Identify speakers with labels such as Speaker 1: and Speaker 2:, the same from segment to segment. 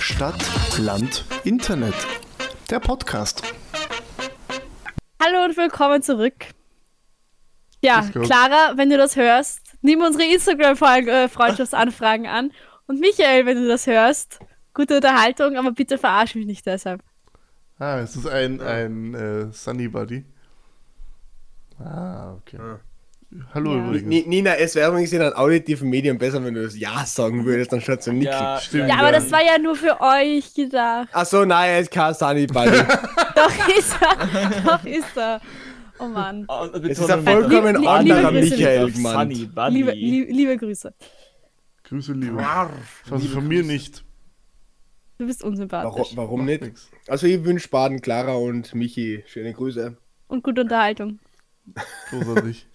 Speaker 1: Stadt, Land, Internet. Der Podcast.
Speaker 2: Hallo und willkommen zurück. Ja,
Speaker 1: Grüß Gott.
Speaker 2: Clara, wenn du das hörst, nimm unsere Instagram-Freundschaftsanfragen an. Und Michael, wenn du das hörst, gute Unterhaltung, aber bitte verarsch mich nicht deshalb.
Speaker 1: Ah, es ist ein, ein äh, Sunny Buddy. Ah, okay.
Speaker 3: Ja.
Speaker 1: Hallo
Speaker 2: Ja.
Speaker 1: übrigens.
Speaker 3: Ni- Nina, es wäre übrigens in einem auditiven Medium besser, wenn du das Ja sagen würdest, anstatt zu nicken.
Speaker 4: Ja,
Speaker 1: Stimmt.
Speaker 2: Ja, aber das war ja nur für euch gedacht.
Speaker 3: Achso, nein, er ist kein Sunny Buddy.
Speaker 2: Doch ist er. Doch ist er. Oh Mann.
Speaker 4: ja. Und
Speaker 3: Es ist ein
Speaker 4: Betonung
Speaker 3: vollkommen
Speaker 2: Liebe-
Speaker 3: anderer
Speaker 2: liebe Grüße,
Speaker 3: Michael
Speaker 4: auf Sunny
Speaker 3: gemeint.
Speaker 4: Buddy.
Speaker 2: Liebe, lieb, liebe Grüße.
Speaker 1: Grüße, liebe. Also von mir nicht.
Speaker 2: Du bist
Speaker 3: Warum,
Speaker 2: unsympathisch.
Speaker 3: warum
Speaker 1: Macht
Speaker 3: nicht?
Speaker 1: nix.
Speaker 3: Also ich wünsche Baden, Clara und Michi schöne Grüße.
Speaker 2: Und gute Unterhaltung.
Speaker 1: Großartig.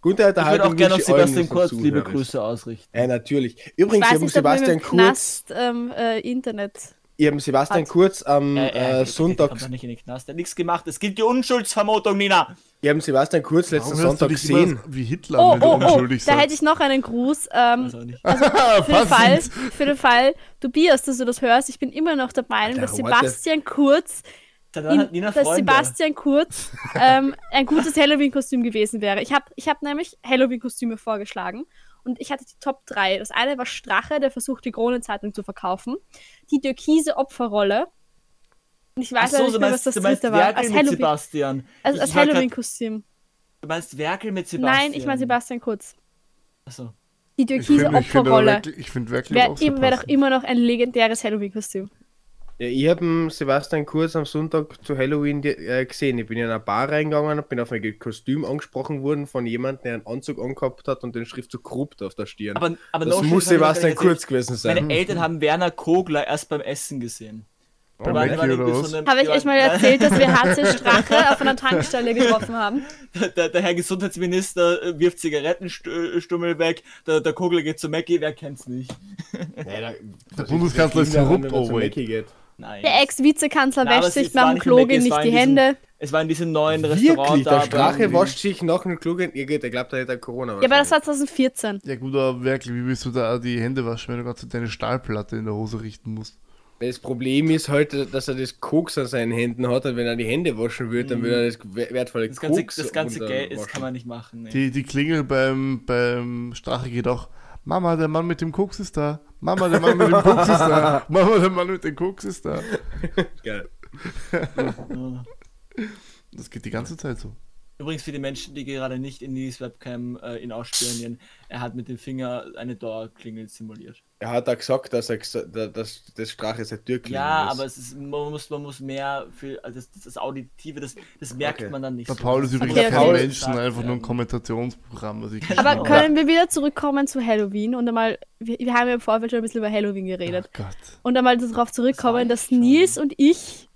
Speaker 3: Gute
Speaker 4: Ich würde
Speaker 3: Unterhaltung.
Speaker 4: auch gerne auf
Speaker 3: wünsche ich allen,
Speaker 4: Sebastian
Speaker 3: die
Speaker 4: Kurz
Speaker 3: so
Speaker 4: liebe
Speaker 3: zuhören.
Speaker 4: Grüße ausrichten.
Speaker 3: Äh, natürlich. Übrigens, ihr habt
Speaker 2: ob man
Speaker 3: Sebastian
Speaker 2: mit dem
Speaker 3: Kurz,
Speaker 2: Knast, ähm, äh, Internet.
Speaker 3: ihr habt Sebastian
Speaker 2: Hat-
Speaker 3: Kurz am
Speaker 4: Er- er-
Speaker 3: äh,
Speaker 4: er
Speaker 3: Sonntag,
Speaker 4: kommt doch nicht in den Knast, er hat nichts gemacht. Es gilt die Unschuldsvermutung, Nina.
Speaker 3: ihr habt Sebastian Kurz letzten
Speaker 1: Warum hörst du
Speaker 3: Sonntag
Speaker 1: dich immer
Speaker 3: gesehen.
Speaker 1: wie Hitler,
Speaker 2: Oh,
Speaker 1: wenn
Speaker 2: oh,
Speaker 1: du
Speaker 2: oh,
Speaker 1: unschuldig
Speaker 2: da
Speaker 1: sagst?
Speaker 2: hätte ich noch einen Gruß. Ähm,
Speaker 4: Also nicht.
Speaker 1: Ah,
Speaker 2: für, den Fall, für den Fall, Tobias, dass du das hörst, ich bin immer noch der Meinung, dass
Speaker 3: Alter, warte.
Speaker 2: Sebastian Kurz,
Speaker 4: Dann hat
Speaker 2: in,
Speaker 4: Nina
Speaker 2: dass
Speaker 4: Freunde.
Speaker 2: Sebastian Kurz ähm, ein gutes Halloween-Kostüm gewesen wäre. Ich habe ich hab nämlich Halloween-Kostüme vorgeschlagen und ich hatte die Top 3. Das eine war Strache, der versucht, die Kronenzeitung zu verkaufen. Die türkise Opferrolle. Und ich weiß
Speaker 4: Ach
Speaker 2: leider
Speaker 4: so,
Speaker 2: nicht
Speaker 4: du
Speaker 2: mehr,
Speaker 4: meinst,
Speaker 2: was das
Speaker 4: du meinst
Speaker 2: dritte war.
Speaker 4: Werkel
Speaker 2: Als
Speaker 4: mit
Speaker 2: Halloween-
Speaker 4: Sebastian.
Speaker 2: als,
Speaker 4: Ich
Speaker 2: als
Speaker 4: war grad-
Speaker 2: Halloween-Kostüm.
Speaker 4: Du meinst Werkel mit Sebastian.
Speaker 2: Nein, ich meine Sebastian Kurz.
Speaker 4: Achso.
Speaker 2: Die
Speaker 1: Ich
Speaker 2: türkise
Speaker 1: finde ich finde aber
Speaker 2: Opferrolle.
Speaker 1: wirklich, ich finde wirklich
Speaker 2: Wäre
Speaker 1: auch so
Speaker 2: wär doch
Speaker 1: passend.
Speaker 2: immer noch ein legendäres Halloween-Kostüm.
Speaker 3: Ja, ich habe Sebastian Kurz am Sonntag zu Halloween die- äh, gesehen. Ich bin in eine Bar reingegangen und bin auf ein Kostüm angesprochen worden von jemandem, der einen Anzug angehabt hat und den Schriftzug korrupt auf der Stirn.
Speaker 4: Aber, aber
Speaker 3: das
Speaker 4: no
Speaker 3: muss
Speaker 4: shit, das hab
Speaker 3: Sebastian
Speaker 4: ich tatsächlich-
Speaker 3: Kurz gewesen sein.
Speaker 4: Meine Eltern haben Werner Kogler erst beim Essen gesehen.
Speaker 1: Bei Mackie oder was?
Speaker 2: Habe ich euch mal erzählt, dass wir HC Strache auf einer Tankstelle getroffen haben?
Speaker 4: Der, der Herr Gesundheitsminister äh, wirft Zigarettenstummel weg, der, der Kogler geht zu Mackie, wer kennt's nicht?
Speaker 1: Der Bundeskanzler ist korrupt, oh wait.
Speaker 4: Nein.
Speaker 2: Der Ex-Vizekanzler
Speaker 4: Na, aber
Speaker 2: wäscht
Speaker 4: es-
Speaker 2: sich
Speaker 4: es war
Speaker 2: nach dem
Speaker 4: nicht
Speaker 2: Klo
Speaker 4: im Mac,
Speaker 2: gehen
Speaker 4: es
Speaker 2: nicht
Speaker 4: war
Speaker 2: die
Speaker 4: in diesem-
Speaker 2: Hände.
Speaker 4: Es war in diesem neuen Restaurant
Speaker 3: Wirklich, der Strache
Speaker 4: beim-
Speaker 3: wascht sich nach dem Klo. gehen- Ihr geht, der glaubt, er hätte Corona.
Speaker 2: Ja, aber das war 2014.
Speaker 1: Ja gut, aber wirklich, wie willst du da die Hände waschen, wenn du gerade deine Stahlplatte in der Hose richten musst?
Speaker 3: Das Problem ist halt, dass er das Koks an seinen Händen hat und wenn er die Hände waschen würde, dann würde er das we- wertvolle
Speaker 4: Mhm. Das ganze,
Speaker 3: Koks
Speaker 4: das ganze
Speaker 1: äh,
Speaker 3: runter
Speaker 4: Geld das
Speaker 3: waschen.
Speaker 4: kann man nicht machen. Nee.
Speaker 1: Die, die Klingel beim, beim Strache geht auch. Mama, der Mann mit dem Koks ist da. Mama, der Mann mit dem Koks ist da. Mama, der Mann mit dem Koks ist da.
Speaker 3: Geil.
Speaker 1: Das geht die ganze Zeit so.
Speaker 4: Übrigens für die Menschen, die gerade nicht in dieses Webcam äh, ihn ausspionieren, er hat mit dem Finger eine Dauerklingel simuliert.
Speaker 3: Er hat da gesagt, dass, er, gesa- da- dass das Strache seit Türkei
Speaker 4: Ja,
Speaker 3: ist.
Speaker 4: aber es ist, man, muss, man muss mehr für also das, das, das Auditive, das, das merkt
Speaker 3: Okay.
Speaker 4: man dann nicht.
Speaker 1: Der
Speaker 4: so.
Speaker 1: Paul ist übrigens
Speaker 2: Okay,
Speaker 1: kein
Speaker 2: okay.
Speaker 1: Menschen,
Speaker 4: Gesagt
Speaker 1: einfach nur ein
Speaker 4: werden.
Speaker 1: Kommentationsprogramm, was ich
Speaker 2: Aber
Speaker 4: genau.
Speaker 1: geschrieben habe.
Speaker 2: können wir wieder zurückkommen zu Halloween und einmal, wir, wir haben ja im Vorfeld schon ein bisschen über Halloween geredet.
Speaker 1: Oh Gott.
Speaker 2: Und einmal darauf zurückkommen, dass Nils und ich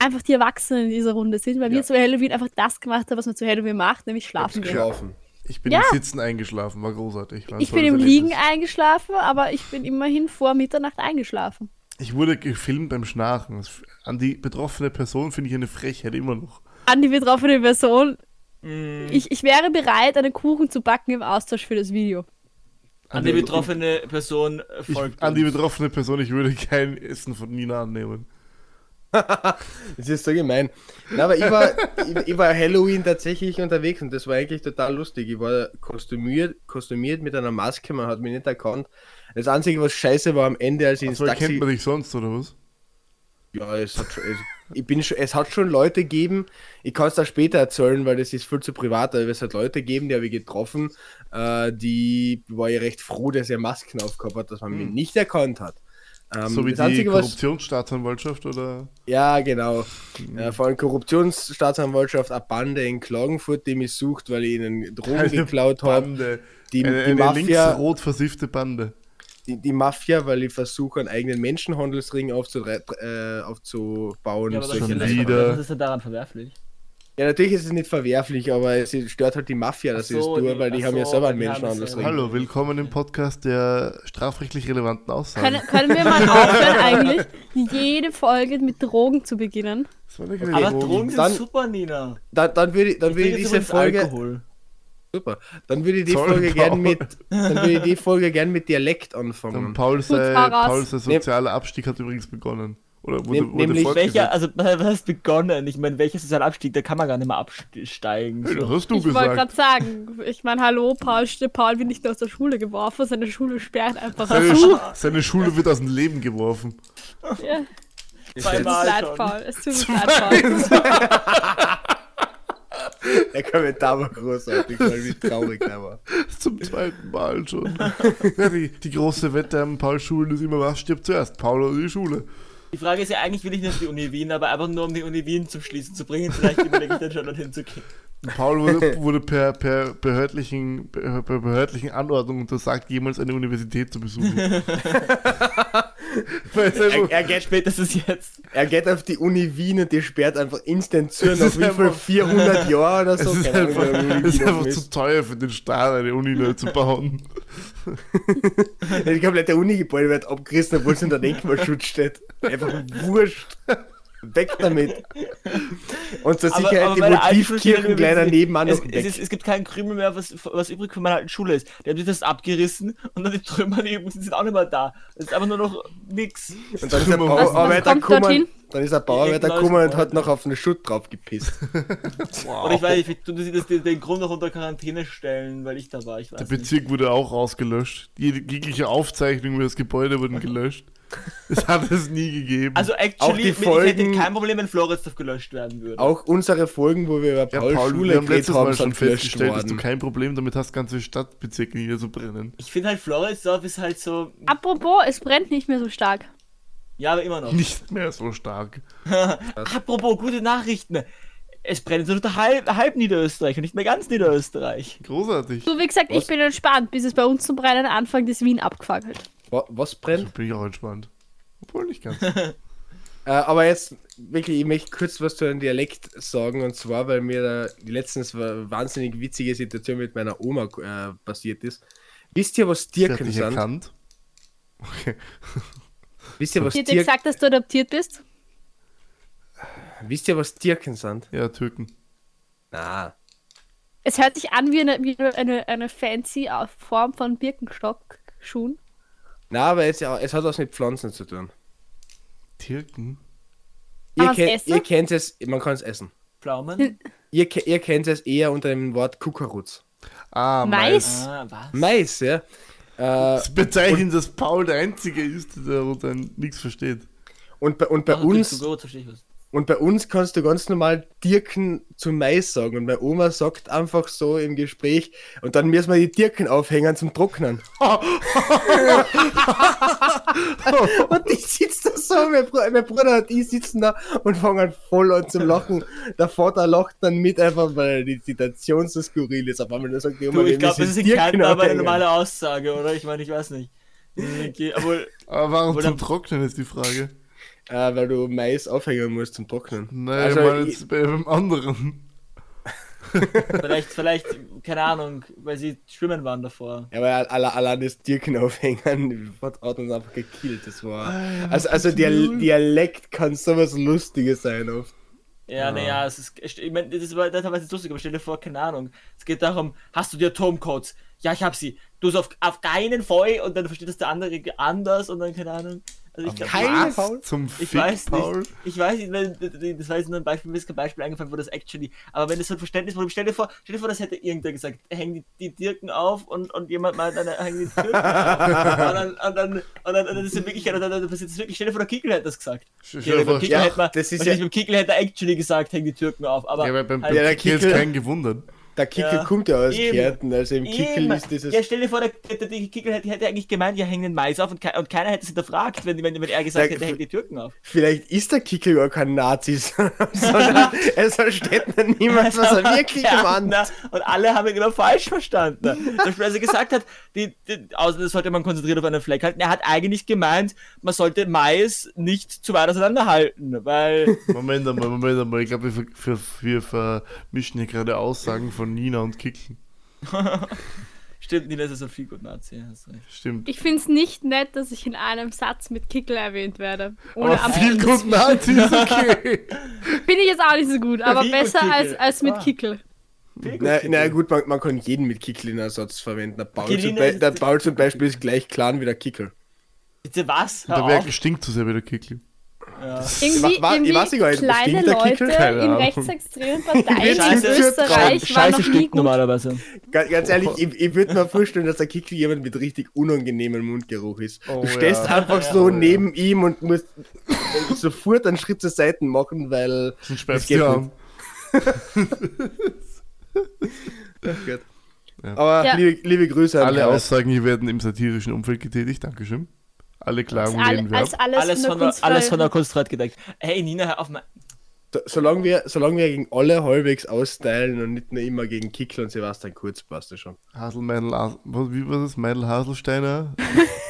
Speaker 2: einfach die Erwachsenen in dieser Runde sind, weil wir
Speaker 3: Ja.
Speaker 2: zu Halloween einfach das gemacht haben, was man zu Halloween macht, nämlich schlafen gehen.
Speaker 3: geschlafen.
Speaker 1: Ich bin
Speaker 2: Ja.
Speaker 1: im Sitzen eingeschlafen, war großartig. War ein
Speaker 2: Ich bin im
Speaker 1: tolles
Speaker 2: Liegen
Speaker 1: Erlebnis.
Speaker 2: eingeschlafen, aber ich bin immerhin vor Mitternacht eingeschlafen.
Speaker 1: Ich wurde gefilmt beim Schnarchen. Das- An die betroffene Person finde ich eine Frechheit immer noch.
Speaker 2: Andi wird drauf eine Person.
Speaker 1: Mm.
Speaker 2: Ich, ich wäre bereit, einen Kuchen zu backen im Austausch für das Video.
Speaker 4: An die betroffene Person äh,
Speaker 1: ich,
Speaker 4: folgt.
Speaker 1: an die
Speaker 4: uns.
Speaker 1: betroffene Person, ich würde kein Essen von Nina annehmen.
Speaker 3: Das ist so gemein. Na, aber ich war, ich, ich war Halloween tatsächlich unterwegs und das war eigentlich total lustig. Ich war kostümiert, kostümiert mit einer Maske, man hat mich nicht erkannt. Das einzige, was scheiße war am Ende, als ich ins
Speaker 1: So erkennt
Speaker 3: Taxi.
Speaker 1: man dich sonst, oder was?
Speaker 3: Ja, es hat schon, es, ich bin schon, es hat schon Leute gegeben, ich kann es da später erzählen, weil das ist viel zu privat, aber es hat Leute gegeben, die habe ich getroffen, äh, die war ich recht froh, dass er Masken aufgehabt hat, dass man mich nicht erkannt hat. Ähm,
Speaker 1: Hm. so wie
Speaker 3: das
Speaker 1: die
Speaker 3: einzige, was,
Speaker 1: Korruptionsstaatsanwaltschaft oder
Speaker 3: Ja, genau.
Speaker 1: Hm.
Speaker 3: Äh, vor allem Korruptionsstaatsanwaltschaft, eine Bande in Klagenfurt, die mich sucht, weil ich ihnen Drogen geklaut habe.
Speaker 1: Bande.
Speaker 3: Die-
Speaker 1: eine,
Speaker 3: die
Speaker 1: eine
Speaker 3: Mafia-
Speaker 1: linksrot versiffte Bande.
Speaker 3: Die, die Mafia, weil ich versuche, einen eigenen Menschenhandelsring aufzudre- äh, aufzubauen.
Speaker 4: Ja,
Speaker 3: Ja,
Speaker 4: aber
Speaker 1: Schon
Speaker 4: das, ist ja-
Speaker 1: wieder.
Speaker 4: das ist ja daran verwerflich.
Speaker 3: ja, natürlich ist es nicht verwerflich, aber es stört halt die Mafia, dass
Speaker 4: Ach
Speaker 3: ich das
Speaker 4: so,
Speaker 3: tue,
Speaker 4: die-
Speaker 3: weil die
Speaker 4: ach
Speaker 3: haben ja
Speaker 4: so,
Speaker 3: selber einen
Speaker 4: die haben es
Speaker 3: Menschenhandelsring.
Speaker 4: selber.
Speaker 1: Hallo, willkommen im Podcast der strafrechtlich relevanten Aussagen.
Speaker 2: Können, können wir mal aufhören, eigentlich jede Folge mit Drogen zu beginnen?
Speaker 1: das war eine kleine
Speaker 4: Aber
Speaker 1: Drogen.
Speaker 4: Drogen sind
Speaker 3: Dann-
Speaker 4: super, Nina.
Speaker 3: Dann, dann würde ich, dann
Speaker 4: Ich
Speaker 3: würde ich
Speaker 4: trinke jetzt
Speaker 3: diese
Speaker 4: übrigens
Speaker 3: Folge.
Speaker 4: Alkohol.
Speaker 3: Super. Dann würde ich die
Speaker 1: Zoll-
Speaker 3: Folge gern mit, dann würde ich die Folge gern mit Dialekt anfangen.
Speaker 1: Und Paul sei,
Speaker 2: Taras.
Speaker 1: Paul sei sozialer Abstieg hat übrigens begonnen. Oder wurde,
Speaker 3: Nem-
Speaker 1: wurde
Speaker 3: nämlich
Speaker 1: fortgesetzt.
Speaker 4: Welcher, also was heißt begonnen? Ich meine, welches ist ein Abstieg? Da kann man gar nicht mehr absteigen.
Speaker 1: Hey, das
Speaker 4: So.
Speaker 1: hast du
Speaker 2: ich wollte
Speaker 1: gesagt.
Speaker 2: gerade sagen, ich meine, hallo, Paul, St- Paul wird nicht nur aus der Schule geworfen, seine Schule sperrt einfach
Speaker 1: Seine,
Speaker 2: aus.
Speaker 1: Sch- seine Schule wird aus dem Leben geworfen.
Speaker 2: Ja, es tut uns
Speaker 4: Zweimal
Speaker 2: leid,
Speaker 4: schon.
Speaker 2: Paul. Es tut uns leid, Paul.
Speaker 3: Der Kommentar war großartig, weil wie traurig der war.
Speaker 1: Zum zweiten Mal schon. ja, die, die große Wette an Paul Schulen ist immer, was stirbt zuerst? Paul oder die Schule?
Speaker 4: Die Frage ist ja, eigentlich will ich nicht die Uni Wien, aber einfach nur um die Uni Wien zum Schließen zu bringen. Vielleicht überlege ich dann schon dorthin zu gehen.
Speaker 1: Paul wurde, wurde per, per, behördlichen, per behördlichen Anordnung untersagt, jemals eine Universität zu besuchen. Weil es
Speaker 3: Er,
Speaker 1: einfach-
Speaker 3: er, geht,
Speaker 4: Spätestens jetzt.
Speaker 3: er geht auf die Uni Wien und die sperrt einfach instant zu,
Speaker 1: Es
Speaker 3: nach
Speaker 1: ist
Speaker 3: wie viel
Speaker 1: einfach-
Speaker 3: 400 Jahren oder
Speaker 1: Es
Speaker 3: so.
Speaker 1: ist
Speaker 3: Keine Ahnung,
Speaker 1: einfach,
Speaker 3: wie lange die
Speaker 1: es ist
Speaker 3: Uni
Speaker 1: einfach
Speaker 3: offen
Speaker 1: zu teuer für den Staat, eine Uni neu zu bauen.
Speaker 3: ist. Die komplette Uni-Gebäude wird abgerissen, obwohl es in der Denkmalschutz steht. Einfach wurscht. Weg damit. Und zur Sicherheit die
Speaker 4: meine alten Schulkinder,
Speaker 3: Motivkirchen gleich
Speaker 4: übrigens,
Speaker 3: daneben auch
Speaker 4: es,
Speaker 3: noch
Speaker 4: es, ist,
Speaker 3: weg.
Speaker 4: es gibt keinen Krümel mehr, was, was übrig von meiner alten Schule ist. Die haben sich das abgerissen und dann die Trümmer, die übrigens sind auch nicht mehr da. Es ist einfach nur noch nix.
Speaker 3: Und dann ist ein
Speaker 1: Was- was
Speaker 3: Bauarbeiter
Speaker 2: kommt dorthin?
Speaker 3: gekommen, dann ist ein Bauarbeiter
Speaker 4: Irgendein neues
Speaker 3: gekommen und hat
Speaker 4: Gebäude.
Speaker 3: noch auf den Schutt drauf gepisst.
Speaker 4: Oder ich weiß nicht, vielleicht tun sie das den, den Grund noch unter Quarantäne stellen, weil ich da war. Ich
Speaker 1: Der
Speaker 4: weiß nicht.
Speaker 1: Bezirk wurde auch ausgelöscht. Jede, jegliche Aufzeichnung über das Gebäude wurden gelöscht. Es hat es nie gegeben.
Speaker 4: Also actually,
Speaker 3: Auch die
Speaker 4: mit- ich
Speaker 3: Folgen-
Speaker 4: hätte kein Problem, wenn Floridsdorf gelöscht werden würde.
Speaker 3: Auch unsere Folgen, wo wir über
Speaker 1: ja,
Speaker 3: Paul,
Speaker 1: Paul,
Speaker 3: Schule
Speaker 1: wir haben
Speaker 3: geredet
Speaker 1: letztes
Speaker 3: haben,
Speaker 1: Mal
Speaker 3: sind
Speaker 1: schon
Speaker 3: gelöscht
Speaker 1: festgestellt, dass du
Speaker 3: worden.
Speaker 1: kein Problem damit hast, ganze Stadtbezirke niederzubrennen.
Speaker 4: Ich finde halt Floridsdorf ist halt so,
Speaker 2: Apropos, es brennt nicht mehr so stark.
Speaker 4: ja, aber immer noch.
Speaker 1: Nicht mehr so stark.
Speaker 4: Apropos gute Nachrichten. Es brennt so unter halb, halb Niederösterreich und nicht mehr ganz Niederösterreich.
Speaker 1: Großartig.
Speaker 2: So, wie gesagt, ich
Speaker 3: Was?
Speaker 2: bin entspannt, bis es bei uns zum Brennen anfängt, ist Wien abgefackelt.
Speaker 3: Wa- Was brennt?
Speaker 1: Bin ich auch entspannt. Obwohl nicht ganz.
Speaker 3: Äh, aber jetzt wirklich, ich möchte kurz was zu einem Dialekt sagen und zwar, weil mir da die letztens eine wahnsinnig witzige Situation mit meiner Oma äh, passiert ist. Wisst ihr, was
Speaker 1: Ich hab
Speaker 3: Dirken
Speaker 1: dich
Speaker 3: sind?
Speaker 1: erkannt. Okay.
Speaker 3: Wisst ihr, was,
Speaker 2: Ich hätte dir
Speaker 3: Dirk
Speaker 2: gesagt, dass du adoptiert bist.
Speaker 3: wisst ihr, was Dirken sind?
Speaker 1: Ja, Türken.
Speaker 3: Na,
Speaker 2: Es hört sich an wie eine, wie eine, eine fancy äh, Form von Birkenstock-Schuhen.
Speaker 3: na, aber es, es hat was mit Pflanzen zu tun.
Speaker 1: Türken?
Speaker 2: Kann
Speaker 3: Ihr,
Speaker 2: man's
Speaker 3: kennt,
Speaker 2: essen?
Speaker 3: ihr kennt es, man kann es essen.
Speaker 4: Pflaumen?
Speaker 3: Ihr, ke- ihr kennt es eher unter dem Wort Kukarutz.
Speaker 1: Ah,
Speaker 2: Mais?
Speaker 4: Ah, was?
Speaker 3: Mais, ja. Äh,
Speaker 1: Das bezeichnet, dass Paul der Einzige ist, der darunter nichts versteht.
Speaker 3: und bei, und bei
Speaker 4: Ah,
Speaker 3: uns
Speaker 4: Du, du, du, verstehe ich was.
Speaker 3: Und bei uns kannst du ganz normal Dirken zu Mais sagen. Und meine Oma sagt einfach so im Gespräch, und dann müssen wir die Dirken aufhängen zum Trocknen. und ich sitze da so, mein, Br mein Bruder und ich sitzen da und fangen voll an zum Lachen. Der Vater lacht dann mit, einfach weil die Situation so skurril ist. Auf einmal nur sagt die Oma,
Speaker 4: du ich
Speaker 3: wir
Speaker 4: glaube, das
Speaker 3: müssen
Speaker 4: ist
Speaker 3: genau
Speaker 4: in Kärnten
Speaker 3: Dirken
Speaker 4: aber eine
Speaker 3: aufhängen.
Speaker 4: normale Aussage, oder? Ich meine, ich weiß nicht. Okay, obwohl,
Speaker 1: Aber warum
Speaker 4: Oder-
Speaker 1: zum Trocknen ist die Frage.
Speaker 3: Äh, weil du Mais aufhängen musst zum Trocknen.
Speaker 1: Naja,
Speaker 3: Also,
Speaker 1: ich meine
Speaker 3: ich-
Speaker 1: jetzt bei beim anderen.
Speaker 4: vielleicht, vielleicht, keine Ahnung, weil sie schwimmen waren davor.
Speaker 3: Ja, weil alle- allein das Dirkenaufhängern hat hat uns einfach gekillt. Das war.
Speaker 4: Ah,
Speaker 3: Also, also Dial Dialekt kann sowas Lustiges sein. Oft.
Speaker 4: Ja, naja, es ist, ich meine, das war teilweise jetzt lustig, aber stell dir vor, keine Ahnung. Es geht darum, hast du die Atomcodes? Ja, ich hab sie. Du es auf, auf keinen Fall und dann versteht das der andere anders und dann, keine Ahnung. Also ich glaub,
Speaker 3: keinen
Speaker 1: Was?
Speaker 3: Paul?
Speaker 1: Zum
Speaker 4: Ich
Speaker 1: Fick,
Speaker 4: weiß
Speaker 1: Paul?
Speaker 4: nicht. Ich weiß nicht, weil das war jetzt nur ein Beispiel, mir ist kein Beispiel eingefallen, wo das actually. Aber wenn das so ein Verständnis wurde, stell dir vor, stell dir vor, das hätte irgendwer gesagt, häng die, die Dirken auf und, und jemand meint, dann hängen die Dirken auf. Und dann, und dann, und dann, und dann ist es wirklich, und dann, dann passiert das wirklich. Stell dir vor, der Kickel hätte das gesagt.
Speaker 1: Stell
Speaker 4: Okay,
Speaker 1: dir vor,
Speaker 4: beim Kickel
Speaker 3: ja,
Speaker 4: hätte man,
Speaker 3: das ist
Speaker 4: wahrscheinlich
Speaker 3: ja-
Speaker 4: beim Kickel hätte er actually gesagt, häng die Türken auf. Aber,
Speaker 1: Ja, aber beim
Speaker 4: halt-
Speaker 1: ja,
Speaker 3: der
Speaker 1: der Kickel ist
Speaker 3: Kickel-
Speaker 1: kein gewundert.
Speaker 3: Der Kickel
Speaker 4: Ja,
Speaker 3: kommt ja aus
Speaker 4: eben.
Speaker 3: Kärnten, also im Kickel
Speaker 4: Eben.
Speaker 3: ist dieses.
Speaker 4: Ja, stell dir vor, der, der, der Kickel hätte, hätte eigentlich gemeint, ja, hängen den Mais auf und, kei- und keiner hätte es hinterfragt, wenn, wenn, wenn er gesagt
Speaker 3: Der-
Speaker 4: hätte, hängen die Türken auf.
Speaker 3: Vielleicht ist der Kickel gar kein Nazi, sondern es versteht dann niemand, was er wirklich
Speaker 4: Ja,
Speaker 3: gemeint
Speaker 4: na,
Speaker 3: hat.
Speaker 4: Und alle haben ihn genau falsch verstanden. Zum Beispiel, als er gesagt hat, die, die, außer das sollte man konzentriert auf einen Fleck halten, er hat eigentlich gemeint, man sollte Mais nicht zu weit auseinanderhalten, weil
Speaker 1: Moment einmal, Moment einmal. Ich glaube, wir, ver- ver- wir vermischen hier gerade Aussagen von Nina und Kickel.
Speaker 4: stimmt nicht, das ist ein Also, viel gut Nazi. hast recht.
Speaker 1: Stimmt.
Speaker 2: Ich finde es nicht nett, dass ich in einem Satz mit Kickel erwähnt werde. Ohne
Speaker 1: Aber
Speaker 2: Absicht.
Speaker 1: viel guten Nazi ist okay.
Speaker 2: Bin ich jetzt auch nicht so gut, aber
Speaker 4: Wie gut
Speaker 2: besser
Speaker 4: Kickel.
Speaker 2: als, als mit
Speaker 4: Ah.
Speaker 2: Kickel.
Speaker 4: Sehr
Speaker 3: Na,
Speaker 4: Kickel.
Speaker 3: na gut, man, man kann jeden mit Kickel in Ersatz verwenden. Der Paul,
Speaker 4: Okay,
Speaker 3: zum,
Speaker 4: Lina
Speaker 3: Be
Speaker 4: ist-
Speaker 3: der Paul zum Beispiel ist gleich klar wie der Kickel.
Speaker 4: Bitte was?
Speaker 1: Und
Speaker 4: Hör
Speaker 1: der Werkel
Speaker 4: auf.
Speaker 1: stinkt zu sehr wie der Kickl.
Speaker 4: Ja.
Speaker 2: Irgendwie,
Speaker 3: Ich wa- ich
Speaker 2: irgendwie
Speaker 3: weiß nicht, aber
Speaker 2: kleine
Speaker 3: bestimmt der
Speaker 2: Leute
Speaker 3: Kickel?
Speaker 1: Keine
Speaker 2: in
Speaker 1: Ahnung.
Speaker 2: rechtsextremen Parteien in
Speaker 4: Scheiße,
Speaker 2: Österreich waren noch
Speaker 5: Scheiße
Speaker 2: nie
Speaker 5: stinkt
Speaker 2: gut.
Speaker 5: normalerweise.
Speaker 3: Ganz, ganz
Speaker 1: Oh.
Speaker 3: ehrlich, ich, ich würde mir vorstellen, dass der Kickel jemand mit richtig unangenehmem Mundgeruch ist.
Speaker 1: Oh,
Speaker 3: du stehst
Speaker 1: ja.
Speaker 3: einfach so neben ihm und musst sofort einen Schritt zur Seite machen, weil.
Speaker 1: Sonst
Speaker 3: das
Speaker 1: sperrst du
Speaker 3: geht
Speaker 1: die
Speaker 3: nicht.
Speaker 1: Arme.
Speaker 3: Gut. Aber
Speaker 2: Ja.
Speaker 3: liebe, liebe Grüße an
Speaker 1: Alle
Speaker 3: Herbert.
Speaker 1: Aussagen hier werden im satirischen Umfeld getätigt. Dankeschön. Alle
Speaker 2: Als,
Speaker 1: Klagen
Speaker 2: alle, also-
Speaker 1: nehmen wir
Speaker 2: als
Speaker 1: ab.
Speaker 2: alles,
Speaker 4: Alles,
Speaker 2: in der
Speaker 4: von der,
Speaker 2: Kunstfreiheit-
Speaker 4: alles von der Kunstfreiheit gedeckt. Hey Nina, hör auf mal.
Speaker 3: So- Solange wir, solange wir gegen alle halbwegs austeilen und nicht nur immer gegen Kickl und Sebastian Kurz, passt das schon.
Speaker 1: Haselmeidl, Hasel- was- wie war das? Meidl Haselsteiner?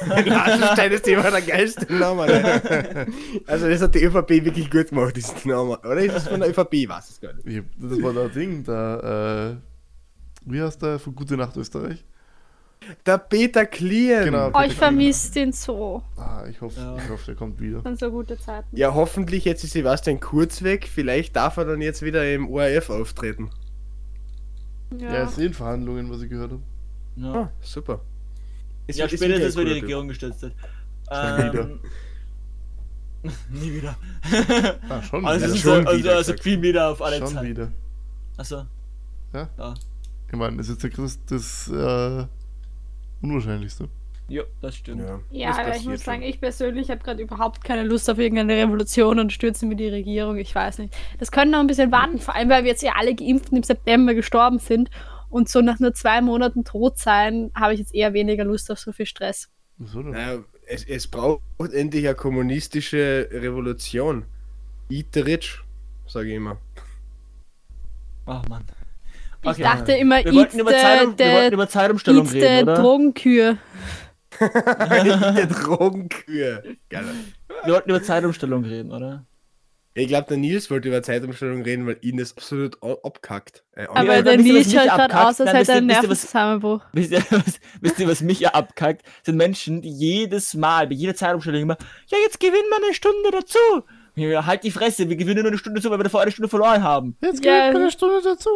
Speaker 3: Laschenstein ist immer der geilste Name. ne? Also das hat die ÖVP wirklich gut gemacht, diesen Namen. Oder ist das von der ÖVP? Ich weiß es gar nicht.
Speaker 1: Ich, hab- das war der Ding, da, äh, wie heißt der von Gute Nacht Österreich?
Speaker 3: Der Peter Klien.
Speaker 1: Genau.
Speaker 2: Euch vermisst ihn so.
Speaker 1: Ah, ich hoffe,
Speaker 4: Ja.
Speaker 1: ich hoffe, der kommt wieder.
Speaker 2: Und so gute Zeiten.
Speaker 3: Ja, hoffentlich jetzt ist Sebastian Kurz weg. Vielleicht darf er dann jetzt wieder im ORF auftreten.
Speaker 1: Ja, er ist eh in Verhandlungen, was ich gehört habe.
Speaker 4: Ja,
Speaker 3: Ah, super. Ist-
Speaker 4: ja
Speaker 3: ist wieder
Speaker 4: spätestens,
Speaker 3: ein
Speaker 4: wenn die
Speaker 3: cooler Typ.
Speaker 4: Regierung gestürzt wird.
Speaker 1: wieder.
Speaker 4: Ähm, nie wieder.
Speaker 1: Ah, schon
Speaker 4: Also,
Speaker 1: wieder.
Speaker 4: es ist
Speaker 3: schon
Speaker 4: also,
Speaker 3: wieder
Speaker 4: also
Speaker 3: gesagt.
Speaker 4: viel wieder auf alle
Speaker 1: schon
Speaker 4: Zeiten.
Speaker 1: wieder.
Speaker 4: Achso.
Speaker 1: Ja?
Speaker 4: Ja.
Speaker 1: Ich meine, das ist jetzt das, das äh, Unwahrscheinlichste.
Speaker 4: Jo, das stimmt.
Speaker 3: Ja,
Speaker 2: Ja,
Speaker 3: das
Speaker 2: aber ich
Speaker 3: passiert
Speaker 2: muss sagen,
Speaker 3: schon.
Speaker 2: ich persönlich habe gerade überhaupt keine Lust auf irgendeine Revolution und stürzen wir die Regierung. Ich weiß nicht. Das können noch ein bisschen warten, vor allem weil wir jetzt ja alle geimpft und im September gestorben sind. Und so nach nur zwei Monaten tot sein, habe ich jetzt eher weniger Lust auf so viel Stress.
Speaker 1: Wieso denn?
Speaker 3: Naja, es, es braucht endlich eine kommunistische Revolution. Eat the rich, sage ich immer.
Speaker 4: Ach Mann.
Speaker 2: Ich
Speaker 4: Okay.
Speaker 2: dachte immer,
Speaker 4: Wir
Speaker 2: eat
Speaker 4: wollten, über
Speaker 2: Äh, the,
Speaker 4: Zeitung, wir wollten
Speaker 2: the,
Speaker 4: über Zeitumstellung
Speaker 2: eat the
Speaker 4: reden, oder?
Speaker 2: Drogenkür.
Speaker 3: Der Drogenkühe. Geil.
Speaker 4: wir wollten über Zeitumstellung reden, oder?
Speaker 3: Ich glaube, der Nils wollte über Zeitumstellung reden, weil ihn das absolut a- abkackt. Äh,
Speaker 2: Aber
Speaker 4: Ja,
Speaker 2: der
Speaker 4: wisst ihr, was
Speaker 2: Nils
Speaker 4: mich
Speaker 2: schaut gerade aus,
Speaker 4: abkackt?
Speaker 2: als
Speaker 4: Nein,
Speaker 2: hätte er einen
Speaker 4: wisst ihr, wisst
Speaker 2: Nervenzusammenbruch.
Speaker 4: Wisst ihr, was, wisst ihr, was mich ja abkackt? Sind Menschen, die jedes Mal, bei jeder Zeitumstellung immer, ja, jetzt gewinnen wir eine Stunde dazu. Ja, halt die Fresse, wir gewinnen nur eine Stunde dazu, weil wir davor eine Stunde verloren haben.
Speaker 1: Jetzt
Speaker 2: Ja.
Speaker 1: geht eine Stunde dazu.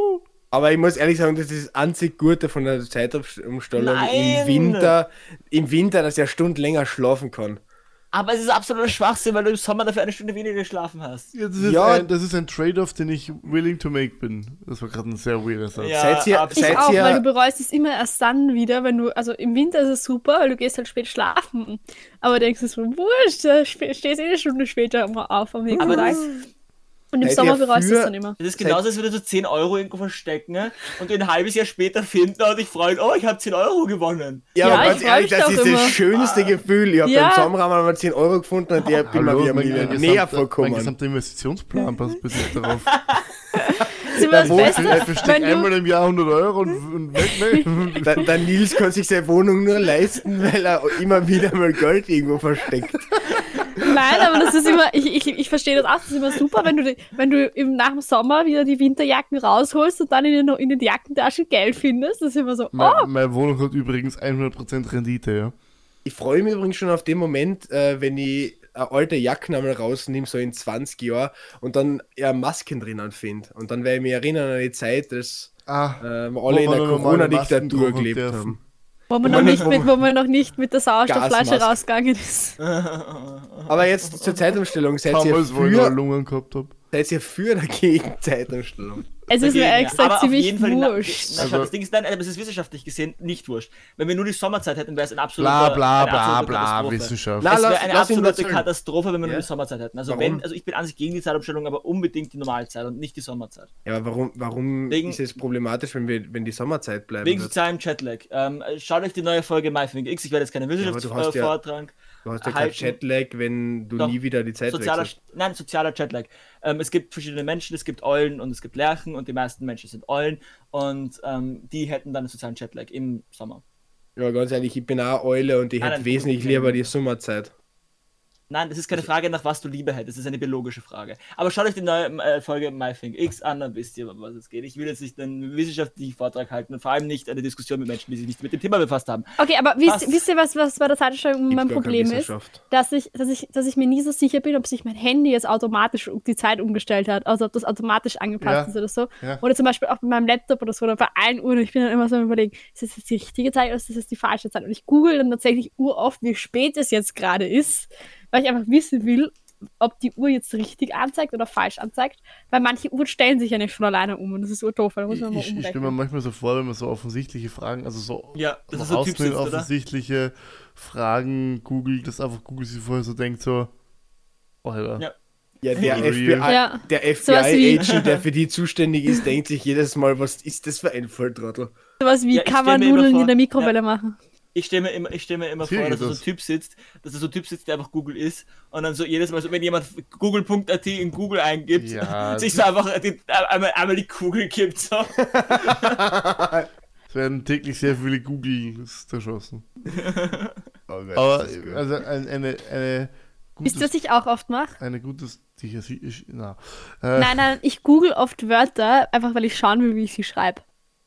Speaker 3: Aber ich muss ehrlich sagen, das ist das einzig Gute von der Zeitumstellung
Speaker 4: Nein!
Speaker 3: im Winter, im Winter, dass er Stunden länger schlafen kann.
Speaker 4: Aber es ist absoluter Schwachsinn, weil du im Sommer dafür eine Stunde weniger geschlafen hast.
Speaker 1: Ja, das, ist
Speaker 3: Ja.
Speaker 1: ein, das ist ein Trade-off, den ich willing to make bin. Das war gerade ein sehr weirder Satz.
Speaker 4: Ja,
Speaker 3: seid ihr-
Speaker 4: absolut.
Speaker 2: Ich
Speaker 3: Seid
Speaker 2: auch,
Speaker 3: ihr-
Speaker 2: weil du bereust es immer erst dann wieder, wenn du, also im Winter ist es super, weil du gehst halt spät schlafen. Aber denkst du so, wurscht, da sp- stehst eh eine Stunde später immer auf am nächsten
Speaker 4: Aber
Speaker 2: Tag.
Speaker 4: das-
Speaker 2: Und im
Speaker 3: Seid
Speaker 2: Sommer
Speaker 3: ihr
Speaker 2: bereust du es
Speaker 3: für-
Speaker 2: dann immer.
Speaker 4: Das ist genauso, als würdest du 10 Euro irgendwo verstecken ne? und du ein halbes Jahr später finden und dich freuen, oh, ich habe 10 Euro gewonnen.
Speaker 3: Ja,
Speaker 2: Ja,
Speaker 3: aber
Speaker 2: ich
Speaker 3: ganz
Speaker 2: freu
Speaker 3: ehrlich,
Speaker 2: mich
Speaker 3: das
Speaker 2: doch
Speaker 3: ist
Speaker 2: immer.
Speaker 3: das schönste Gefühl. Ich habe
Speaker 2: Ja.
Speaker 3: im Sommer einmal mal 10 Euro gefunden und der bin mal wieder
Speaker 1: gesamter-
Speaker 3: näher
Speaker 1: mein
Speaker 3: vorkommen.
Speaker 1: gesamter Investitionsplan passt bis jetzt darauf.
Speaker 2: Das ist immer das Beste,
Speaker 1: ich verstecke
Speaker 2: wenn
Speaker 1: einmal
Speaker 2: du,
Speaker 1: im Jahr 100 Euro und, und weg, ne?
Speaker 3: Der, der Nils kann sich seine Wohnung nur leisten, weil er immer wieder mal Geld irgendwo versteckt.
Speaker 2: nein, aber das ist immer, ich, ich, ich verstehe das auch, das ist immer super, wenn du, die- wenn du im, nach dem Sommer wieder die Winterjacken rausholst und dann in den, in den Jackentaschen Geld findest, das ist immer so,
Speaker 1: Me-
Speaker 2: oh,
Speaker 1: Meine Wohnung hat übrigens 100% Rendite, ja.
Speaker 3: Ich freue mich übrigens schon auf den Moment, äh, wenn ich eine alte Jacken einmal rausnehme, so in 20 Jahren, und dann ja, Masken drinnen finde. Und dann werde ich mich erinnern an die Zeit, dass
Speaker 1: Ah,
Speaker 3: äh, wir
Speaker 1: Wo
Speaker 3: alle in
Speaker 1: man
Speaker 3: der
Speaker 1: nur normale
Speaker 3: Corona-Diktatur
Speaker 1: Masken
Speaker 3: gelebt
Speaker 1: dürfen.
Speaker 3: haben.
Speaker 2: wo man,
Speaker 3: Wo
Speaker 2: noch
Speaker 3: man-
Speaker 2: nicht mit, wo man noch nicht mit der Sauerstoffflasche
Speaker 3: Gasmaske.
Speaker 2: rausgegangen ist.
Speaker 3: Aber jetzt zur Zeitumstellung. Seid ihr,
Speaker 1: damals, wo ich noch
Speaker 3: für,
Speaker 1: Lungen gehabt habe.
Speaker 3: seid ihr für oder gegen Zeitumstellung?
Speaker 2: Es ist mir
Speaker 4: Dagegen,
Speaker 2: ehrlich
Speaker 4: aber
Speaker 2: gesagt
Speaker 4: auf
Speaker 2: ziemlich
Speaker 4: jeden Fall die Na-
Speaker 2: wurscht.
Speaker 4: Na, schau,
Speaker 1: Also-
Speaker 4: das Ding ist, nein, aber es ist wissenschaftlich gesehen nicht wurscht. Wenn wir nur die Sommerzeit hätten, wäre es ein
Speaker 1: Bla,
Speaker 4: absoluter
Speaker 1: bla,
Speaker 4: eine
Speaker 1: bla,
Speaker 4: absolute
Speaker 1: bla,
Speaker 4: Katastrophe.
Speaker 1: Wissenschaft.
Speaker 3: Na,
Speaker 4: Es wäre
Speaker 3: lass-
Speaker 4: eine
Speaker 3: lass ihn
Speaker 4: absolute
Speaker 3: erzählen.
Speaker 4: Katastrophe, wenn wir
Speaker 3: Ja?
Speaker 4: nur die Sommerzeit hätten. Also,
Speaker 3: Warum?
Speaker 4: wenn, also ich bin an sich gegen die Zeitumstellung, aber unbedingt die Normalzeit und nicht die Sommerzeit.
Speaker 3: Ja, aber warum, warum
Speaker 4: Wegen-
Speaker 3: ist es problematisch, wenn, wir, wenn die Sommerzeit bleiben
Speaker 4: Wegen
Speaker 3: wird?
Speaker 4: sozialem Jetlag. Ähm, schaut euch die neue Folge MyFing X, ich werde jetzt keine
Speaker 3: aber du hast ja-
Speaker 4: Wissenschaftsvortrag.
Speaker 3: Du hast ja keinen
Speaker 4: erhalten.
Speaker 3: Jetlag, wenn du
Speaker 4: Doch.
Speaker 3: nie wieder die Zeit
Speaker 4: sozialer,
Speaker 3: wechselst.
Speaker 4: nein, sozialer Jetlag. Ähm, es gibt verschiedene Menschen, es gibt Eulen und es gibt Lerchen und die meisten Menschen sind Eulen und ähm, die hätten dann einen sozialen Jetlag im Sommer.
Speaker 3: Ja, ganz ehrlich, ich bin auch Eule und ich
Speaker 4: Ah,
Speaker 3: hätte
Speaker 4: dann-
Speaker 3: wesentlich lieber die Sommerzeit.
Speaker 4: Nein, das ist keine Frage, nach was du Liebe hättest. Das ist eine biologische Frage. Aber schaut euch die neue äh, Folge My Thing X an, dann wisst ihr, um was es geht. Ich will jetzt nicht einen wissenschaftlichen Vortrag halten und vor allem nicht eine Diskussion mit Menschen, die sich nicht mit dem Thema befasst haben.
Speaker 2: Okay, aber wisst,
Speaker 4: Was?
Speaker 2: wisst ihr, was, was bei der Zeitumstellung
Speaker 3: Gibt
Speaker 2: mein
Speaker 3: gar keine
Speaker 2: Problem ist?
Speaker 3: Wissenschaft.
Speaker 2: Dass ich, dass, ich, dass ich mir nie so sicher bin, ob sich mein Handy jetzt automatisch um die Zeit umgestellt hat. Also ob das automatisch angepasst
Speaker 1: Ja.
Speaker 2: ist oder so.
Speaker 1: Ja.
Speaker 2: Oder zum Beispiel auch bei meinem Laptop oder so oder bei allen Uhren. Ich bin dann immer so am überlegen, ist das jetzt die richtige Zeit oder ist das jetzt die falsche Zeit? Und ich google dann tatsächlich uroft, wie spät es jetzt gerade ist, weil ich einfach wissen will, ob die Uhr jetzt richtig anzeigt oder falsch anzeigt. Weil manche Uhren stellen sich ja nicht von alleine um und das ist urdoof, weil da muss man mal
Speaker 1: Ich, ich stelle mir
Speaker 2: umrechnen.
Speaker 1: manchmal so vor, wenn man so offensichtliche Fragen, also so
Speaker 4: Ja, das
Speaker 1: nach
Speaker 4: ist so
Speaker 1: außen
Speaker 4: Typ sitzt, oder?
Speaker 1: offensichtliche Fragen googelt, dass einfach Google sich vorher so denkt, so, Alter.
Speaker 4: Ja.
Speaker 3: Ja, der
Speaker 1: Real.
Speaker 3: FBI,
Speaker 2: Ja.
Speaker 3: der
Speaker 2: Sowas wie-
Speaker 3: FBI-Agent, der für die zuständig ist, denkt sich jedes Mal, was ist das für ein Volltrottel?
Speaker 2: Sowas wie,
Speaker 4: Ja, ich
Speaker 2: kann man
Speaker 4: stell mir immer
Speaker 2: Nudeln
Speaker 4: vor-
Speaker 2: in der Mikrowelle machen?
Speaker 4: Ich stelle mir immer, ich stell mir immer
Speaker 1: Hier
Speaker 4: vor,
Speaker 1: geht
Speaker 4: dass da so
Speaker 1: das.
Speaker 4: ein Typ sitzt, dass da so ein Typ sitzt, der einfach Google ist und dann so jedes Mal, so, wenn jemand google.at in Google eingibt,
Speaker 1: Ja.
Speaker 4: sich so einfach die, einmal, einmal die Kugel kippt. So.
Speaker 1: Es werden täglich sehr viele Googles zerschossen. Aber
Speaker 3: Aber
Speaker 1: also ein- eine, eine gutes,
Speaker 2: Wisst ihr, was ich auch oft mache?
Speaker 1: eine gutes, sicher, sie- ich, na. Äh,
Speaker 2: Nein, nein, ich google oft Wörter, einfach weil ich schauen will, wie ich sie schreibe.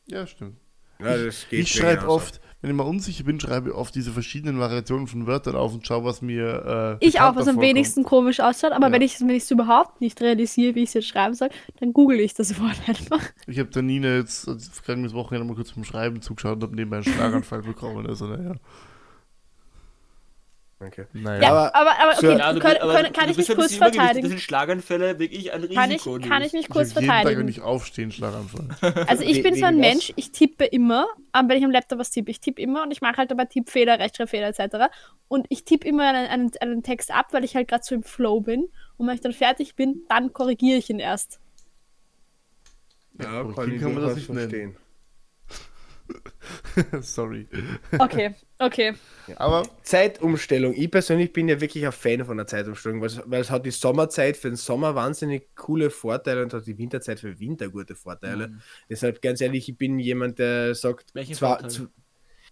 Speaker 1: Ja, stimmt.
Speaker 3: ja, das geht
Speaker 1: Ich
Speaker 3: mir
Speaker 1: schreibe
Speaker 3: genauso.
Speaker 1: oft, wenn ich mal unsicher bin, schreibe ich oft diese verschiedenen Variationen von Wörtern auf und schaue, was mir. Äh,
Speaker 2: Ich
Speaker 1: bekannter
Speaker 2: auch, was am
Speaker 1: vorkommt.
Speaker 2: wenigsten komisch ausschaut, aber
Speaker 1: Ja.
Speaker 2: wenn ich es wenn ich's überhaupt nicht realisiere, wie ich es jetzt schreiben soll, dann google ich das Wort einfach.
Speaker 1: Ich habe der Nina jetzt äh, vergangenes Wochenende mal kurz beim Schreiben zugeschaut und habe nebenbei einen Schlaganfall bekommen. Also, naja.
Speaker 3: Danke.
Speaker 1: naja.
Speaker 2: Ja,
Speaker 3: Aber-
Speaker 2: aber, aber,
Speaker 3: Sir-
Speaker 2: okay,
Speaker 4: Ja, du
Speaker 2: können,
Speaker 4: bist- aber
Speaker 2: können,
Speaker 4: du
Speaker 2: kann ich
Speaker 4: bist
Speaker 2: mich
Speaker 4: ein
Speaker 2: kurz
Speaker 4: bisschen übergewichtig. Das
Speaker 2: verteidigen?
Speaker 4: sind Schlaganfälle wirklich ein Risiko.
Speaker 2: Kann ich,
Speaker 4: die
Speaker 2: kann ich mich kurz
Speaker 1: ich hab Also jeden Tag, wenn
Speaker 2: verteidigen?
Speaker 1: ich aufstehen, Schlaganfall.
Speaker 2: Also ich
Speaker 3: We-
Speaker 2: bin so ein
Speaker 3: wegen was?
Speaker 2: Mensch, ich tippe immer, ähm, wenn ich am Laptop was tippe, ich tippe immer und ich mache halt dabei Tippfehler, Rechtschreibfehler etc. Und ich tippe immer einen, einen, einen Text ab, weil ich halt gerade so im Flow bin. Und wenn ich dann fertig bin, dann korrigiere ich ihn erst.
Speaker 3: Ja,
Speaker 1: aber
Speaker 3: kann
Speaker 1: Kind
Speaker 3: ich
Speaker 1: kann man das
Speaker 3: durchaus
Speaker 1: nicht nennen.
Speaker 3: verstehen.
Speaker 1: Sorry.
Speaker 2: Okay, okay.
Speaker 1: Aber
Speaker 3: Zeitumstellung. Ich persönlich bin ja wirklich ein Fan von der Zeitumstellung, weil es, weil es hat die Sommerzeit für den Sommer wahnsinnig coole Vorteile und hat die Winterzeit für den Winter gute Vorteile. Deshalb ganz ehrlich, ich bin jemand, der sagt,
Speaker 4: Mhm. Welche Vorteile?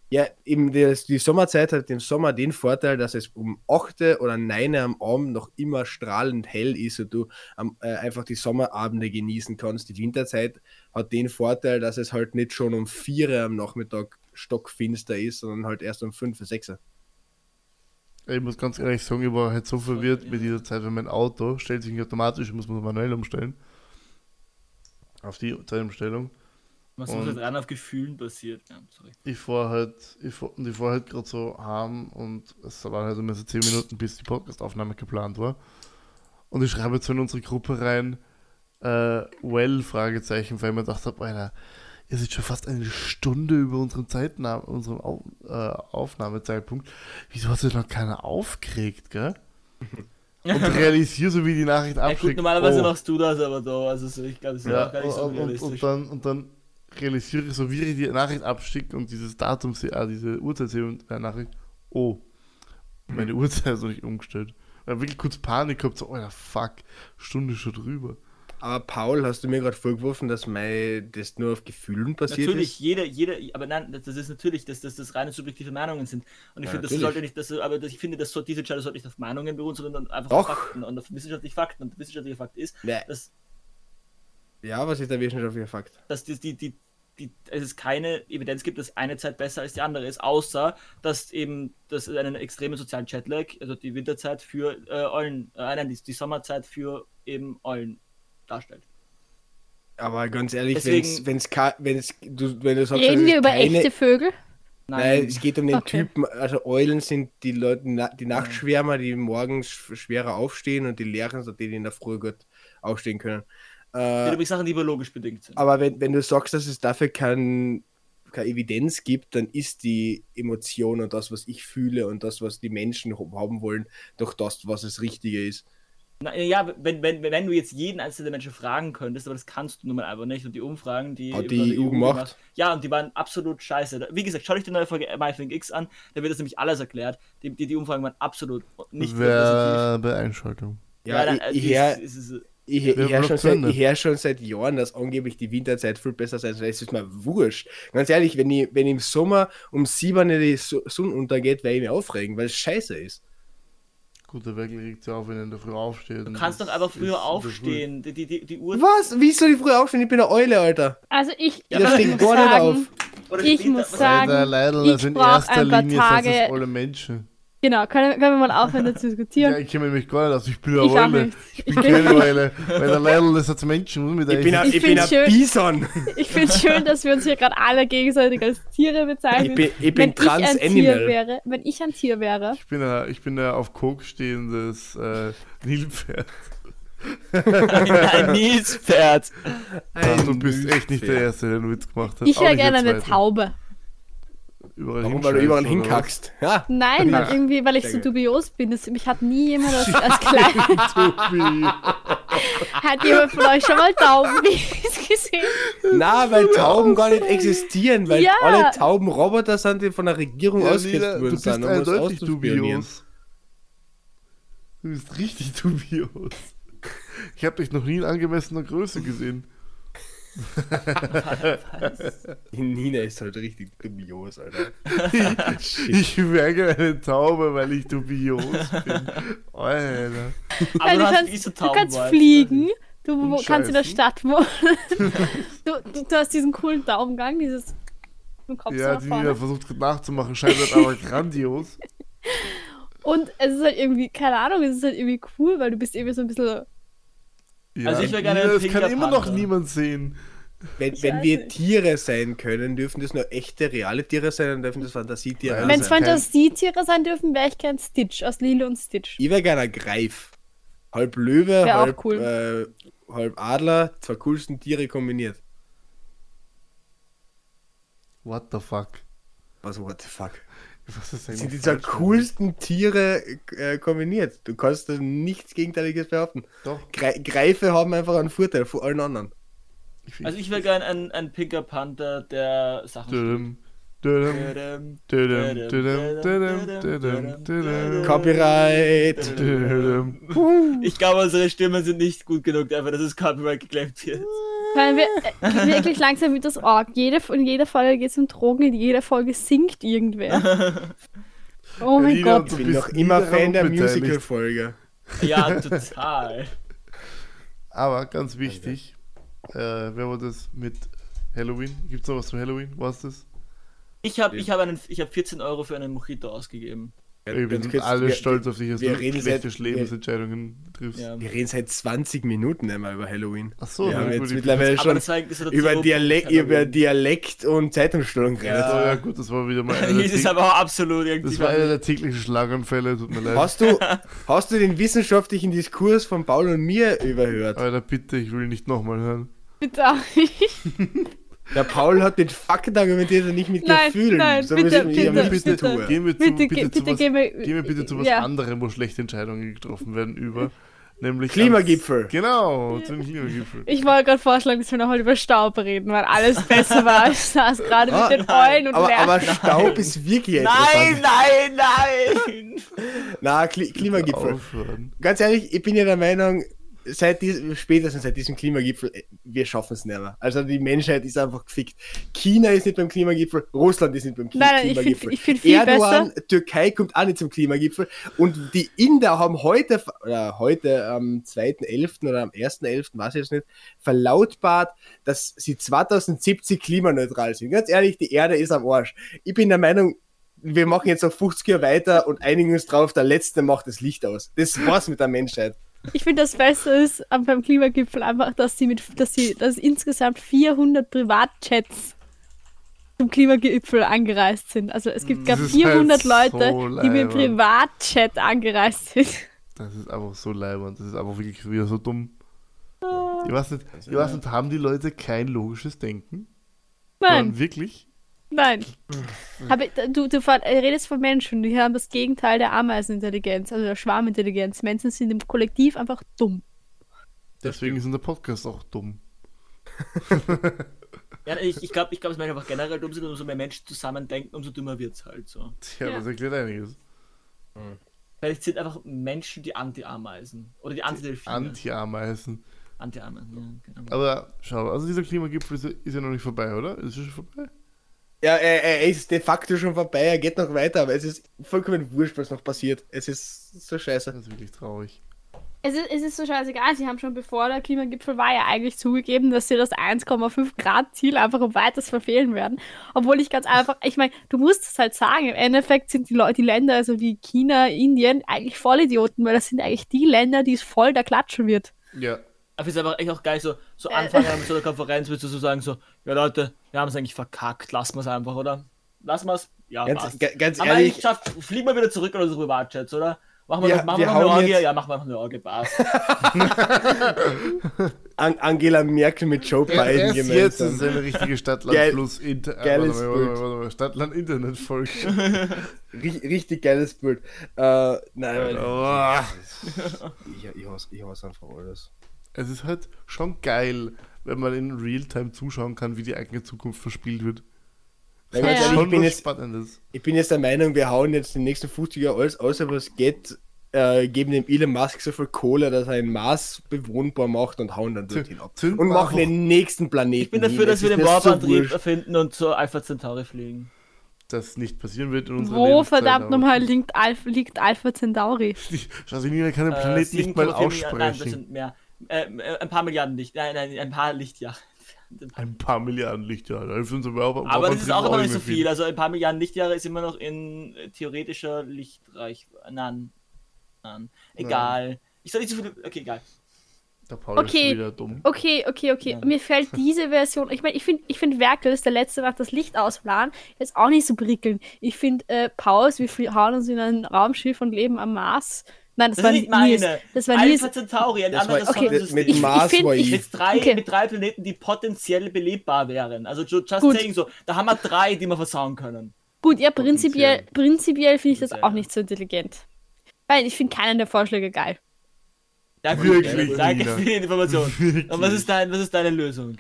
Speaker 3: ja, eben das, die Sommerzeit hat im Sommer den Vorteil, dass es um 8 oder 9 am Abend noch immer strahlend hell ist und du am, äh, einfach die Sommerabende genießen kannst. Die Winterzeit hat den Vorteil, dass es halt nicht schon um 4 am Nachmittag stockfinster ist, sondern halt erst um 5, 6.
Speaker 1: ich muss ganz ehrlich sagen, ich war halt so verwirrt mit dieser Zeit, wenn mein Auto stellt sich nicht automatisch, muss man manuell umstellen. Auf die Zeitumstellung.
Speaker 4: Was
Speaker 1: Und-
Speaker 4: ist halt rein auf Gefühlen basiert? Ja, sorry.
Speaker 1: Ich fahre halt, ich fahr, und ich fahr halt gerade so heim und es waren halt immer so 10 Minuten, bis die Podcastaufnahme geplant war. Und ich schreibe jetzt so in unsere Gruppe rein, äh, well, Fragezeichen, weil ich mir gedacht habe, Alter, ihr seid schon fast eine Stunde über unseren Zeitna unseren Au äh, Aufnahmezeitpunkt. Wieso hat sich noch keiner aufgeregt, gell? Und realisiere so, wie die Nachricht
Speaker 4: Ja, gut,
Speaker 1: abschickt.
Speaker 4: normalerweise
Speaker 1: oh.
Speaker 4: machst du das aber da. Also so, ich glaube, das ist
Speaker 1: Ja,
Speaker 4: auch gar nicht so
Speaker 1: und, und, und,
Speaker 4: realistisch.
Speaker 1: dann, und dann realisiere ich so, wie ich die Nachricht abschicke und dieses Datum, sehe, ah, diese Uhrzeit sehe und äh, Nachricht, oh,
Speaker 4: Mhm.
Speaker 1: meine Uhrzeit ist noch nicht umgestellt. Weil wirklich kurz Panik gehabt, so, oh ja, fuck, Stunde schon drüber.
Speaker 3: Aber Paul, hast du mir gerade vorgeworfen, dass mein, das nur auf Gefühlen basiert
Speaker 4: Natürlich,
Speaker 3: ist?
Speaker 4: jeder, jeder, aber nein, das, das ist natürlich, dass dass das reine subjektive Meinungen sind. Und ich
Speaker 3: Ja,
Speaker 4: finde, das
Speaker 3: natürlich.
Speaker 4: sollte nicht, das, aber das, ich finde, dass so, diese Entscheidung sollte nicht auf Meinungen beruhen, sondern einfach
Speaker 3: Doch.
Speaker 4: auf Fakten und auf wissenschaftliche Fakten. Und der wissenschaftliche Fakt ist,
Speaker 3: Nee.
Speaker 4: dass,
Speaker 3: Ja, was ist der wissenschaftliche Fakt?
Speaker 4: dass die, die, die, die, es ist keine Evidenz gibt, dass eine Zeit besser als die andere ist, außer dass eben dass es einen extremen sozialen Jetlag, also die Winterzeit für äh, Eulen, äh, nein, die, die Sommerzeit für eben Eulen darstellt.
Speaker 3: Aber ganz ehrlich, wenn
Speaker 4: Deswegen-
Speaker 3: es, wenn's, ka- wenn's, du, wenn du sagst,
Speaker 2: Reden
Speaker 3: dass
Speaker 2: wir
Speaker 3: es
Speaker 2: über
Speaker 3: keine,
Speaker 2: echte Vögel?
Speaker 3: Nein, es geht um den
Speaker 2: Okay.
Speaker 3: Typen. Also Eulen sind die Leute, na- die Nachtschwärmer, die morgens sch- schwerer aufstehen und die Lehren sind die, die in der Früh gut aufstehen können.
Speaker 4: Das sind
Speaker 3: Äh,
Speaker 4: übrigens Sachen, die biologisch bedingt sind.
Speaker 3: aber wenn, wenn du sagst, dass es dafür kein, keine Evidenz gibt, dann ist die Emotion und das, was ich fühle und das, was die Menschen ho- haben wollen, doch das, was das Richtige ist.
Speaker 4: Na, äh, ja, wenn, wenn, wenn du jetzt jeden einzelnen Menschen fragen könntest, aber das kannst du nun mal einfach nicht. Und die Umfragen, die.
Speaker 3: Hat
Speaker 4: über
Speaker 3: die E EU gemacht?
Speaker 4: Ja, und die waren absolut scheiße. Da- Wie gesagt, schau dich die neue Folge MyThing X an, da wird das nämlich alles erklärt. Die, die, die Umfragen waren absolut nicht repräsentativ.
Speaker 1: Werbeeinschaltung.
Speaker 3: Ja,
Speaker 4: Nein,
Speaker 2: äh,
Speaker 3: ich,
Speaker 4: nein,
Speaker 3: ich,
Speaker 4: die
Speaker 3: her-
Speaker 4: ist- ist- ist-
Speaker 3: Ich, ich,
Speaker 1: Wir
Speaker 3: höre schon
Speaker 1: block's
Speaker 3: seit,
Speaker 1: Ende.
Speaker 3: ich hör schon seit Jahren, dass angeblich die Winterzeit viel besser sein soll. Es ist mir wurscht. Ganz ehrlich, wenn, ich, wenn im Sommer um 7 Uhr die So- Sonne untergeht, werde ich mich aufregen, weil es scheiße ist.
Speaker 1: Gut, der Wecker regt sie auf, wenn er in der Früh aufsteht.
Speaker 4: Du kannst doch einfach früher aufstehen. Die, die, die, die Uhr.
Speaker 3: Was? Wie soll ich früh aufstehen? Ich bin eine Eule, Alter.
Speaker 2: Also ich,
Speaker 3: Ja,
Speaker 2: ich
Speaker 3: da steht
Speaker 2: muss
Speaker 3: gar nicht
Speaker 2: sagen,
Speaker 4: Oder
Speaker 2: ich
Speaker 4: später,
Speaker 2: muss
Speaker 4: was-
Speaker 2: sagen-
Speaker 1: Leider, leider, das
Speaker 2: ich
Speaker 1: sind in
Speaker 2: brauch
Speaker 1: erster
Speaker 2: ein paar
Speaker 1: Linie sind das
Speaker 2: Tage-
Speaker 1: alle Menschen.
Speaker 2: genau, können, können wir mal aufhören zu
Speaker 1: Ja,
Speaker 2: diskutieren.
Speaker 1: ich kenne mich gar nicht aus, ich bin eine
Speaker 2: ich auch
Speaker 1: Eule.
Speaker 2: nicht.
Speaker 1: Ich bin keine Eule. Weil der Leidl ist als Menschen, muss mit
Speaker 3: Ich bin,
Speaker 1: echt-
Speaker 3: ein,
Speaker 2: Ich
Speaker 3: ich bin
Speaker 2: find's
Speaker 3: ein
Speaker 2: schön.
Speaker 3: Bison.
Speaker 2: Ich finde es schön, dass wir uns hier gerade alle gegenseitig als Tiere bezeichnen.
Speaker 3: Ich bin, ich
Speaker 2: wenn ich
Speaker 3: bin
Speaker 2: ein Tier
Speaker 3: Trans-Animal.
Speaker 2: wäre, wenn ich ein Tier wäre,
Speaker 1: ich bin ein, ich bin ein auf Kok stehendes äh, Nilpferd.
Speaker 4: Ein Niespferd.
Speaker 1: Ach, Also, du bist echt nicht der Erste, der den Witz gemacht hat.
Speaker 2: ich
Speaker 1: Auch
Speaker 2: wäre
Speaker 1: nicht der
Speaker 2: gerne eine
Speaker 1: Zweite.
Speaker 2: Taube.
Speaker 1: Überall
Speaker 3: Warum? Weil du überall
Speaker 1: hinscheißt, oder
Speaker 3: hinkackst. Ja.
Speaker 2: Nein,
Speaker 1: Ja.
Speaker 2: irgendwie, weil ich so
Speaker 3: Sehr
Speaker 2: dubios bin. Das, mich hat nie jemand als, als klein.
Speaker 1: was? Tobi.
Speaker 2: hat jemand von euch schon mal Taubenbabys gesehen?
Speaker 3: Na, weil Tauben gar nicht existieren, weil
Speaker 2: Ja.
Speaker 3: alle Tauben Roboter sind, die von der Regierung
Speaker 1: Ja, Nina,
Speaker 3: ausgesetzt
Speaker 1: du
Speaker 3: wurden.
Speaker 1: bist
Speaker 3: sind, um uns
Speaker 1: eindeutig
Speaker 3: auszuspionieren.
Speaker 1: dubios. Du bist richtig dubios. Ich habe dich noch nie in angemessener Größe gesehen.
Speaker 3: Nina ist halt richtig dubios, Alter.
Speaker 1: Ich wäre gerne eine Taube, weil ich dubios bin. Alter.
Speaker 4: Aber
Speaker 2: Weil Also
Speaker 4: du,
Speaker 2: du,
Speaker 4: hast eh
Speaker 2: kannst,
Speaker 4: diese
Speaker 2: du kannst
Speaker 4: Taubenwald.
Speaker 2: fliegen.
Speaker 4: ne?
Speaker 2: Du
Speaker 1: Und
Speaker 2: wo, kannst in der
Speaker 1: scheißen.
Speaker 2: Stadt wohnen. du, du, du hast diesen coolen Daumengang, dieses vom Kopf so
Speaker 1: Ja,
Speaker 2: nach
Speaker 1: die Nina
Speaker 2: vorne.
Speaker 1: versucht gerade nachzumachen, scheitert aber grandios.
Speaker 2: Und es ist halt irgendwie, keine Ahnung, es ist halt irgendwie cool, weil du bist irgendwie so ein bisschen.
Speaker 1: Ja,
Speaker 4: Also ich wär gerne
Speaker 1: Nina,
Speaker 4: ein
Speaker 1: das kann
Speaker 4: Pinker
Speaker 1: immer noch
Speaker 4: Panther.
Speaker 1: niemand sehen.
Speaker 3: Wenn,
Speaker 2: Ich
Speaker 3: wenn
Speaker 2: weiß
Speaker 3: wir
Speaker 2: nicht.
Speaker 3: Tiere sein können, dürfen das nur echte, reale Tiere sein und dürfen das Fantasietiere
Speaker 1: Nein.
Speaker 3: sein.
Speaker 2: Wenn es
Speaker 1: kein-
Speaker 2: Fantasietiere sein dürfen, wäre ich kein Stitch aus Lilo und Stitch.
Speaker 3: Ich wäre gerne ein Greif. Halb Löwe,
Speaker 2: Wär auch
Speaker 3: halb,
Speaker 2: cool.
Speaker 3: äh, halb Adler, zwei coolsten Tiere kombiniert.
Speaker 1: What the fuck?
Speaker 3: Was, what the fuck?
Speaker 1: Was ist denn
Speaker 3: Sind die zwei coolsten Tiere äh, kombiniert. Du kannst da nichts Gegenteiliges behaupten.
Speaker 1: Doch.
Speaker 3: Gre Greife haben einfach einen Vorteil vor allen anderen.
Speaker 1: Ich,
Speaker 4: Also ich wäre gern ein, ein pinker Panther, der Sachen
Speaker 1: Dödem, dödem,
Speaker 4: Dödem.
Speaker 1: dödem, dödem, dödem, dödem, dödem.
Speaker 3: Copyright!
Speaker 1: Dödem.
Speaker 4: Ich glaube, unsere Stimmen sind nicht gut genug dafür, dass es Copyright geclaimt wird.
Speaker 2: Weil wir äh, wirklich langsam wird das Org. Jede, in jeder Folge geht es um Drogen, in jeder Folge singt irgendwer. Oh mein
Speaker 1: Lina,
Speaker 2: Gott.
Speaker 1: du
Speaker 3: Ich bin
Speaker 1: bist
Speaker 3: noch
Speaker 1: nie
Speaker 3: immer
Speaker 1: daran
Speaker 3: Fan der
Speaker 1: beteiligt.
Speaker 3: Musical-Folge.
Speaker 4: Ja, total.
Speaker 1: Aber ganz wichtig, äh, wer war das mit Halloween? Gibt es noch was zu Halloween? War es das?
Speaker 4: Ich habe ich hab einen- ich hab 14 Euro für einen Mojito ausgegeben.
Speaker 1: Ey, Wir
Speaker 3: Ganz
Speaker 1: sind
Speaker 3: kurz,
Speaker 1: alle
Speaker 3: wir-
Speaker 1: stolz auf dich, dass
Speaker 3: wir
Speaker 1: du
Speaker 3: reden
Speaker 1: schlechte
Speaker 3: seit-
Speaker 1: Lebensentscheidungen triffst.
Speaker 4: Ja.
Speaker 3: Wir reden seit 20 Minuten einmal über Halloween.
Speaker 1: Ach so,
Speaker 3: wir
Speaker 1: na
Speaker 3: haben
Speaker 1: gut,
Speaker 3: jetzt
Speaker 1: ich-
Speaker 3: mittlerweile
Speaker 4: Aber
Speaker 3: schon
Speaker 4: das war eigentlich so der
Speaker 3: über,
Speaker 4: Zeitpunkt,
Speaker 3: Dialekt,
Speaker 4: Halloween.
Speaker 3: über Dialekt und Zeitumstellung geredet.
Speaker 1: Also, ja gut, das war wieder mal einer der,
Speaker 4: Das ist
Speaker 1: täglich-
Speaker 4: aber auch absolut irgendwie.
Speaker 1: das war einer der täglichen Schlaganfälle, tut mir leid.
Speaker 3: Hast du, hast du den wissenschaftlichen Diskurs von Paul und mir überhört?
Speaker 1: Alter, bitte, ich will nicht nochmal hören.
Speaker 2: Bitte auch nicht.
Speaker 3: Der Paul hat mit Fakten argumentiert und nicht mit
Speaker 2: Nein,
Speaker 3: Gefühlen.
Speaker 2: nein,
Speaker 3: wie
Speaker 2: bitte,
Speaker 3: ich mich am
Speaker 2: bitte,
Speaker 3: liebsten
Speaker 2: bitte.
Speaker 3: tue.
Speaker 1: Gehen wir zu,
Speaker 2: Bitte,
Speaker 1: bitte,
Speaker 2: ge-
Speaker 1: zu
Speaker 2: bitte
Speaker 1: was, gehen
Speaker 2: gehen wir-
Speaker 1: wir, bitte zu was
Speaker 2: ja.
Speaker 1: anderem, wo schlechte Entscheidungen getroffen werden, über. Nämlich
Speaker 3: Klimagipfel.
Speaker 1: Ans, genau, zum Klimagipfel.
Speaker 2: Ich wollte gerade vorschlagen, dass wir nochmal über Staub reden, weil alles besser war als das, gerade
Speaker 3: Ah,
Speaker 1: Oh
Speaker 2: mit den
Speaker 4: nein.
Speaker 2: Eulen und
Speaker 3: Aber,
Speaker 2: Lerchen.
Speaker 3: aber Staub ist wirklich
Speaker 4: nein,
Speaker 3: interessant.
Speaker 4: nein, nein!
Speaker 3: Na, Kli Klimagipfel.
Speaker 1: Aufhören.
Speaker 3: Ganz ehrlich, ich bin ja der Meinung, seit diesem, spätestens seit diesem Klimagipfel, äh, wir schaffen es nicht mehr. Also die Menschheit ist einfach gefickt. China ist nicht beim Klimagipfel, Russland ist nicht beim Ki
Speaker 2: Nein, nein, ich find-
Speaker 3: Klimagipfel.
Speaker 2: ich find viel
Speaker 3: Erdogan, Türkei kommt auch nicht zum Klimagipfel. Und die Inder haben heute, ver- oder heute am 2.11. oder am 1.11., weiß ich jetzt nicht, verlautbart, dass sie 2070 klimaneutral sind. Ganz ehrlich, die Erde ist am Arsch. Ich bin der Meinung, wir machen jetzt noch 50 Jahre weiter und einigen uns drauf, der Letzte macht das Licht aus. Das war's mit der Menschheit.
Speaker 2: Ich finde, das Beste ist am- beim Klimagipfel einfach, dass sie mit, dass sie, dass insgesamt 400 Privatjets zum Klimagipfel angereist sind. Also es gibt gab
Speaker 1: Mm. Das ist
Speaker 2: 400
Speaker 1: halt so
Speaker 2: Leute, die mit dem
Speaker 1: leibend.
Speaker 2: Privatjet angereist sind.
Speaker 1: Das ist einfach so leibend. Das ist einfach wirklich wieder so dumm.
Speaker 2: Ah.
Speaker 1: Ich weiß nicht, ich weiß nicht haben die Leute kein logisches Denken?
Speaker 2: Nein,
Speaker 1: Sondern Wirklich?
Speaker 2: nein. Aber du, du ver- äh, redest von Menschen, die haben das Gegenteil der Ameisenintelligenz, also der Schwarmintelligenz. Menschen sind im Kollektiv einfach dumm.
Speaker 1: Deswegen ist unser Podcast auch dumm.
Speaker 4: Ja, ich ich glaube, ich glaub, es macht einfach generell dumm sind, umso mehr Menschen zusammendenken, umso dümmer wird's halt so.
Speaker 1: Tja,
Speaker 2: Ja.
Speaker 1: das erklärt einiges.
Speaker 4: Vielleicht sind einfach Menschen die Anti-Ameisen. Oder die Anti-Delfine.
Speaker 1: Anti-Ameisen.
Speaker 4: Anti-Ameisen, ja, genau.
Speaker 1: Aber schau, also dieser Klimagipfel ist, ja- ist ja noch nicht vorbei, oder? Ist es schon vorbei?
Speaker 3: Ja, er, er ist de facto schon vorbei, er geht noch weiter, aber es ist vollkommen wurscht, was noch passiert. Es ist so scheiße.
Speaker 1: Das ist wirklich traurig.
Speaker 2: Es ist, es ist so scheißegal. Sie haben schon bevor der Klimagipfel war ja eigentlich zugegeben, dass sie das 1,5 Grad Ziel einfach um weiteres verfehlen werden. Obwohl ich ganz einfach, ich meine, du musst es halt sagen, im Endeffekt sind die Leute, die Länder, also wie China, Indien, eigentlich Vollidioten, weil das sind eigentlich die Länder, die es voll der Klatschen wird.
Speaker 1: Ja.
Speaker 4: Aber es ist einfach echt auch geil, so, so anfangen mit so einer Konferenz, willst du so sagen, so, ja Leute, wir haben es eigentlich verkackt, lassen wir es einfach, oder? Lassen wir es? Ja,
Speaker 3: Ganz,
Speaker 4: passt.
Speaker 3: ga- ganz
Speaker 4: Aber ich
Speaker 3: ehrlich,
Speaker 4: schafft, fliegen wir wieder zurück oder so Privatjets, oder? Machen wir,
Speaker 3: Ja,
Speaker 4: noch, machen
Speaker 3: wir
Speaker 4: wir noch eine
Speaker 3: hauen
Speaker 4: Orgie?
Speaker 3: jetzt-
Speaker 4: Ja, machen wir noch eine Orgie, passt.
Speaker 3: An Angela Merkel mit Joe Biden
Speaker 1: Erst jetzt
Speaker 3: gemeinsam.
Speaker 1: ist es eine richtige
Speaker 3: Geil-
Speaker 1: äh,
Speaker 3: geiles Bild.
Speaker 1: Stadtland-Plus-Internet. Stadtland-Internet-Folge.
Speaker 3: Ri- richtig geiles Bild. Äh, nein,
Speaker 1: Boah.
Speaker 3: ich, ich, haus- ich haus einfach alles.
Speaker 1: Es ist halt schon geil, wenn man in Realtime zuschauen kann, wie die eigene Zukunft verspielt wird. Das
Speaker 3: Ja,
Speaker 2: ganz
Speaker 1: ist
Speaker 2: ehrlich,
Speaker 1: schon
Speaker 3: also ich bin
Speaker 1: was
Speaker 3: jetzt-
Speaker 1: Spannendes.
Speaker 3: Ich bin jetzt der Meinung, wir hauen jetzt die nächsten 50 Jahre alles außer was geht, äh, geben dem Elon Musk so viel Kohle, dass er ein Mars bewohnbar macht und hauen dann dorthin ab.
Speaker 1: zünden
Speaker 3: Und
Speaker 1: wir
Speaker 3: machen
Speaker 1: einfach-
Speaker 3: den nächsten Planeten.
Speaker 4: Ich bin dafür,
Speaker 3: hin.
Speaker 4: dass
Speaker 3: Es
Speaker 4: wir
Speaker 3: ist
Speaker 4: den
Speaker 3: mir so
Speaker 4: Warp-Antrieb
Speaker 3: wurscht.
Speaker 4: erfinden und zur Alpha Centauri fliegen.
Speaker 1: Das nicht passieren wird in unserer
Speaker 2: Wo
Speaker 1: Lebenszeit,
Speaker 2: verdammt
Speaker 1: aber-
Speaker 2: nochmal liegt Alpha, liegt Alpha Centauri?
Speaker 1: Schau, sie niemand kann den Planeten nicht mal
Speaker 4: 7,4 Milliarden- Äh, Nein, das
Speaker 1: aussprechen.
Speaker 4: sind mehr. Ähm, äh, ein paar Milliarden Licht. Nein, nein, ein paar Lichtjahre. entfernt.
Speaker 1: Ein paar Milliarden Lichtjahre. Da hilft uns überhaupt
Speaker 4: Aber das ist auch immer nicht so viel.
Speaker 1: viel.
Speaker 4: Also ein paar Milliarden Lichtjahre ist immer noch in äh, theoretischer Lichtreich. Nein. Nein. Egal. Ich soll nicht zu viel. Okay, egal.
Speaker 1: Der Paul okay.
Speaker 2: Okay.
Speaker 1: ist wieder dumm.
Speaker 2: Okay, okay, okay.
Speaker 4: Ja.
Speaker 2: Mir fällt diese Version. Ich meine, ich finde, ich find Werkel ist der letzte nach das Licht ausplanen. Jetzt auch nicht so prickelnd. Ich finde äh, Paus, wir flie- hauen uns in ein Raumschiff und leben am Mars. Nein, das,
Speaker 4: Das,
Speaker 2: war
Speaker 4: ist nicht
Speaker 2: nicht
Speaker 4: meine.
Speaker 2: Das war nie.
Speaker 4: Alpha Centauri, ein
Speaker 3: Das war
Speaker 4: anderes
Speaker 2: okay,
Speaker 4: Sonnensystem.
Speaker 3: mit
Speaker 2: Ich- ich
Speaker 3: Mars
Speaker 2: find-
Speaker 3: war
Speaker 2: ich-
Speaker 3: ich.
Speaker 4: Mit drei,
Speaker 2: Okay.
Speaker 4: mit drei Planeten, die potenziell belebbar wären. Also ju- just
Speaker 2: Gut.
Speaker 4: saying so, da haben wir drei, die wir versauen können.
Speaker 2: Gut, ja, prinzipiell, prinzipiell finde ich das
Speaker 4: Potenziell,
Speaker 2: auch
Speaker 4: ja.
Speaker 2: nicht so intelligent. Weil ich finde keinen der Vorschläge geil.
Speaker 4: Danke,
Speaker 1: Wirklich,
Speaker 4: danke
Speaker 1: Nina.
Speaker 4: für die Information. Und was ist, dein, was ist deine Lösung?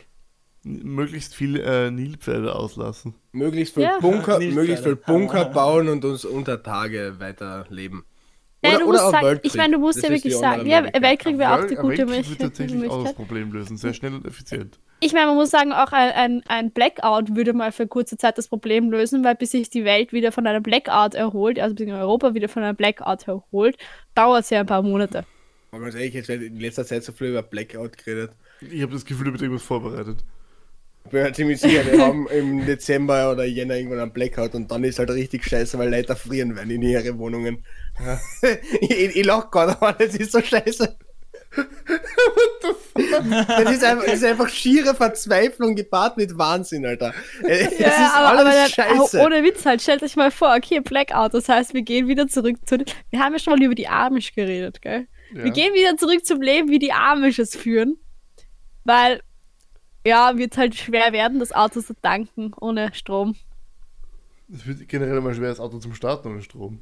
Speaker 1: N- Möglichst viel äh, Nilpferde auslassen.
Speaker 3: Möglichst viel
Speaker 2: Ja.
Speaker 3: Bunker,
Speaker 4: Nicht
Speaker 3: möglichst viel
Speaker 4: leider.
Speaker 3: Bunker bauen und uns unter Tage weiterleben.
Speaker 2: Nein,
Speaker 3: Oder-
Speaker 2: du
Speaker 3: oder
Speaker 2: musst
Speaker 3: ein
Speaker 2: sagen,
Speaker 3: Weltkrieg.
Speaker 2: ich meine, du musst
Speaker 3: Das
Speaker 2: ja
Speaker 3: ist
Speaker 2: wirklich
Speaker 3: die
Speaker 2: sagen,
Speaker 3: andere
Speaker 2: ja, äh,
Speaker 3: Möglichkeit.
Speaker 2: Weltkrieg wäre auch die
Speaker 1: Ja,
Speaker 2: gute
Speaker 1: Weltkrieg wird
Speaker 2: Möglichkeit.
Speaker 1: tatsächlich auch das Problem lösen. Sehr schnell und effizient.
Speaker 2: Ich meine, man muss sagen, auch ein, ein, ein Blackout würde mal für kurze Zeit das Problem lösen, weil bis sich die Welt wieder von einer Blackout erholt, also bis Europa wieder von einer Blackout erholt, dauert es ja ein paar Monate.
Speaker 3: Aber ganz ehrlich, jetzt wird in letzter Zeit so viel über Blackout geredet.
Speaker 1: Ich habe das Gefühl, du bist irgendwas vorbereitet.
Speaker 3: Ich bin halt ziemlich sicher, wir haben im Dezember oder Jänner irgendwann einen Blackout und dann ist halt richtig scheiße, weil Leute frieren werden in ihre Wohnungen. ich ich lach gerade, aber das ist so scheiße. Das ist einfach, das ist einfach schiere Verzweiflung gepaart mit Wahnsinn, Alter. Es ist alles
Speaker 2: dann-
Speaker 3: scheiße.
Speaker 2: aber ohne Witz halt, stellt euch mal vor, okay, Blackout, das heißt, wir gehen wieder zurück zu den, wir haben ja schon mal über die Amish geredet, gell?
Speaker 1: Ja.
Speaker 2: Wir gehen wieder zurück zum Leben, wie die Amish es führen, weil, ja, wird halt schwer werden, das Auto zu tanken ohne Strom.
Speaker 1: Es wird generell mal schwer, das Auto zum Starten ohne Strom.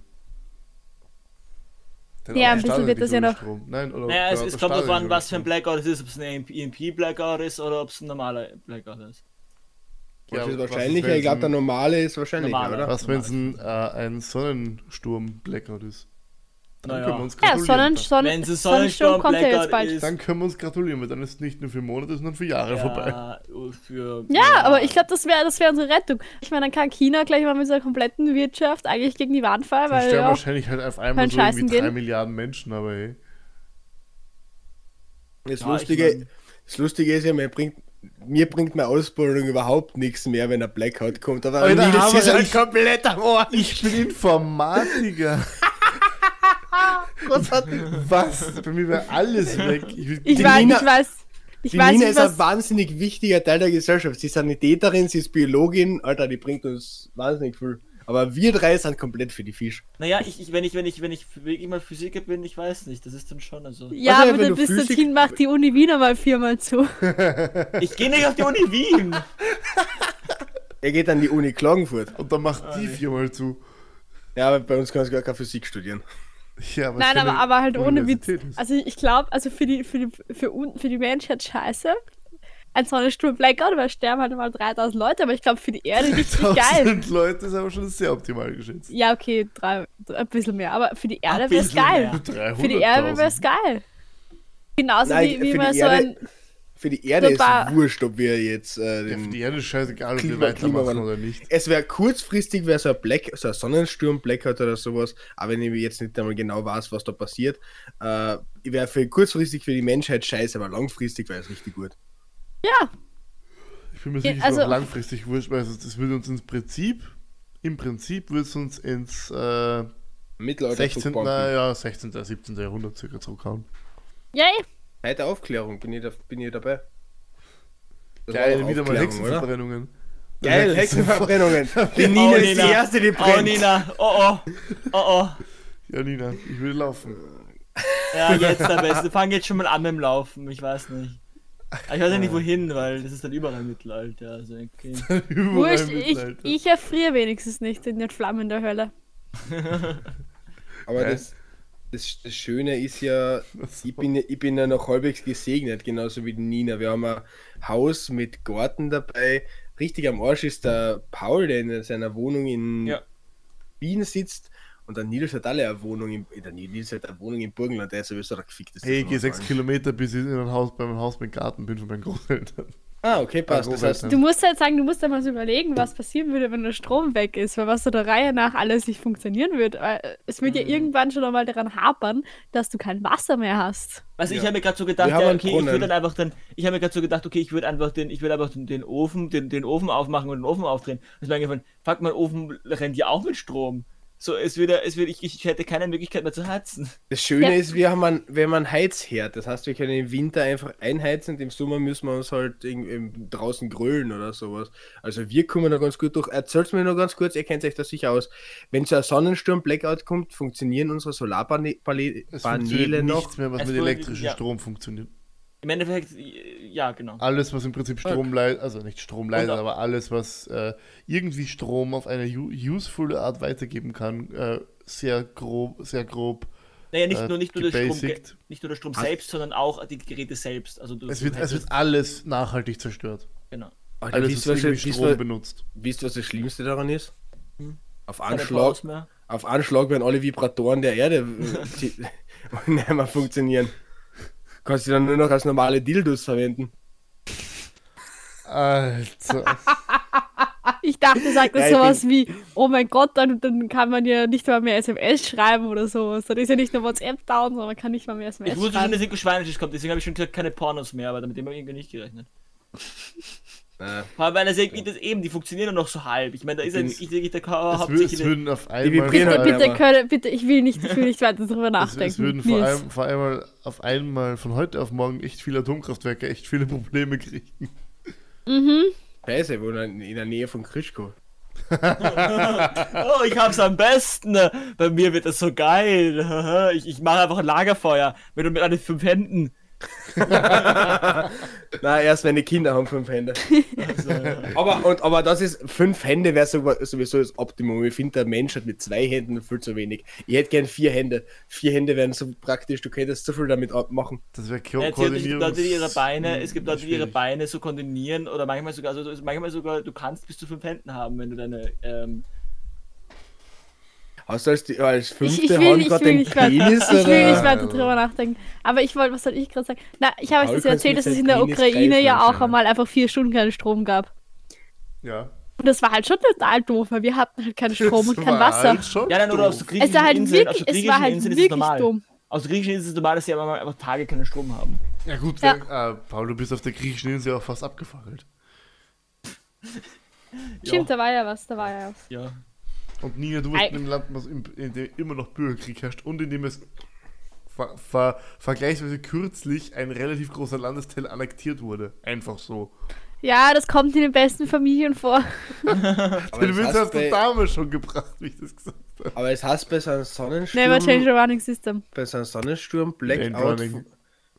Speaker 1: Dein
Speaker 2: Ja,
Speaker 1: Auto
Speaker 2: ein bisschen
Speaker 1: startet
Speaker 2: wird
Speaker 1: nicht
Speaker 2: das ja
Speaker 1: ohne
Speaker 2: noch-
Speaker 1: Strom. Nein, oder
Speaker 4: Naja,
Speaker 1: dein
Speaker 4: es,
Speaker 1: Auto
Speaker 4: es kommt darauf
Speaker 1: startet
Speaker 4: an,
Speaker 1: nicht
Speaker 4: was für ein
Speaker 1: ohne
Speaker 4: Blackout es ist, ob es ein EMP-Blackout ist oder ob es ein normaler Blackout ist.
Speaker 3: Das
Speaker 1: Strom.
Speaker 3: ist
Speaker 1: Ja, was
Speaker 3: wahrscheinlicher,
Speaker 1: wenn's
Speaker 3: ich glaube, der
Speaker 1: ein-
Speaker 3: normale ist wahrscheinlicher,
Speaker 4: Normaler.
Speaker 3: oder?
Speaker 1: Was, wenn es ein, äh, ein Sonnensturm-Blackout ist? Dann
Speaker 4: Naja.
Speaker 1: können wir uns
Speaker 2: Ja,
Speaker 1: gratulieren.
Speaker 2: Sonnen,
Speaker 1: dann.
Speaker 2: Sonnen,
Speaker 4: Wenn es ein
Speaker 2: Sonnensturm kommt ja
Speaker 4: Sonnensturm-Blackout
Speaker 2: jetzt bald.
Speaker 4: ist-
Speaker 1: dann können wir uns gratulieren, weil dann ist es nicht nur für Monate, sondern für Jahre vorbei.
Speaker 4: Ja, für,
Speaker 2: Ja, aber ich glaube, das wäre das wär unsere Rettung. Ich meine, dann kann China gleich mal mit seiner kompletten Wirtschaft eigentlich gegen die Wand fallen,
Speaker 1: Dann
Speaker 2: weil
Speaker 1: sterben
Speaker 2: ja,
Speaker 1: wahrscheinlich halt auf einmal
Speaker 2: Beim
Speaker 1: so irgendwie
Speaker 2: Scheißen
Speaker 1: drei
Speaker 2: gehen.
Speaker 1: Milliarden Menschen, aber hey.
Speaker 3: Das,
Speaker 4: Ja, ich
Speaker 3: Lustige,
Speaker 4: mein-
Speaker 3: das Lustige ist ja, mir bringt, mir bringt meine Ausbildung überhaupt nichts mehr, wenn ein Blackout kommt. Aber
Speaker 1: Alter,
Speaker 3: Nils ist halt
Speaker 1: aber
Speaker 3: ein
Speaker 1: ich-
Speaker 3: kompletter Ohr.
Speaker 1: Ich bin Informatiker. was? Bei mir wäre alles weg. Ich würd-
Speaker 2: ich
Speaker 3: die
Speaker 2: weiß,
Speaker 3: Nina-
Speaker 2: ich weiß, ich
Speaker 3: Die
Speaker 2: weiß
Speaker 3: Nina
Speaker 2: nicht,
Speaker 3: ist ein
Speaker 2: was...
Speaker 3: wahnsinnig wichtiger Teil der Gesellschaft. Sie ist Sanitäterin, sie ist Biologin, Alter, die bringt uns wahnsinnig viel. Aber wir drei sind komplett für die Fisch.
Speaker 4: Naja, ich, ich, wenn ich, wenn ich, wenn ich wirklich mal Physiker bin, ich weiß nicht, das ist dann schon also.
Speaker 2: Ja,
Speaker 3: Also,
Speaker 2: aber
Speaker 3: wenn
Speaker 2: dann
Speaker 3: du
Speaker 2: bis
Speaker 3: Physik-
Speaker 2: dorthin macht die Uni Wiener mal viermal zu.
Speaker 4: Ich gehe nicht auf die Uni Wien.
Speaker 3: Er geht an die Uni Klagenfurt.
Speaker 1: Und dann macht die viermal zu.
Speaker 3: Ja, aber bei uns kannst du gar keine Physik studieren.
Speaker 1: Ja, aber es
Speaker 2: Nein,
Speaker 1: keine
Speaker 2: aber, aber halt ohne Witz.
Speaker 1: Universität ist.
Speaker 2: Also ich glaube, also für die, für, die, für, un, für die Menschheit scheiße. Ein Sonnensturm Blackout, weil sterben halt mal 3000 Leute, aber ich glaube für die Erde richtig geil.
Speaker 1: 1000 Leute ist aber schon sehr optimal geschätzt.
Speaker 2: Ja, okay, drei, ein bisschen mehr, aber für die Erde
Speaker 4: Ein
Speaker 2: wäre es
Speaker 4: bisschen
Speaker 2: geil.
Speaker 4: mehr.
Speaker 2: Für die Erde wäre es geil. Genauso
Speaker 3: Nein,
Speaker 2: wie, wie
Speaker 3: für
Speaker 2: man
Speaker 3: die
Speaker 2: so
Speaker 3: Erde-
Speaker 2: ein.
Speaker 3: Für die Erde
Speaker 2: Das
Speaker 3: ist
Speaker 2: war-
Speaker 3: wurscht, ob wir jetzt äh,
Speaker 1: Ja, für
Speaker 3: den
Speaker 1: die Erde ist scheißegal, ob wir
Speaker 3: Klima-
Speaker 1: weitermachen
Speaker 3: Klimawandel.
Speaker 1: oder nicht.
Speaker 3: Es wäre kurzfristig, wäre so ein Black, so ein Sonnensturm, Blackout oder sowas, aber wenn ich jetzt nicht einmal genau weiß, was da passiert, äh, wäre für kurzfristig für die Menschheit scheiße, aber langfristig wäre es richtig gut.
Speaker 2: Ja,
Speaker 1: Ich bin mir
Speaker 2: Ja,
Speaker 1: sicher, es
Speaker 2: also-
Speaker 1: ist auch langfristig wurscht, weil es- das würde uns ins Prinzip, im Prinzip würde es uns ins äh,
Speaker 3: Mittelalter
Speaker 1: 16.
Speaker 3: zurückbanken.
Speaker 1: Ja, 16. 17. Jahrhundert circa zurückhauen.
Speaker 2: yay.
Speaker 3: Zeit der Aufklärung, bin ich, da, bin ich dabei. Das war
Speaker 1: Geil,
Speaker 3: doch
Speaker 1: wieder mal
Speaker 3: Aufklärung, oder?
Speaker 1: Hexenverbrennungen.
Speaker 3: Geil, Hexenverbrennungen. Die Nina ist die erste, die
Speaker 4: Oh,
Speaker 3: brennt.
Speaker 4: Nina. Oh, oh. Oh, oh.
Speaker 1: Ja, Nina, ich will laufen.
Speaker 4: Ja, jetzt am besten. Wir fangen jetzt schon mal an mit dem Laufen. Ich weiß nicht. Aber ich weiß ja nicht wohin, weil das ist dann überall Mittelalter. Also, okay.
Speaker 1: Überall
Speaker 2: Wurscht, ich,
Speaker 1: Mittelalter.
Speaker 2: ich erfriere wenigstens nicht in den Flammen der Hölle.
Speaker 3: Aber
Speaker 1: Geil.
Speaker 3: das, das, das Schöne ist ja,
Speaker 1: Was?
Speaker 3: ich bin, ja- ich bin ja noch halbwegs gesegnet, genauso wie die Nina. Wir haben ein Haus mit Garten dabei. Richtig am Arsch ist der Paul, der in seiner Wohnung in
Speaker 4: Ja.
Speaker 3: Wien sitzt. Und der Nils hat alle eine Wohnung im, der Nils hat eine Wohnung im Burgenland, der ist sowieso ein geficktes.
Speaker 1: Hey, ich gehe 6 Kilometer, bis ich in ein Haus, bei meinem Haus mit Garten bin von meinen Großeltern.
Speaker 3: Ah, okay, passt. Das heißt,
Speaker 2: Du musst halt sagen, du musst einmal so überlegen, was passieren würde, wenn der Strom weg ist, weil was so der Reihe nach alles nicht funktionieren wird. Weil äh, Es
Speaker 1: Mhm.
Speaker 2: wird ja irgendwann schon einmal daran hapern, dass du kein Wasser mehr hast.
Speaker 4: Also ich
Speaker 3: Ja.
Speaker 4: habe mir gerade so gedacht,
Speaker 3: Wir haben
Speaker 4: ja,
Speaker 3: einen
Speaker 4: okay, ich
Speaker 3: Brunnen.
Speaker 4: würde dann einfach dann, ich habe mir gerade so gedacht, okay, ich würde einfach den, ich würde einfach den, den Ofen, den, den Ofen aufmachen und den Ofen aufdrehen. Und ich mir von, fuck, mein Ofen rennt ja auch mit Strom. So, es würde, es würde, ich, ich hätte keine Möglichkeit mehr zu heizen.
Speaker 3: Das Schöne
Speaker 2: Ja.
Speaker 3: ist, wir haben einen, wir haben einen Heizherd. Das heißt, wir können im Winter einfach einheizen und im Sommer müssen wir uns halt irgend- im- draußen grölen oder sowas. Also wir kommen da ganz gut durch. Erzählt mir nur ganz kurz, ihr kennt euch da sicher aus. Wenn so ein Sonnensturm Blackout kommt, funktionieren unsere
Speaker 1: es funktioniert
Speaker 3: Solarpaneele noch.
Speaker 1: nichts mehr, was
Speaker 4: Es
Speaker 1: mit
Speaker 4: funktioniert-
Speaker 1: elektrischem
Speaker 4: ja.
Speaker 1: Strom funktioniert.
Speaker 4: Im Endeffekt, ja, genau.
Speaker 1: Alles, was im Prinzip Strom leitet, also nicht Strom leitet, aber alles, was äh, irgendwie Strom auf eine u- useful Art weitergeben kann, äh, sehr grob, sehr grob.
Speaker 4: Naja, nicht
Speaker 1: äh,
Speaker 4: nur, nicht nur der Strom, ge-
Speaker 1: gebasigt.
Speaker 4: nicht nur der Strom selbst, sondern auch die Geräte selbst. Also du,
Speaker 1: Es
Speaker 4: du
Speaker 1: wird, es
Speaker 4: hättest-
Speaker 1: wird alles nachhaltig zerstört.
Speaker 4: genau.
Speaker 3: Alter,
Speaker 1: Alles,
Speaker 3: Ah, wisst,
Speaker 1: was
Speaker 3: ihr,
Speaker 1: irgendwie
Speaker 3: was, wisst,
Speaker 1: Strom Hm?
Speaker 3: ihr-
Speaker 1: benutzt.
Speaker 3: wisst, ihr, was das Schlimmste daran ist? Auf
Speaker 4: Keine
Speaker 3: Anschlag,
Speaker 4: Pause mehr.
Speaker 3: auf Anschlag werden alle Vibratoren der Erde äh, die- nicht mehr funktionieren. Kannst du dann nur noch als normale Dildos verwenden.
Speaker 1: Alter.
Speaker 2: Ich dachte, sagt das
Speaker 3: Ja, ich
Speaker 2: sowas wie, oh mein Gott, dann, dann kann man ja nicht mal mehr SMS schreiben oder sowas. Dann ist ja nicht nur WhatsApp down, sondern man kann nicht mal mehr
Speaker 4: Ich
Speaker 2: SMS
Speaker 4: wusste schon,
Speaker 2: schreiben.
Speaker 4: dass irgendwas Schweinisches kommt, deswegen habe ich schon gesagt, keine Pornos mehr, aber damit haben wir irgendwie nicht gerechnet.
Speaker 3: Äh,
Speaker 4: Vor allem, weil das, irgendwie- das eben, die funktionieren nur noch so halb. Ich meine, da ist ja
Speaker 3: bin-
Speaker 4: nicht wirklich der Kau
Speaker 1: es, wür, es
Speaker 4: hauptsächlich.
Speaker 1: würden auf einmal.
Speaker 3: vibrieren
Speaker 1: vor
Speaker 2: Bitte,
Speaker 3: halt
Speaker 1: allem-
Speaker 2: bitte,
Speaker 3: aber-
Speaker 2: Köln, bitte, ich will nicht, ich will nicht weiter drüber
Speaker 1: es,
Speaker 2: nachdenken.
Speaker 1: es würden vor
Speaker 2: Nils.
Speaker 1: allem, vor, einmal, auf einmal von heute auf morgen echt viele Atomkraftwerke echt viele Probleme kriegen.
Speaker 3: Scheiße, wo in in der Nähe von Krischko.
Speaker 4: Oh, ich hab's am besten. Bei mir wird das so geil. Ich, ich mache einfach ein Lagerfeuer. Mit, mit alle fünf Händen.
Speaker 3: Na, erst wenn die Kinder haben fünf Hände.
Speaker 2: Also,
Speaker 3: aber, und, aber das ist, fünf Hände wäre sowieso das Optimum. Ich finde, der Mensch hat mit zwei Händen viel zu wenig. Ich hätte gern vier Hände. Vier Hände wären so praktisch, du könntest so viel damit abmachen.
Speaker 1: Das wäre
Speaker 4: Ja,
Speaker 1: Ko
Speaker 4: es gibt
Speaker 1: Koordinierung.
Speaker 4: Leute, die ihre Beine, es gibt Leute, die ihre Beine so koordinieren oder manchmal sogar, also du- manchmal sogar, du kannst bis zu fünf Händen haben, wenn du deine. Ähm,
Speaker 3: Hast du als, die, als fünfte
Speaker 2: ich will
Speaker 3: Hand
Speaker 2: nicht, ich
Speaker 3: gerade
Speaker 2: will
Speaker 3: den
Speaker 2: nicht, warte.
Speaker 3: Penis?
Speaker 2: Ich will nicht
Speaker 3: oder?
Speaker 2: weiter drüber nachdenken. Aber ich wollte, was soll ich gerade sagen? Na, ich habe euch
Speaker 3: Paul,
Speaker 2: das ja
Speaker 3: kannst du
Speaker 2: erzählt, dass
Speaker 3: mit
Speaker 2: es in
Speaker 3: deinem
Speaker 2: der
Speaker 3: Penis
Speaker 2: Ukraine
Speaker 3: greifen,
Speaker 2: ja auch
Speaker 3: Alter.
Speaker 2: einmal einfach vier Stunden keinen Strom gab.
Speaker 1: Ja.
Speaker 2: Und das war halt schon total doof, weil wir hatten halt keinen Strom und
Speaker 1: Das
Speaker 2: kein
Speaker 1: war
Speaker 2: Wasser.
Speaker 1: halt schon
Speaker 4: ja, nein, oder
Speaker 1: doof.
Speaker 4: aus so
Speaker 2: Es
Speaker 4: griechischen
Speaker 2: war halt
Speaker 4: Inseln, aus so
Speaker 2: wirklich, es
Speaker 4: griechischen
Speaker 2: war halt
Speaker 4: Inseln ist es
Speaker 2: wirklich
Speaker 4: normal.
Speaker 2: dumm.
Speaker 4: Aus griechischen Inseln ist es normal, dass sie aber einfach Tage keinen Strom haben.
Speaker 1: Ja gut,
Speaker 2: Ja.
Speaker 1: Äh, Paul, du bist auf der griechischen Insel auch fast abgefackelt.
Speaker 2: Stimmt, da war ja was, da war ja was.
Speaker 4: Ja.
Speaker 1: Und Nina, du bist
Speaker 2: Ei.
Speaker 1: in einem Land, was im- in dem immer noch Bürgerkrieg herrscht und in dem es ver ver vergleichsweise kürzlich ein relativ großer Landesteil annektiert wurde. Einfach so.
Speaker 2: Ja, das kommt in den besten Familien vor.
Speaker 3: Aber
Speaker 1: Den
Speaker 3: das
Speaker 1: Witz
Speaker 3: heißt äh,
Speaker 1: hast du
Speaker 3: bei-
Speaker 1: damals schon gebracht, wie ich das gesagt habe.
Speaker 3: Aber es heißt bei so einem
Speaker 2: Never change
Speaker 3: Sonnensturm,
Speaker 2: a running system.
Speaker 3: bei so einem Sonnensturm
Speaker 1: Brain
Speaker 3: Blackout
Speaker 1: running.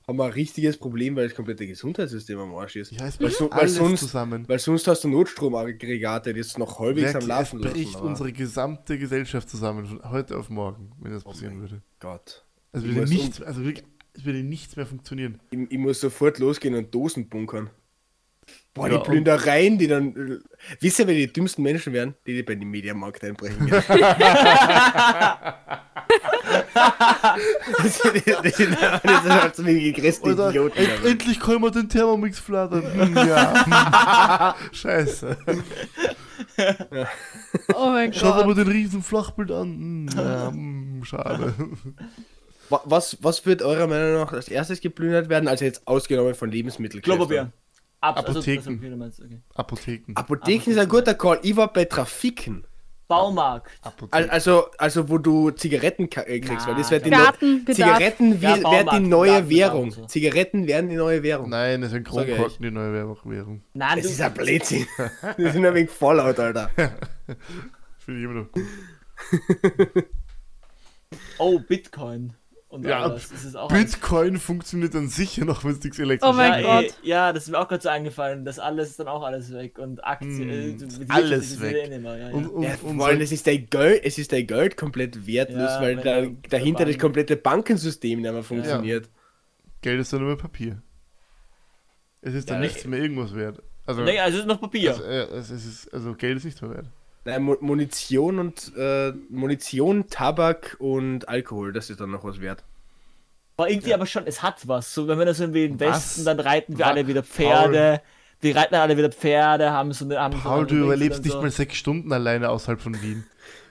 Speaker 3: haben wir ein richtiges Problem, weil das komplette Gesundheitssystem am Arsch ist.
Speaker 1: Ja, es
Speaker 3: weil,
Speaker 1: bricht
Speaker 3: so, weil,
Speaker 1: alles
Speaker 3: sonst,
Speaker 1: zusammen.
Speaker 3: weil sonst hast du Notstromaggregate, die es noch halbwegs
Speaker 1: Wirklich,
Speaker 3: am
Speaker 1: es
Speaker 3: Laufen lassen.
Speaker 1: bricht
Speaker 3: aber-
Speaker 1: unsere gesamte Gesellschaft zusammen von heute auf morgen, wenn das passieren würde.
Speaker 3: Oh Gott.
Speaker 1: Also
Speaker 3: Ich
Speaker 1: würde
Speaker 3: muss
Speaker 1: nichts, also wirklich, es würde nichts mehr funktionieren.
Speaker 3: Ich, ich muss sofort losgehen und Dosen bunkern. Boah,
Speaker 1: Ja,
Speaker 3: die
Speaker 1: und-
Speaker 3: Plündereien, die dann. Wisst ihr, wer die dümmsten Menschen wären? Die, die bei dem Mediamarkt einbrechen. gehen. das sind das sind halt so die grässlichen
Speaker 1: Oder
Speaker 3: Idioten.
Speaker 1: end, endlich können wir den Thermomix flattern. Hm, ja. Scheiße.
Speaker 2: Oh mein
Speaker 1: Schaut aber
Speaker 2: Gott.
Speaker 1: den riesen Flachbild an. Hm, ja, hm, schade.
Speaker 3: Wa- Was, was wird eurer Meinung nach als erstes geplündert werden? Also jetzt ausgenommen von Lebensmitteln.
Speaker 4: Klopapier. Ab,
Speaker 1: Apotheken.
Speaker 4: Also, also, wie du meinst, okay.
Speaker 1: Apotheken.
Speaker 3: Apotheken ist ein guter Call. Ich war bei Trafiken.
Speaker 4: Baumarkt.
Speaker 3: Al-
Speaker 1: Apotheken.
Speaker 3: Also, also wo du Zigaretten ka- äh, kriegst, weil das wird die neu-
Speaker 2: Gartenbedarf.
Speaker 3: Zigaretten
Speaker 4: Ja,
Speaker 3: wi-
Speaker 4: Baumarkt,
Speaker 3: werden die neue
Speaker 4: Gartenbedarf
Speaker 3: Währung.
Speaker 4: und so.
Speaker 3: Zigaretten werden die neue Währung.
Speaker 1: Nein, das sind
Speaker 3: Sag ich.
Speaker 1: Kronkorken, die neue Währung.
Speaker 4: Nein,
Speaker 3: Das
Speaker 4: du,
Speaker 3: ist ein Blödsinn. Das sind ein wenig Fallout, Alter.
Speaker 1: Finde ich immer noch gut.
Speaker 4: Oh, Bitcoin. Und
Speaker 1: Ja,
Speaker 4: alles. Das
Speaker 3: Oh.
Speaker 4: ist auch
Speaker 1: Bitcoin funktioniert dann sicher noch, wenn es nichts elektrisch
Speaker 2: Oh mein
Speaker 4: ja,
Speaker 2: Gott.
Speaker 4: eh, ja, das ist mir auch gerade so eingefallen. Das alles ist dann auch alles weg. Und Aktien. äh, die Wirtschaft
Speaker 1: Hm, alles
Speaker 4: ist
Speaker 1: weg.
Speaker 4: eh nicht mehr, ja, ja.
Speaker 1: Und, und,
Speaker 3: Ja,
Speaker 1: und
Speaker 3: vor allem, es ist dein Geld, es ist dein Geld komplett wertlos,
Speaker 4: Ja,
Speaker 3: weil
Speaker 4: weil
Speaker 3: da,
Speaker 4: der- der
Speaker 3: dahinter das
Speaker 4: Bank-
Speaker 3: komplette Bankensystem nicht mehr funktioniert.
Speaker 1: Geld ist dann nur mehr Papier. Es ist dann
Speaker 4: Ja,
Speaker 3: äh,
Speaker 1: nichts mehr irgendwas wert. Also,
Speaker 4: Nee, also es ist noch Papier.
Speaker 1: also, äh, es es ist, also Geld ist nichts mehr wert.
Speaker 3: Nein, Mu- Munition und äh, Munition, Tabak und Alkohol, das ist dann noch was wert.
Speaker 4: War irgendwie aber schon, es hat was. So, wenn wir das so im
Speaker 1: Was?
Speaker 4: Westen, dann reiten wir
Speaker 1: Wa-
Speaker 4: alle wieder Pferde. Wir reiten alle wieder Pferde, haben so eine. Haben
Speaker 1: Paul,
Speaker 4: so
Speaker 1: du überlebst nicht
Speaker 4: mehr
Speaker 1: mal sechs Stunden alleine außerhalb von Wien.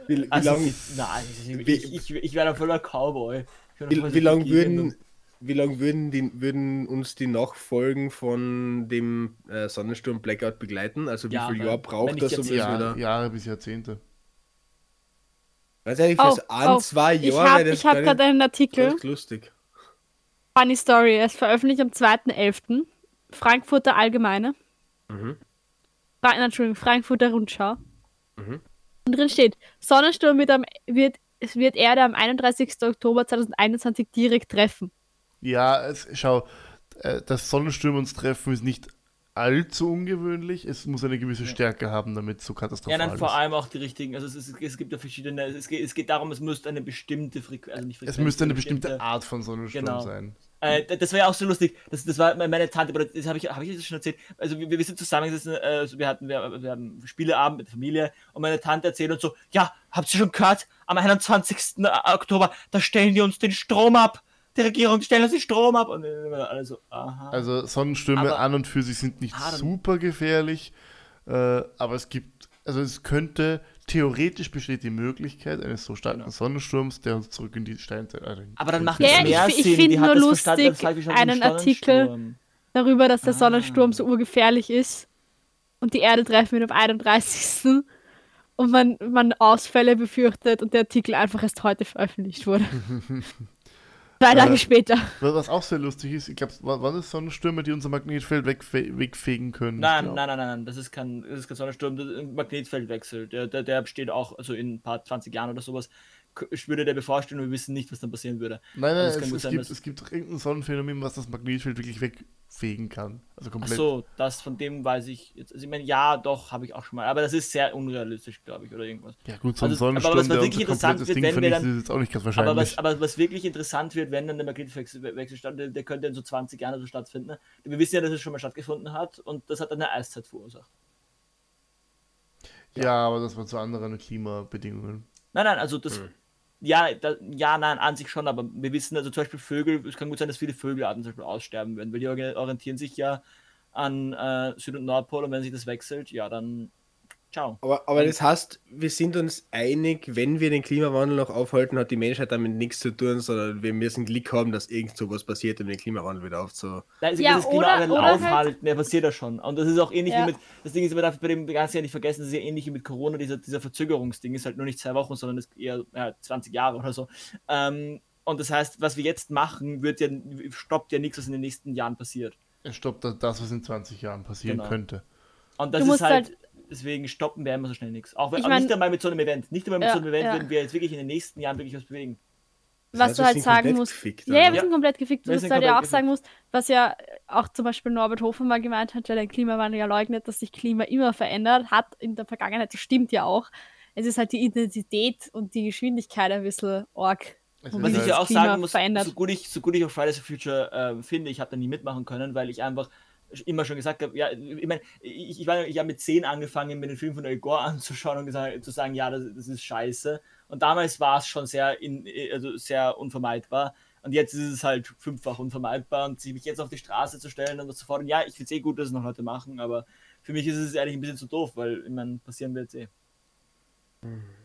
Speaker 3: Wie, wie
Speaker 4: Also,
Speaker 3: lang-
Speaker 4: nein, ich,
Speaker 3: Wie-
Speaker 4: ich, ich, ich wäre ein voller Cowboy. Ich wär voll
Speaker 3: wie,
Speaker 4: so
Speaker 3: wie lang
Speaker 4: gegen-
Speaker 3: würden, wie lang würden, die, würden uns die Nachfolgen von dem äh, Sonnensturm Blackout begleiten? Also wie
Speaker 4: Ja,
Speaker 3: viel
Speaker 4: weil-
Speaker 3: Jahr
Speaker 4: wenn
Speaker 3: braucht
Speaker 4: ich
Speaker 3: das,
Speaker 4: jetzt
Speaker 3: um das
Speaker 4: sehe,
Speaker 1: Ja,
Speaker 3: wieder?
Speaker 1: Jahre bis Jahrzehnte.
Speaker 3: Ganz ehrlich,
Speaker 2: Oh,
Speaker 3: fürs ein,
Speaker 2: oh.
Speaker 3: zwei
Speaker 2: Ich
Speaker 3: Jahre
Speaker 2: habe
Speaker 3: wäre das
Speaker 2: ich hab
Speaker 3: gar nicht-
Speaker 2: gerade einen Artikel.
Speaker 3: ganz lustig.
Speaker 2: Funny Story. Er ist veröffentlicht am 2.11. Frankfurter Allgemeine.
Speaker 3: Mhm.
Speaker 2: Fra nein, Entschuldigung, Frankfurter Rundschau. Und drin steht, Sonnensturm wird, am, wird, es wird Erde am 31. Oktober 2021 direkt treffen.
Speaker 1: Ja, es, schau, äh, dass Sonnenstürme uns treffen, ist nicht allzu ungewöhnlich. Es muss eine gewisse Stärke haben, damit es so
Speaker 4: Ja,
Speaker 1: katastrophal
Speaker 4: dann vor
Speaker 1: ist.
Speaker 4: allem auch die richtigen. Also es, es, es gibt ja verschiedene. Es geht, es geht darum, es müsste eine bestimmte Frequenz. Also nicht Frequenz
Speaker 1: Es müsste eine
Speaker 4: eine
Speaker 1: bestimmte Art von Sonnensturm
Speaker 4: Genau.
Speaker 1: sein.
Speaker 4: Äh, d- das war ja auch so lustig. Das, das war meine Tante, aber das habe ich, hab ich das schon erzählt. Also wir, wir sind zusammengesessen, äh, also wir hatten wir, wir haben Spieleabend mit der Familie und meine Tante erzählt uns so, ja, habt ihr schon gehört? Am 21. Oktober, da stellen die uns den Strom ab. Die Regierung stellen uns den Strom ab. Und äh, alle so, aha.
Speaker 1: Also Sonnenstürme
Speaker 4: Aber-
Speaker 1: an und für sich sind nicht
Speaker 4: Ah, dann-
Speaker 1: super gefährlich, äh, aber es gibt, also es könnte, theoretisch besteht die Möglichkeit eines so starken
Speaker 4: Genau.
Speaker 1: Sonnensturms, der uns zurück in die Steinzeit... Äh,
Speaker 4: aber dann macht
Speaker 2: Ja,
Speaker 4: es
Speaker 2: ich
Speaker 4: mehr
Speaker 2: fi- ich
Speaker 4: Sinn.
Speaker 2: find
Speaker 4: die
Speaker 2: nur
Speaker 4: hat das verstanden,
Speaker 2: lustig
Speaker 4: das habe ich schon
Speaker 2: einen
Speaker 4: mit dem
Speaker 2: Artikel.
Speaker 4: Sonnensturm.
Speaker 2: Darüber, dass der Sonnensturm so ungefährlich ist und die Erde treffen wird am 31. Und man, man Ausfälle befürchtet und der Artikel einfach erst heute veröffentlicht wurde. Zwei Tage später.
Speaker 1: Was was auch sehr lustig ist, ich glaube, waren das Sonnenstürme, die unser Magnetfeld wegfe wegfegen können? Ich
Speaker 4: Nein,
Speaker 1: glaub.
Speaker 4: nein, nein, nein, nein, das ist kein, das ist kein Sonnensturm, das ist ein Magnetfeldwechsel. Der, der, der besteht auch, also in ein paar 20 Jahren oder sowas, k- würde der bevorstehen und wir wissen nicht, was dann passieren würde.
Speaker 1: Nein, nein,
Speaker 4: Also es kann
Speaker 1: es,
Speaker 4: gut
Speaker 1: es,
Speaker 4: sein,
Speaker 1: gibt,
Speaker 4: dass-
Speaker 1: es gibt irgendein Sonnenphänomen, was das Magnetfeld wirklich wegfegen kann. Also
Speaker 4: Ach
Speaker 1: komplett.
Speaker 4: so, das von dem weiß ich jetzt. Also ich meine, ja, doch, habe ich auch schon mal. Aber das ist sehr unrealistisch, glaube ich, oder irgendwas.
Speaker 1: Ja gut, so ein
Speaker 4: Also, aber was
Speaker 1: Sonnensturm,
Speaker 4: wirklich
Speaker 1: der unser
Speaker 4: interessant
Speaker 1: komplettes
Speaker 4: wird,
Speaker 1: Ding
Speaker 4: wenn wir
Speaker 1: vernichtet,
Speaker 4: dann-
Speaker 1: ist jetzt auch nicht ganz
Speaker 4: Aber
Speaker 1: wahrscheinlich.
Speaker 4: was, aber was wirklich interessant wird, wenn dann der Magnetfeldwechsel stattfindet, der könnte in so 20 Jahren oder so stattfinden. Wir wissen ja, dass es schon mal stattgefunden hat und das hat dann eine Eiszeit verursacht.
Speaker 1: ja, aber das war zu anderen Klimabedingungen.
Speaker 4: Nein, nein, also das. Ja, da, ja, nein, an sich schon, aber wir wissen also zum Beispiel Vögel, es kann gut sein, dass viele Vögelarten zum Beispiel aussterben werden, weil die orga- orientieren sich ja an äh, Süd- und Nordpol und wenn sich das wechselt, ja, dann ciao.
Speaker 3: Aber, aber das heißt, wir sind uns einig, wenn wir den Klimawandel noch aufhalten, hat die Menschheit damit nichts zu tun, sondern wir müssen Glück haben, dass irgend sowas passiert, um den Klimawandel wieder aufzu.
Speaker 4: Nein, also
Speaker 2: Ja,
Speaker 4: das
Speaker 2: oder-
Speaker 4: Klimawandel
Speaker 2: oder halt-
Speaker 4: aufhalten, ja, passiert ja schon. Und das ist auch ähnlich
Speaker 2: Ja.
Speaker 4: wie mit, das Ding ist, man darf bei dem Ganzen ja nicht vergessen, das ist ja ähnlich wie mit Corona, dieser, dieser Verzögerungsding ist halt nur nicht zwei Wochen, sondern ist eher ja, 20 Jahre oder so. Ähm, und das heißt, was wir jetzt machen, wird ja, stoppt ja nichts, was in den nächsten Jahren passiert.
Speaker 1: Es stoppt das, das, was in 20 Jahren passieren
Speaker 4: Genau.
Speaker 1: könnte.
Speaker 4: Und das
Speaker 2: Du musst
Speaker 4: ist halt, deswegen stoppen wir immer so schnell nichts. Auch wenn,
Speaker 2: Ich
Speaker 4: auch
Speaker 2: mein-
Speaker 4: nicht einmal mit so einem Event. Nicht einmal mit
Speaker 2: Ja,
Speaker 4: so einem Event
Speaker 2: ja.
Speaker 4: würden wir jetzt wirklich in den nächsten Jahren wirklich was bewegen.
Speaker 2: was du
Speaker 3: heißt, wir
Speaker 2: halt
Speaker 3: sind
Speaker 2: sagen
Speaker 3: komplett
Speaker 2: musst.
Speaker 3: gefickt,
Speaker 2: ja, ja,
Speaker 3: also.
Speaker 2: wir sind komplett gefickt. Und
Speaker 4: Wir
Speaker 2: was du
Speaker 4: sind
Speaker 2: halt ja auch
Speaker 4: komplett
Speaker 2: sagen musst, was ja auch zum Beispiel Norbert Hofer mal gemeint hat, der den Klimawandel ja leugnet, dass sich Klima immer verändert hat in der Vergangenheit. Das stimmt ja auch. Es ist halt die Intensität und die Geschwindigkeit ein bisschen arg.
Speaker 1: Es
Speaker 2: Und
Speaker 1: ist
Speaker 2: wie
Speaker 4: Was
Speaker 1: halt-
Speaker 4: ich
Speaker 2: sich
Speaker 4: ja
Speaker 2: das
Speaker 4: auch
Speaker 2: Klima
Speaker 4: sagen muss,
Speaker 2: verändert.
Speaker 4: so gut ich, so gut ich auch Fridays for Future ähm, finde, ich habe da nie mitmachen können, weil ich einfach immer schon gesagt habe, ja, ich meine, ich, ich, war- ich habe mit 10 angefangen, mir den Film von El Gore anzuschauen und gesagt, zu sagen, ja, das, das ist scheiße. Und damals war es schon sehr, in, also sehr unvermeidbar. Und jetzt ist es halt fünffach unvermeidbar und sich mich jetzt auf die Straße zu stellen und was zu fordern, ja, ich finde es eh gut, dass es noch Leute machen, aber für mich ist es ehrlich ein bisschen zu doof, weil, ich meine, passieren wird jetzt eh.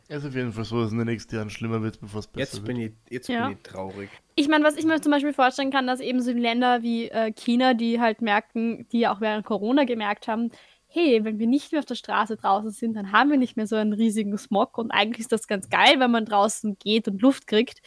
Speaker 1: Es ist auf jeden Fall so, dass es in den nächsten Jahren schlimmer wird, bevor es besser wird.
Speaker 3: Jetzt bin ich, jetzt
Speaker 2: Ja.
Speaker 3: bin ich traurig.
Speaker 2: Ich meine, was ich mir zum Beispiel vorstellen kann, dass eben so Länder wie äh, China, die halt merken, die ja auch während Corona gemerkt haben, hey, wenn wir nicht mehr auf der Straße draußen sind, dann haben wir nicht mehr so einen riesigen Smog und eigentlich ist das ganz geil, wenn man draußen geht und Luft kriegt.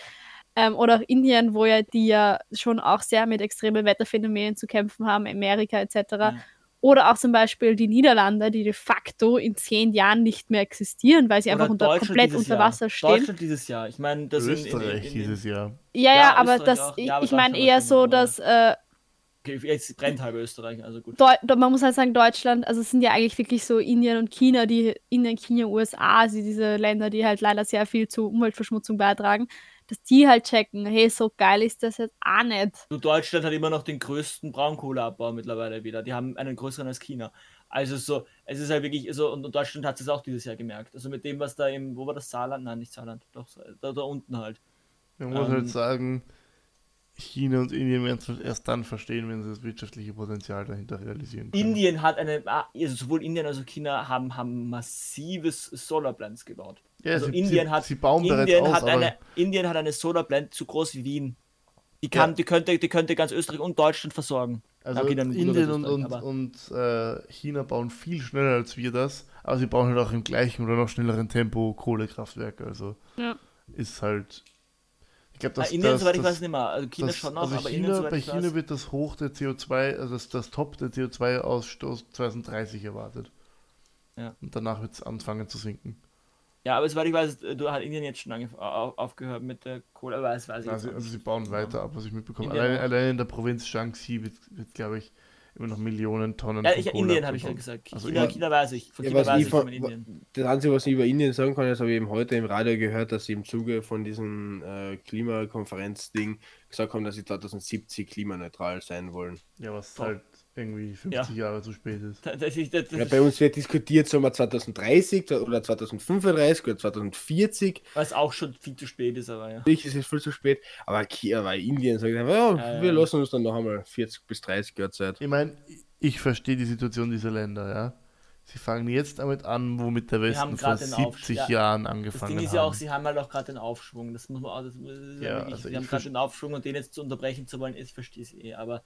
Speaker 2: Ähm, oder auch Indien, wo ja die ja schon auch sehr mit extremen Wetterphänomenen zu kämpfen haben, Amerika etc. Oder auch zum Beispiel die Niederlande, die de facto in zehn Jahren nicht mehr existieren, weil sie einfach
Speaker 4: Oder
Speaker 2: unter,
Speaker 4: Deutschland
Speaker 2: komplett
Speaker 4: dieses
Speaker 2: unter
Speaker 4: Jahr.
Speaker 2: Wasser stehen.
Speaker 4: Deutschland dieses Jahr. Ich meine, das in- in-
Speaker 1: Österreich
Speaker 4: in, in,
Speaker 1: dieses Jahr.
Speaker 2: Ja, ja,
Speaker 4: Ja,
Speaker 2: aber
Speaker 4: Österreich
Speaker 2: das,
Speaker 4: auch.
Speaker 2: ich,
Speaker 4: Ja, aber
Speaker 2: ich meine
Speaker 4: Deutschland
Speaker 2: eher
Speaker 4: ist
Speaker 2: so,
Speaker 4: schon mal-
Speaker 2: dass äh,
Speaker 4: Okay, jetzt brennt halb Österreich, also gut.
Speaker 2: Deu Deu- man muss halt sagen, Deutschland, also es sind ja eigentlich wirklich so Indien und China, die Indien, China, USA, also diese Länder, die halt leider sehr viel zu Umweltverschmutzung beitragen, dass die halt checken, hey, so geil ist das jetzt auch nicht.
Speaker 4: Nur Deutschland hat immer noch den größten Braunkohleabbau mittlerweile wieder. Die haben einen größeren als China. Also so, es ist halt wirklich, also und, und Deutschland hat es auch dieses Jahr gemerkt. Also mit dem, was da im, wo war das Saarland? Nein, nicht Saarland, doch da, da unten halt.
Speaker 1: Man muss
Speaker 4: Ähm,
Speaker 1: halt sagen, China und Indien werden es erst dann verstehen, wenn sie das wirtschaftliche Potenzial dahinter realisieren. können.
Speaker 4: Indien hat eine, also sowohl Indien als auch China haben, haben massives Solarplants gebaut.
Speaker 1: Ja,
Speaker 4: also
Speaker 1: sie,
Speaker 4: Indien
Speaker 1: sie,
Speaker 4: hat-
Speaker 1: sie bauen
Speaker 4: Indien,
Speaker 1: bereits aus,
Speaker 4: hat
Speaker 1: aber
Speaker 4: eine, Indien hat eine Solarplant so groß wie Wien. Die, kann,
Speaker 1: Ja.
Speaker 4: die, könnte, die könnte ganz Österreich und Deutschland versorgen.
Speaker 1: also
Speaker 4: okay, dann
Speaker 1: Indien
Speaker 4: nur
Speaker 1: und, und,
Speaker 4: Österreich,
Speaker 1: und äh, China bauen viel schneller als wir das, aber sie bauen halt auch im gleichen oder noch schnelleren Tempo Kohlekraftwerke. Also
Speaker 2: Ja.
Speaker 1: ist halt. Ich glaube,
Speaker 4: Ah,
Speaker 1: das,
Speaker 4: Indien,
Speaker 1: das,
Speaker 4: soweit ich
Speaker 1: das-
Speaker 4: weiß, nicht mehr. Also China
Speaker 1: das-
Speaker 4: schon noch,
Speaker 1: also
Speaker 4: aber Indien,
Speaker 1: China,
Speaker 4: soweit
Speaker 1: bei
Speaker 4: ich weiß.
Speaker 1: China wird das Hoch der CO2, also das, das Top der CO2-Ausstoß 2030 erwartet.
Speaker 4: Ja.
Speaker 1: Und danach wird es anfangen zu sinken.
Speaker 4: Ja, aber soweit ich weiß, äh, du hat Indien jetzt schon angef- au- aufgehört mit der Kohle, aber das weiß ich
Speaker 1: Also,
Speaker 4: jetzt
Speaker 1: also
Speaker 4: nicht.
Speaker 1: sie bauen weiter ab, was ich mitbekomme.
Speaker 4: genau. Indien
Speaker 1: Allein,
Speaker 4: auch.
Speaker 1: allein in der Provinz Shaanxi wird, wird glaube ich, immer noch Millionen Tonnen.
Speaker 4: Ja,
Speaker 1: von
Speaker 4: ich,
Speaker 1: Kohle
Speaker 4: Indien habe ich ja
Speaker 1: abgebaut.
Speaker 4: gesagt.
Speaker 1: Also
Speaker 4: China,
Speaker 1: Indien-
Speaker 4: China weiß ich. Von
Speaker 3: Ja,
Speaker 4: China
Speaker 3: was
Speaker 4: weiß
Speaker 3: ich
Speaker 4: ich
Speaker 3: von-
Speaker 4: von Indien.
Speaker 3: Das Einzige, was ich über Indien sagen kann, ist, habe ich eben heute im Radio gehört, dass sie im Zuge von diesem äh, Klimakonferenz-Ding gesagt haben, dass sie 2070 klimaneutral sein wollen.
Speaker 1: Ja, was
Speaker 4: Boah.
Speaker 1: halt irgendwie 50 Jahre zu spät ist.
Speaker 4: Das, das, das, das,
Speaker 3: Ja, bei uns wird diskutiert, sollen wir 2030 oder 2035 oder 2040.
Speaker 4: was auch schon viel zu spät ist, aber ja.
Speaker 3: Natürlich ist es viel zu spät, aber, Ki- aber Indien sagt einfach, ja,
Speaker 4: Ja,
Speaker 3: wir
Speaker 4: ja.
Speaker 3: lassen uns dann noch einmal 40 bis 30 Jahre Zeit.
Speaker 1: Ich meine, ich verstehe die Situation dieser Länder, ja. Sie fangen jetzt damit an, womit der Westen
Speaker 4: haben
Speaker 1: vor
Speaker 4: grad den Aufsch-
Speaker 1: 70
Speaker 4: ja.
Speaker 1: Jahren
Speaker 4: Das
Speaker 1: angefangen
Speaker 4: Ding
Speaker 1: hat.
Speaker 4: ist ja auch, sie haben halt auch gerade den Aufschwung. Das muss man auch. Das, das ist
Speaker 1: Ja,
Speaker 4: ja, wirklich,
Speaker 1: also
Speaker 4: sie
Speaker 1: ich
Speaker 4: haben gerade
Speaker 1: verste-
Speaker 4: den Aufschwung und den jetzt zu unterbrechen zu wollen, ich verstehe es eh, aber.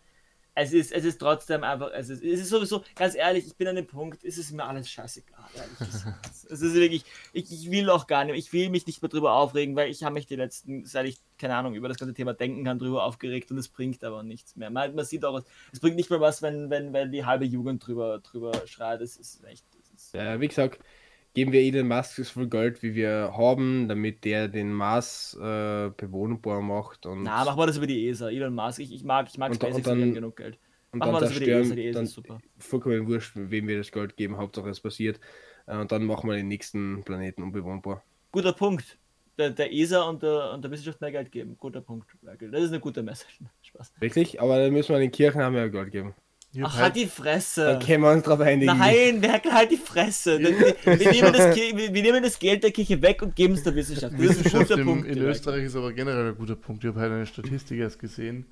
Speaker 4: Es ist, es ist trotzdem einfach, es ist, es ist sowieso, ganz ehrlich, ich bin an dem Punkt, es ist mir alles scheißegal. ehrlich gesagt. es ist wirklich, ich, ich will auch gar nicht, ich will mich nicht mehr drüber aufregen, weil ich habe mich die letzten, seit ich, keine Ahnung, über das ganze Thema denken kann, drüber aufgeregt und es bringt aber nichts mehr. Man, man sieht auch, es- es bringt nicht mehr was, wenn, wenn, wenn die halbe Jugend drüber, drüber schreit. Es ist echt, es ist,
Speaker 3: Äh, wie gesagt, geben wir Elon Musk so viel Geld, wie wir haben, damit der den Mars äh, bewohnbar macht. Und
Speaker 4: Na, machen wir das über die ESA. Elon Musk, ich, ich mag, ich mag
Speaker 3: Und da- und
Speaker 4: SpaceX,
Speaker 3: dann-
Speaker 4: die haben genug Geld.
Speaker 3: Und
Speaker 4: Machen
Speaker 3: dann
Speaker 4: wir das über die ESA,
Speaker 3: zerstören,
Speaker 4: die ESA
Speaker 3: dann
Speaker 4: ist super.
Speaker 3: vollkommen wurscht, wem wir das Geld geben, Hauptsache es passiert. Äh, Und dann machen wir den nächsten Planeten unbewohnbar.
Speaker 4: Guter Punkt. Der, der ESA und der, und der Wissenschaft mehr Geld geben. Guter Punkt. Merkel. Das ist eine gute Message. Spaß.
Speaker 3: Richtig? Aber dann müssen wir den Kirchen haben wir Geld geben.
Speaker 1: Ich hab
Speaker 4: Ach,
Speaker 1: halt,
Speaker 4: halt die Fresse.
Speaker 3: Dann können wir uns drauf einigen.
Speaker 4: Nein, Merkel, halt die Fresse. Wir, wir, wir nehmen das, Ki- wir, wir nehmen das Geld der Kirche weg und geben es der Wissenschaft. Das ist ein
Speaker 1: Wissenschaft
Speaker 4: guter
Speaker 1: im,
Speaker 4: Punkt.
Speaker 1: in
Speaker 4: Merkel.
Speaker 1: Österreich ist aber generell ein guter Punkt. Ich habe halt eine Statistik erst gesehen.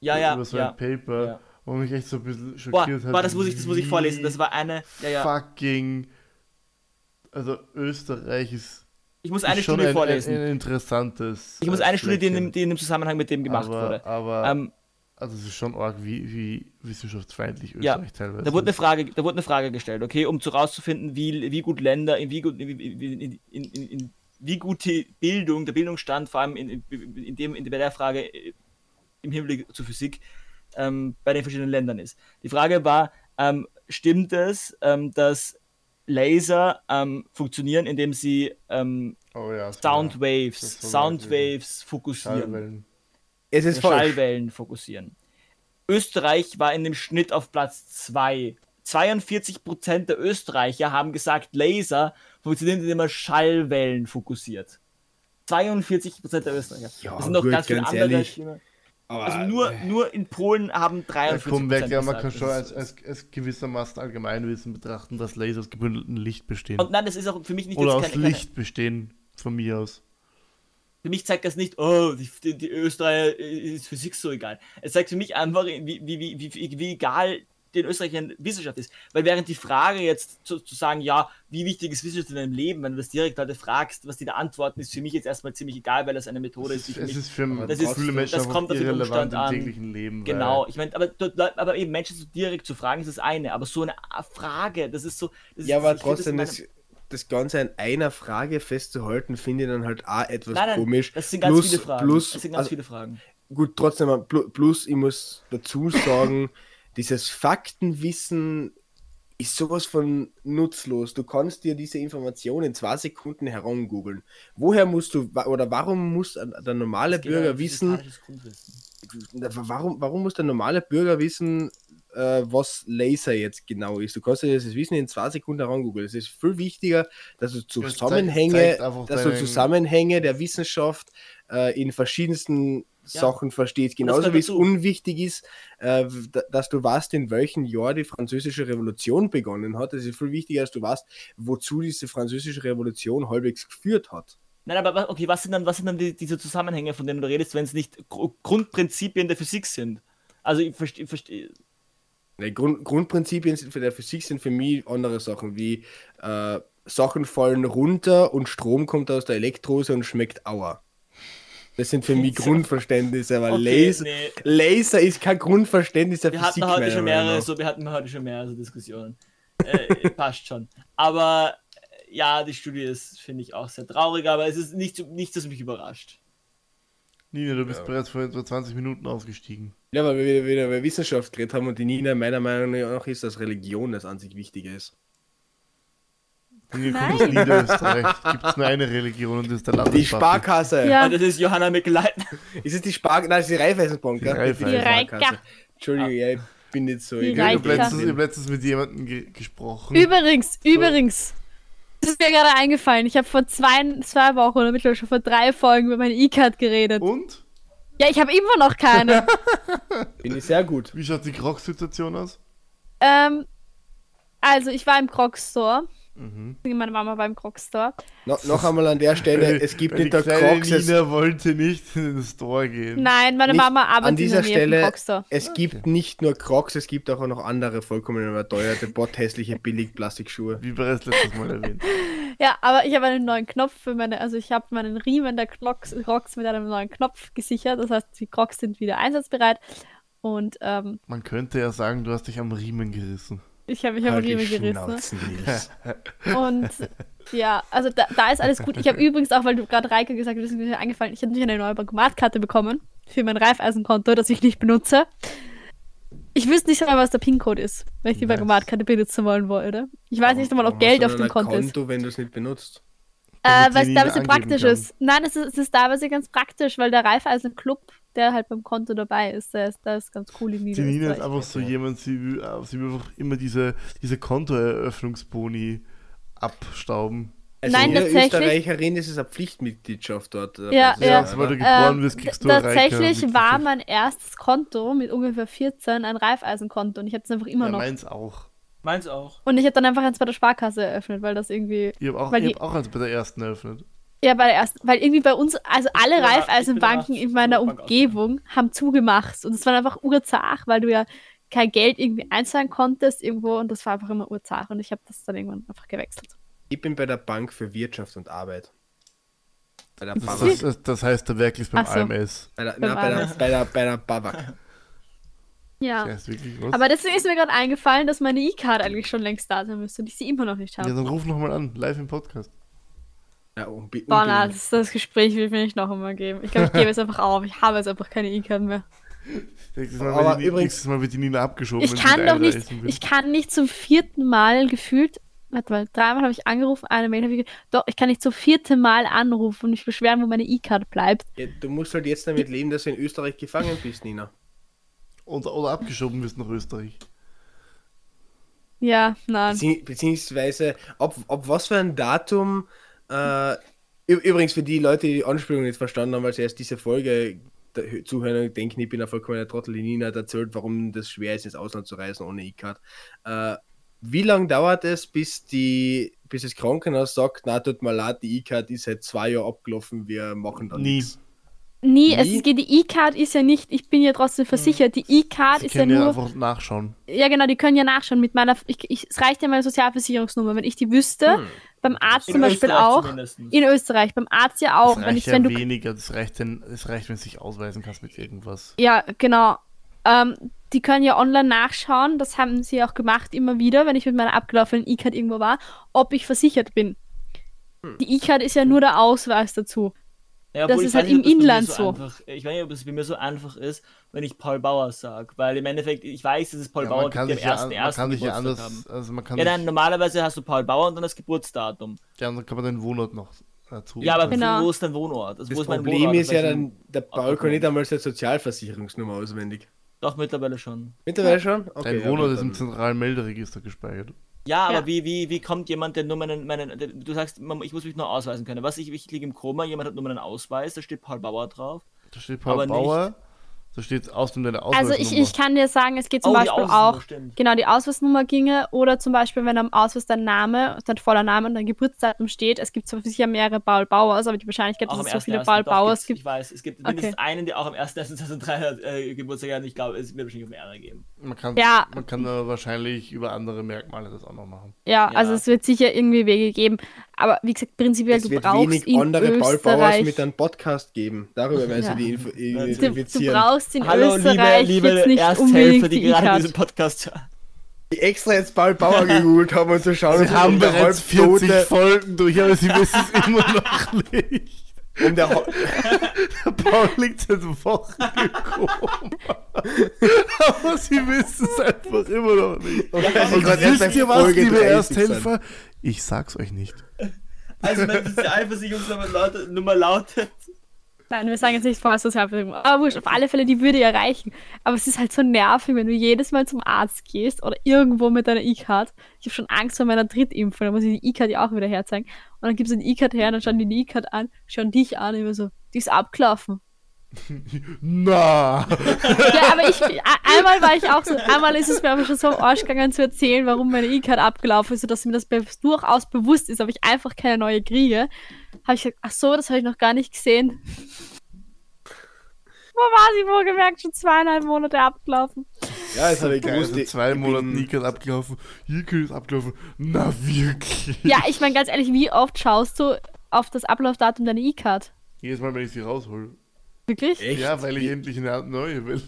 Speaker 4: Ja, ja,
Speaker 1: über so
Speaker 4: ja.
Speaker 1: ein Paper,
Speaker 4: ja.
Speaker 1: wo mich echt so ein bisschen
Speaker 4: Boah,
Speaker 1: schockiert hat.
Speaker 4: boah, das muss ich, das muss ich vorlesen. Das war eine. Ja, ja.
Speaker 1: Fucking. Also Österreich ist,
Speaker 4: Ich muss
Speaker 1: ist
Speaker 4: eine
Speaker 1: schon
Speaker 4: Studie
Speaker 1: ein, Ein,
Speaker 4: vorlesen.
Speaker 1: ein interessantes.
Speaker 4: Ich muss
Speaker 1: äh,
Speaker 4: eine Studie, die in, dem-
Speaker 1: Fleckchen.
Speaker 4: die in dem Zusammenhang mit dem gemacht
Speaker 1: aber,
Speaker 4: wurde.
Speaker 1: Aber
Speaker 4: Ähm,
Speaker 1: also es ist schon arg, wie, wie wissenschaftsfeindlich
Speaker 4: Ja,
Speaker 1: Österreich teilweise.
Speaker 4: Da wurde eine
Speaker 1: ist.
Speaker 4: Frage, da wurde eine Frage gestellt, okay, um herauszufinden, wie, wie gut Länder, in wie gut, in, in, in, in, in, wie gut die Bildung, der Bildungsstand, vor allem in, in dem, in, bei der Frage äh, im Hinblick zur Physik ähm, bei den verschiedenen Ländern ist. Die Frage war, ähm, stimmt es, ähm, dass Laser ähm, funktionieren, indem sie ähm,
Speaker 1: oh, ja, das war-
Speaker 4: Soundwaves,
Speaker 1: das war wirklich-
Speaker 4: Soundwaves fokussieren?
Speaker 1: Schallwellen.
Speaker 3: Es ist falsch.
Speaker 4: Schallwellen fokussieren. Österreich war in dem Schnitt auf Platz 2. 42% der Österreicher haben gesagt, Laser funktionieren, indem man Schallwellen fokussiert. 42% der Österreicher.
Speaker 3: Ja,
Speaker 4: das sind noch
Speaker 3: gut,
Speaker 4: ganz viele
Speaker 3: ganz
Speaker 4: andere
Speaker 3: ehrlich.
Speaker 4: Stimmen.
Speaker 3: Aber, äh,
Speaker 4: Also nur, nur in Polen haben
Speaker 1: Äh. Ja,
Speaker 4: 43
Speaker 1: komm weg, ja, man
Speaker 4: gesagt,
Speaker 1: kann
Speaker 4: das
Speaker 1: schon
Speaker 4: ist-
Speaker 1: als, als, als gewissermaßen Allgemeinwissen betrachten, dass Laser aus gebündeltem Licht bestehen.
Speaker 4: Und nein, das ist auch für mich nicht
Speaker 1: Oder
Speaker 4: jetzt
Speaker 1: aus
Speaker 4: keine, keine,
Speaker 1: Licht bestehen, von mir aus.
Speaker 4: Für mich zeigt das nicht, oh, die, die, die Österreicher äh, ist Physik so egal. Es zeigt für mich einfach, wie, wie, wie, wie, wie egal den Österreichern Wissenschaft ist. Weil während die Frage jetzt zu, zu sagen, ja, wie wichtig ist Wissenschaft in deinem Leben, wenn du das direkt Leute fragst, was die da antworten, ist für mich jetzt erstmal ziemlich egal, weil das eine Methode
Speaker 1: Es ist,
Speaker 4: ist, die für
Speaker 1: es
Speaker 4: mich.
Speaker 1: ist für
Speaker 3: Aber das
Speaker 1: viele
Speaker 3: ist-
Speaker 1: Menschen
Speaker 4: das
Speaker 1: einfach
Speaker 4: kommt auf den
Speaker 1: irrelevant
Speaker 4: Umstand
Speaker 1: im
Speaker 4: an.
Speaker 1: täglichen Leben.
Speaker 4: Genau,
Speaker 1: Weil,
Speaker 4: ich meine, aber, dort Leute- aber eben Menschen so direkt zu fragen, ist das eine, aber so eine Frage, das ist so. Das
Speaker 3: ja,
Speaker 4: ist,
Speaker 3: aber
Speaker 4: ich find
Speaker 3: trotzdem
Speaker 4: in
Speaker 3: das, das Ganze an einer Frage festzuhalten, finde ich dann halt auch
Speaker 4: meinem-
Speaker 3: etwas
Speaker 4: nein, nein,
Speaker 3: komisch.
Speaker 4: Das sind ganz
Speaker 3: plus,
Speaker 4: viele Fragen.
Speaker 3: Plus,
Speaker 4: das sind ganz
Speaker 3: also,
Speaker 4: viele Fragen.
Speaker 3: Gut, trotzdem, pl- plus ich muss dazu sagen, dieses Faktenwissen ist sowas von nutzlos. Du kannst dir diese Information in zwei Sekunden herumgoogeln. Woher musst du, wa- oder warum muss ein- der normale
Speaker 4: Es geht ja
Speaker 3: Bürger
Speaker 4: um
Speaker 3: wissen,
Speaker 4: physikalisches Grundwissen.
Speaker 3: na, wa- warum, warum muss der normale Bürger wissen, äh, was Laser jetzt genau ist? Du kannst dir das Wissen in zwei Sekunden herangoogeln. Es ist viel wichtiger, dass du
Speaker 1: zeigt-
Speaker 3: Zusammenhänge,
Speaker 1: zeigt einfach
Speaker 3: dass du
Speaker 1: deinen-
Speaker 3: Zusammenhänge der Wissenschaft äh, in verschiedensten
Speaker 4: Ja.
Speaker 3: Sachen verstehst.
Speaker 4: Und das
Speaker 3: Genauso
Speaker 4: gehört
Speaker 3: wie es
Speaker 4: dazu.
Speaker 3: unwichtig ist, äh, d- dass du weißt, in welchem Jahr die französische Revolution begonnen hat. Es ist viel wichtiger, dass du weißt, wozu diese französische Revolution halbwegs geführt hat.
Speaker 4: Nein, aber wa- okay, was sind dann, was sind dann die, diese Zusammenhänge, von denen du redest, wenn es nicht Gru- Grundprinzipien der Physik sind? Also ich verstehe, verstehe.
Speaker 3: Die Grund Grundprinzipien sind für der Physik sind für mich andere Sachen, wie äh, Sachen fallen runter und Strom kommt aus der Elektrose und schmeckt Auer. Das sind für mich Grundverständnisse, weil
Speaker 4: Okay,
Speaker 3: Laser,
Speaker 4: nee.
Speaker 3: Laser ist kein Grundverständnis der
Speaker 4: Wir hatten
Speaker 3: Physik.
Speaker 4: heute
Speaker 3: meiner
Speaker 4: schon
Speaker 3: Meinung
Speaker 4: mehrere,
Speaker 3: nach.
Speaker 4: so, wir hatten heute schon mehrere so Diskussionen. Äh, passt schon. Aber äh, ja, die Studie ist, finde ich, auch sehr traurig, aber es ist nicht, nichts, das mich überrascht.
Speaker 1: Nina, du bist bereits vor etwa 20 Minuten ausgestiegen.
Speaker 3: Ja, weil wir wieder, wieder über Wissenschaft geredet haben und die Nina meiner Meinung nach ist, dass Religion das einzig Wichtige ist.
Speaker 1: Nina kommt aus Niederösterreich. Gibt es nur eine Religion und das ist der
Speaker 3: Die
Speaker 1: Landespark.
Speaker 3: Sparkasse!
Speaker 2: Ja.
Speaker 4: Und das ist Johanna Mikleitner.
Speaker 3: Ist es die Sparkasse? Nein, es ist die Raiffeisenbank,
Speaker 1: Die
Speaker 3: gell?
Speaker 1: Raiffeisen.
Speaker 2: Die Reika.
Speaker 3: Entschuldigung, ja, ich bin nicht so...
Speaker 2: Die
Speaker 3: ich-
Speaker 1: Ich habe
Speaker 2: Reika.
Speaker 1: letztens, ich hab letztens mit jemandem ge gesprochen.
Speaker 3: Hm.
Speaker 2: Übrigens, übrigens. Das ist mir gerade eingefallen. Ich habe vor zwei, zwei Wochen oder mittlerweile schon vor drei Folgen über meine E-Card geredet.
Speaker 3: Oh.
Speaker 1: Und?
Speaker 2: Ja, ich habe immer noch keine.
Speaker 3: Bin ich sehr gut.
Speaker 1: Wie schaut die Crocs-Situation aus?
Speaker 2: ähm, also, ich war im Crocs-Store.
Speaker 1: Mhm.
Speaker 2: Meine Mama war im Crocs-Store.
Speaker 3: No, noch einmal an der Stelle, es gibt
Speaker 1: Weil
Speaker 3: nicht
Speaker 1: die
Speaker 3: der
Speaker 1: kleine
Speaker 3: Crocs, es,
Speaker 1: Nina wollte nicht in den Store gehen.
Speaker 2: Nein, meine
Speaker 3: Nicht-
Speaker 2: Mama
Speaker 3: an
Speaker 2: arbeitet in der
Speaker 3: dieser
Speaker 2: Nähe vom
Speaker 3: Stelle,
Speaker 2: Crocs-Store.
Speaker 3: es gibt nicht nur Crocs, es gibt auch noch andere vollkommen überteuerte, botthässliche Billigplastikschuhe.
Speaker 1: Wie bereits letztes Mal erwähnt.
Speaker 2: Ja, aber ich habe einen neuen Knopf für meine, also ich habe meinen Riemen der Crocs, Crocs mit einem neuen Knopf gesichert. Das heißt, die Crocs sind wieder einsatzbereit. Und ähm,
Speaker 1: Man könnte ja sagen, du hast dich am Riemen gerissen.
Speaker 2: ich habe mich am
Speaker 3: Halt die
Speaker 2: Riemen gerissen.
Speaker 3: Schnauzen, Nils.
Speaker 2: Und ja, also da, da ist alles gut. Ich habe übrigens auch, weil du gerade Reike gesagt hast, ist mir eingefallen, ich habe nämlich eine neue Bankomatkarte bekommen für mein Raiffeisenkonto, das ich nicht benutze. Ich wüsste nicht einmal, was der PIN-Code ist, wenn ich die
Speaker 1: Nice.
Speaker 2: Bankomatkarte benutzen wollen wollte. Ich weiß nicht einmal, ob
Speaker 3: Warum
Speaker 2: Geld auf
Speaker 3: hast du
Speaker 2: dem
Speaker 3: dann ein
Speaker 2: Konto ist.
Speaker 3: Konto, wenn du es nicht benutzt.
Speaker 2: Äh,
Speaker 1: Damit
Speaker 2: weil
Speaker 1: Also die
Speaker 2: es teilweise
Speaker 1: Nina angeben
Speaker 2: praktisch
Speaker 1: kann.
Speaker 2: ist. Nein, es ist, es ist teilweise ganz praktisch, weil der Raiffeisen Club, der halt beim Konto dabei ist, der ist, der ist ganz cool in
Speaker 1: Die Nina ist
Speaker 2: Niederösterreich.
Speaker 1: einfach so jemand, sie will, äh, sie will einfach immer diese, diese Kontoeröffnungsboni abstauben.
Speaker 2: Nein,
Speaker 3: jeder
Speaker 2: tatsächlich-
Speaker 3: Also Österreicherin ist es eine Pflichtmitgliedschaft dort. äh,
Speaker 2: Ja,
Speaker 3: bei
Speaker 1: Ja,
Speaker 3: dieser,
Speaker 2: ja.
Speaker 3: oder?
Speaker 1: sobald du geboren wirst, kriegst du eine
Speaker 2: Ähm, Tatsächlich
Speaker 1: Reika.
Speaker 2: war mein erstes Konto mit ungefähr 14 ein Raiffeisenkonto und ich habe es einfach immer
Speaker 1: ja,
Speaker 2: noch.
Speaker 1: meins auch.
Speaker 4: Meins auch.
Speaker 2: Und ich habe dann einfach eins bei der Sparkasse eröffnet, weil das irgendwie.
Speaker 1: Ich habe auch,
Speaker 2: Weil
Speaker 1: ich
Speaker 2: die-
Speaker 1: hab auch eins bei der ersten eröffnet.
Speaker 2: Ja, bei der ersten. Weil irgendwie bei uns, also alle
Speaker 4: bin danach- ich
Speaker 2: Raiffeisenbanken
Speaker 4: bin
Speaker 2: in meiner
Speaker 4: danach zur Bank
Speaker 2: Umgebung haben zugemacht. Und es war einfach urzach, weil du ja kein Geld irgendwie einzahlen konntest irgendwo und das war einfach immer urzach. Und ich habe das dann irgendwann einfach gewechselt.
Speaker 3: Ich bin bei der Bank für Wirtschaft und Arbeit. Bei der
Speaker 1: Das,
Speaker 3: Babak.
Speaker 1: das, das, das heißt, der Werk ist beim
Speaker 2: Ach so.
Speaker 1: AMS.
Speaker 3: Bei der, na, bei der, bei der, bei der Babak.
Speaker 2: Ja.
Speaker 1: Das heißt wirklich was?
Speaker 2: Aber deswegen ist mir gerade eingefallen, dass meine E-Card eigentlich schon längst da sein müsste und ich sie immer noch nicht
Speaker 1: ja,
Speaker 2: habe.
Speaker 1: dann ruf nochmal an, live im Podcast.
Speaker 3: Ja, unbe-
Speaker 2: Boah, na,
Speaker 3: unbedingt.
Speaker 2: das, das Gespräch will ich mir nicht noch einmal geben. Ich glaube, ich gebe es einfach auf. Ich habe jetzt einfach keine E-Card mehr.
Speaker 1: Nächstes Mal,
Speaker 3: Aber
Speaker 1: wird die-
Speaker 3: übrigens-
Speaker 1: nächstes Mal wird die Nina abgeschoben.
Speaker 2: Ich
Speaker 1: wenn sie
Speaker 2: kann
Speaker 1: mit
Speaker 2: doch nicht,
Speaker 1: einreisen will.
Speaker 2: ich kann nicht zum vierten Mal gefühlt, warte mal, dreimal habe ich angerufen, eine Mail habe ich, ge- doch, ich kann nicht zum vierten Mal anrufen und mich beschweren, wo meine E-Card bleibt.
Speaker 3: Ja, du musst halt jetzt damit leben, dass du in Österreich gefangen bist, Nina.
Speaker 1: oder, oder abgeschoben wirst nach Österreich.
Speaker 2: Ja, nein.
Speaker 3: Bezieh beziehungsweise, ab, ab was für ein Datum. Äh, ü- übrigens für die Leute, die die Anspielung nicht verstanden haben, weil sie erst diese Folge der Zuhörer denken, ich bin ein vollkommener Trottel. Die Nina hat erzählt, warum das schwer ist, ins Ausland zu reisen ohne E-Card. Äh, wie lange dauert es, bis, die, bis das Krankenhaus sagt, na, tut mal leid, die E-Card ist seit zwei Jahren abgelaufen, wir machen dann
Speaker 1: Nie.
Speaker 3: nichts?
Speaker 2: Nie,
Speaker 3: Nie?
Speaker 2: es geht, die E-Card ist ja nicht, ich bin ja trotzdem versichert, die E-Card
Speaker 1: Hm. Sie
Speaker 2: Ah, ist ja
Speaker 1: können ja
Speaker 2: nur,
Speaker 1: einfach nachschauen.
Speaker 2: ja genau, die können ja nachschauen mit meiner, ich, ich, es reicht ja meine Sozialversicherungsnummer, wenn ich die wüsste, beim Arzt
Speaker 4: In
Speaker 2: zum Beispiel
Speaker 4: Österreich
Speaker 2: auch,
Speaker 4: zumindest.
Speaker 2: in Österreich, beim Arzt ja auch,
Speaker 1: das
Speaker 2: wenn,
Speaker 1: reicht
Speaker 2: ich,
Speaker 1: ja
Speaker 2: wenn du
Speaker 1: weniger, das reicht, denn, das reicht, wenn du dich ausweisen kannst mit irgendwas.
Speaker 2: Ja, genau. Ähm, die können ja online nachschauen, das haben sie auch gemacht immer wieder, wenn ich mit meiner abgelaufenen E-Card irgendwo war, ob ich versichert bin. Die E-Card ist ja nur der Ausweis dazu.
Speaker 4: Ja,
Speaker 2: Das
Speaker 4: obwohl, ich
Speaker 2: ist halt
Speaker 4: weiß
Speaker 2: im
Speaker 4: nicht, ob das bei mir
Speaker 2: Inland so.
Speaker 4: Einfach, ich weiß nicht, ob es bei mir so einfach ist, wenn ich Paul Bauer sage, weil im Endeffekt, ich weiß, dass es Paul
Speaker 1: Ja,
Speaker 4: Bauer
Speaker 1: man
Speaker 4: gibt,
Speaker 1: kann
Speaker 4: der
Speaker 1: sich ja,
Speaker 4: ersten,
Speaker 1: man
Speaker 4: ersten
Speaker 1: kann sich ja
Speaker 4: Geburtstag
Speaker 1: anders,
Speaker 4: haben.
Speaker 1: also man kann
Speaker 4: Ja,
Speaker 1: sich-
Speaker 4: nein, normalerweise hast du Paul Bauer und dann das Geburtsdatum.
Speaker 1: ja, und dann kann man den Wohnort noch äh, dazu.
Speaker 4: Ja, aber
Speaker 2: Genau.
Speaker 4: wo ist dein Wohnort? Also,
Speaker 3: Das
Speaker 4: wo ist mein
Speaker 3: Problem
Speaker 4: Wohnort?
Speaker 3: ist ja
Speaker 4: Welchen-
Speaker 3: dann, der Paul kann
Speaker 4: Abkommen.
Speaker 3: nicht einmal seine Sozialversicherungsnummer auswendig.
Speaker 4: Doch, mittlerweile schon.
Speaker 3: Mittlerweile schon?
Speaker 1: Dein
Speaker 3: ja,
Speaker 1: Wohnort
Speaker 3: gut,
Speaker 1: ist im
Speaker 3: dann-
Speaker 1: zentralen Melderegister gespeichert.
Speaker 4: Ja, aber
Speaker 2: Ja.
Speaker 4: Wie, wie, wie kommt jemand, der nur meinen, meinen der, du sagst, man, ich muss mich nur ausweisen können. Was, ich, ich liege im Koma, jemand hat nur meinen Ausweis, da steht Paul Bauer drauf.
Speaker 1: Da steht Paul
Speaker 4: Aber nicht-
Speaker 1: Bauer, da steht aus dem deine
Speaker 2: Also
Speaker 1: Ausweisnummer.
Speaker 2: ich, ich kann dir sagen, es geht zum
Speaker 4: Oh, die
Speaker 2: Beispiel
Speaker 4: Ausweisnummer,
Speaker 2: auch,
Speaker 4: stimmt.
Speaker 2: genau, die Ausweisnummer ginge oder zum Beispiel, wenn am Ausweis dein Name, dein voller Name und dein Geburtsdatum steht, es gibt zwar sicher mehrere Paul Bauers, aber die Wahrscheinlichkeit, dass
Speaker 4: am
Speaker 2: es so viele
Speaker 4: 1.1.
Speaker 2: Paul
Speaker 4: Doch,
Speaker 2: Bauers
Speaker 4: gibt's-
Speaker 2: gibt,
Speaker 4: Ich weiß, es gibt mindestens einen, der auch am 1.1.2003 äh, Geburtstag hat. Ich glaube, es wird wahrscheinlich mehrere geben.
Speaker 1: man kann,
Speaker 2: Ja.
Speaker 1: man kann da wahrscheinlich über andere Merkmale das auch noch machen.
Speaker 2: ja, also
Speaker 4: Ja.
Speaker 2: es wird sicher irgendwie Wege geben, aber wie gesagt, prinzipiell,
Speaker 3: Es
Speaker 2: du
Speaker 3: wird
Speaker 2: brauchst
Speaker 3: wenig
Speaker 2: in
Speaker 3: andere Paul
Speaker 2: Österreich.
Speaker 3: Bauers mit einem Podcast geben. Darüber werden
Speaker 2: Ja.
Speaker 3: sie die info- äh,
Speaker 2: Du, du
Speaker 3: identifizieren.
Speaker 2: brauchst in
Speaker 4: Hallo, liebe,
Speaker 2: Österreich
Speaker 4: liebe
Speaker 2: jetzt nicht
Speaker 4: Ersthelfer,
Speaker 2: unbedingt die
Speaker 4: die gerade diesen
Speaker 2: E-Card.
Speaker 4: Podcast hören.
Speaker 3: Die extra jetzt Paul Bauer gegoogelt haben und zu schauen, um
Speaker 1: Wir haben
Speaker 3: der
Speaker 1: bereits
Speaker 3: halbtote-
Speaker 1: 40 Folgen durch, aber sie wissen es immer noch nicht.
Speaker 3: um der
Speaker 1: Also
Speaker 3: Ho-
Speaker 1: Paul liegt seit Wochen im Koma. aber sie wissen es einfach immer noch nicht.
Speaker 3: um der
Speaker 1: Und
Speaker 3: Gott, erst bei
Speaker 1: wisst ihr was,
Speaker 3: Folge
Speaker 1: liebe
Speaker 3: 30 sein.
Speaker 1: Ersthelfer? Ich sag's euch nicht.
Speaker 4: Also wenn die Sozialversicherungsnummer lautet, Nummer lautet.
Speaker 2: Nein, wir sagen jetzt nicht vorher Sozialversicherung. Aber Ah, wurscht, auf alle Fälle, die würde ja reichen. Aber es ist halt so nervig, wenn du jedes Mal zum Arzt gehst oder irgendwo mit deiner E-Card. Ich habe schon Angst vor meiner Drittimpfung, da muss ich die E-Card ja auch wieder herzeigen. Und dann gibst du die E-Card her und dann schauen die die E-Card an, schauen dich an, immer so, die ist abgelaufen.
Speaker 1: Na,
Speaker 2: Ja, aber ich, a- einmal war ich auch so, einmal ist es mir aber schon so am Arsch gegangen zu erzählen, warum meine E-Card abgelaufen ist, sodass mir das be- durchaus bewusst ist, aber ich einfach keine neue kriege. Habe ich gesagt, ach so, das habe ich noch gar nicht gesehen. Wo war sie wohlgemerkt? Schon zweieinhalb Monate abgelaufen.
Speaker 3: Ja, das habe ich
Speaker 1: geil,
Speaker 3: gewusst.
Speaker 1: seit
Speaker 3: also die-
Speaker 1: also zwei
Speaker 3: die-
Speaker 1: Monaten Nikas abgelaufen, Jikil ist abgelaufen. Na wirklich.
Speaker 2: Ja, ich meine ganz ehrlich, wie oft schaust du auf das Ablaufdatum deiner E-Card?
Speaker 1: Jedes Mal, wenn ich sie raushol.
Speaker 2: Wirklich?
Speaker 3: Echt?
Speaker 1: Ja, weil ich endlich eine neue will.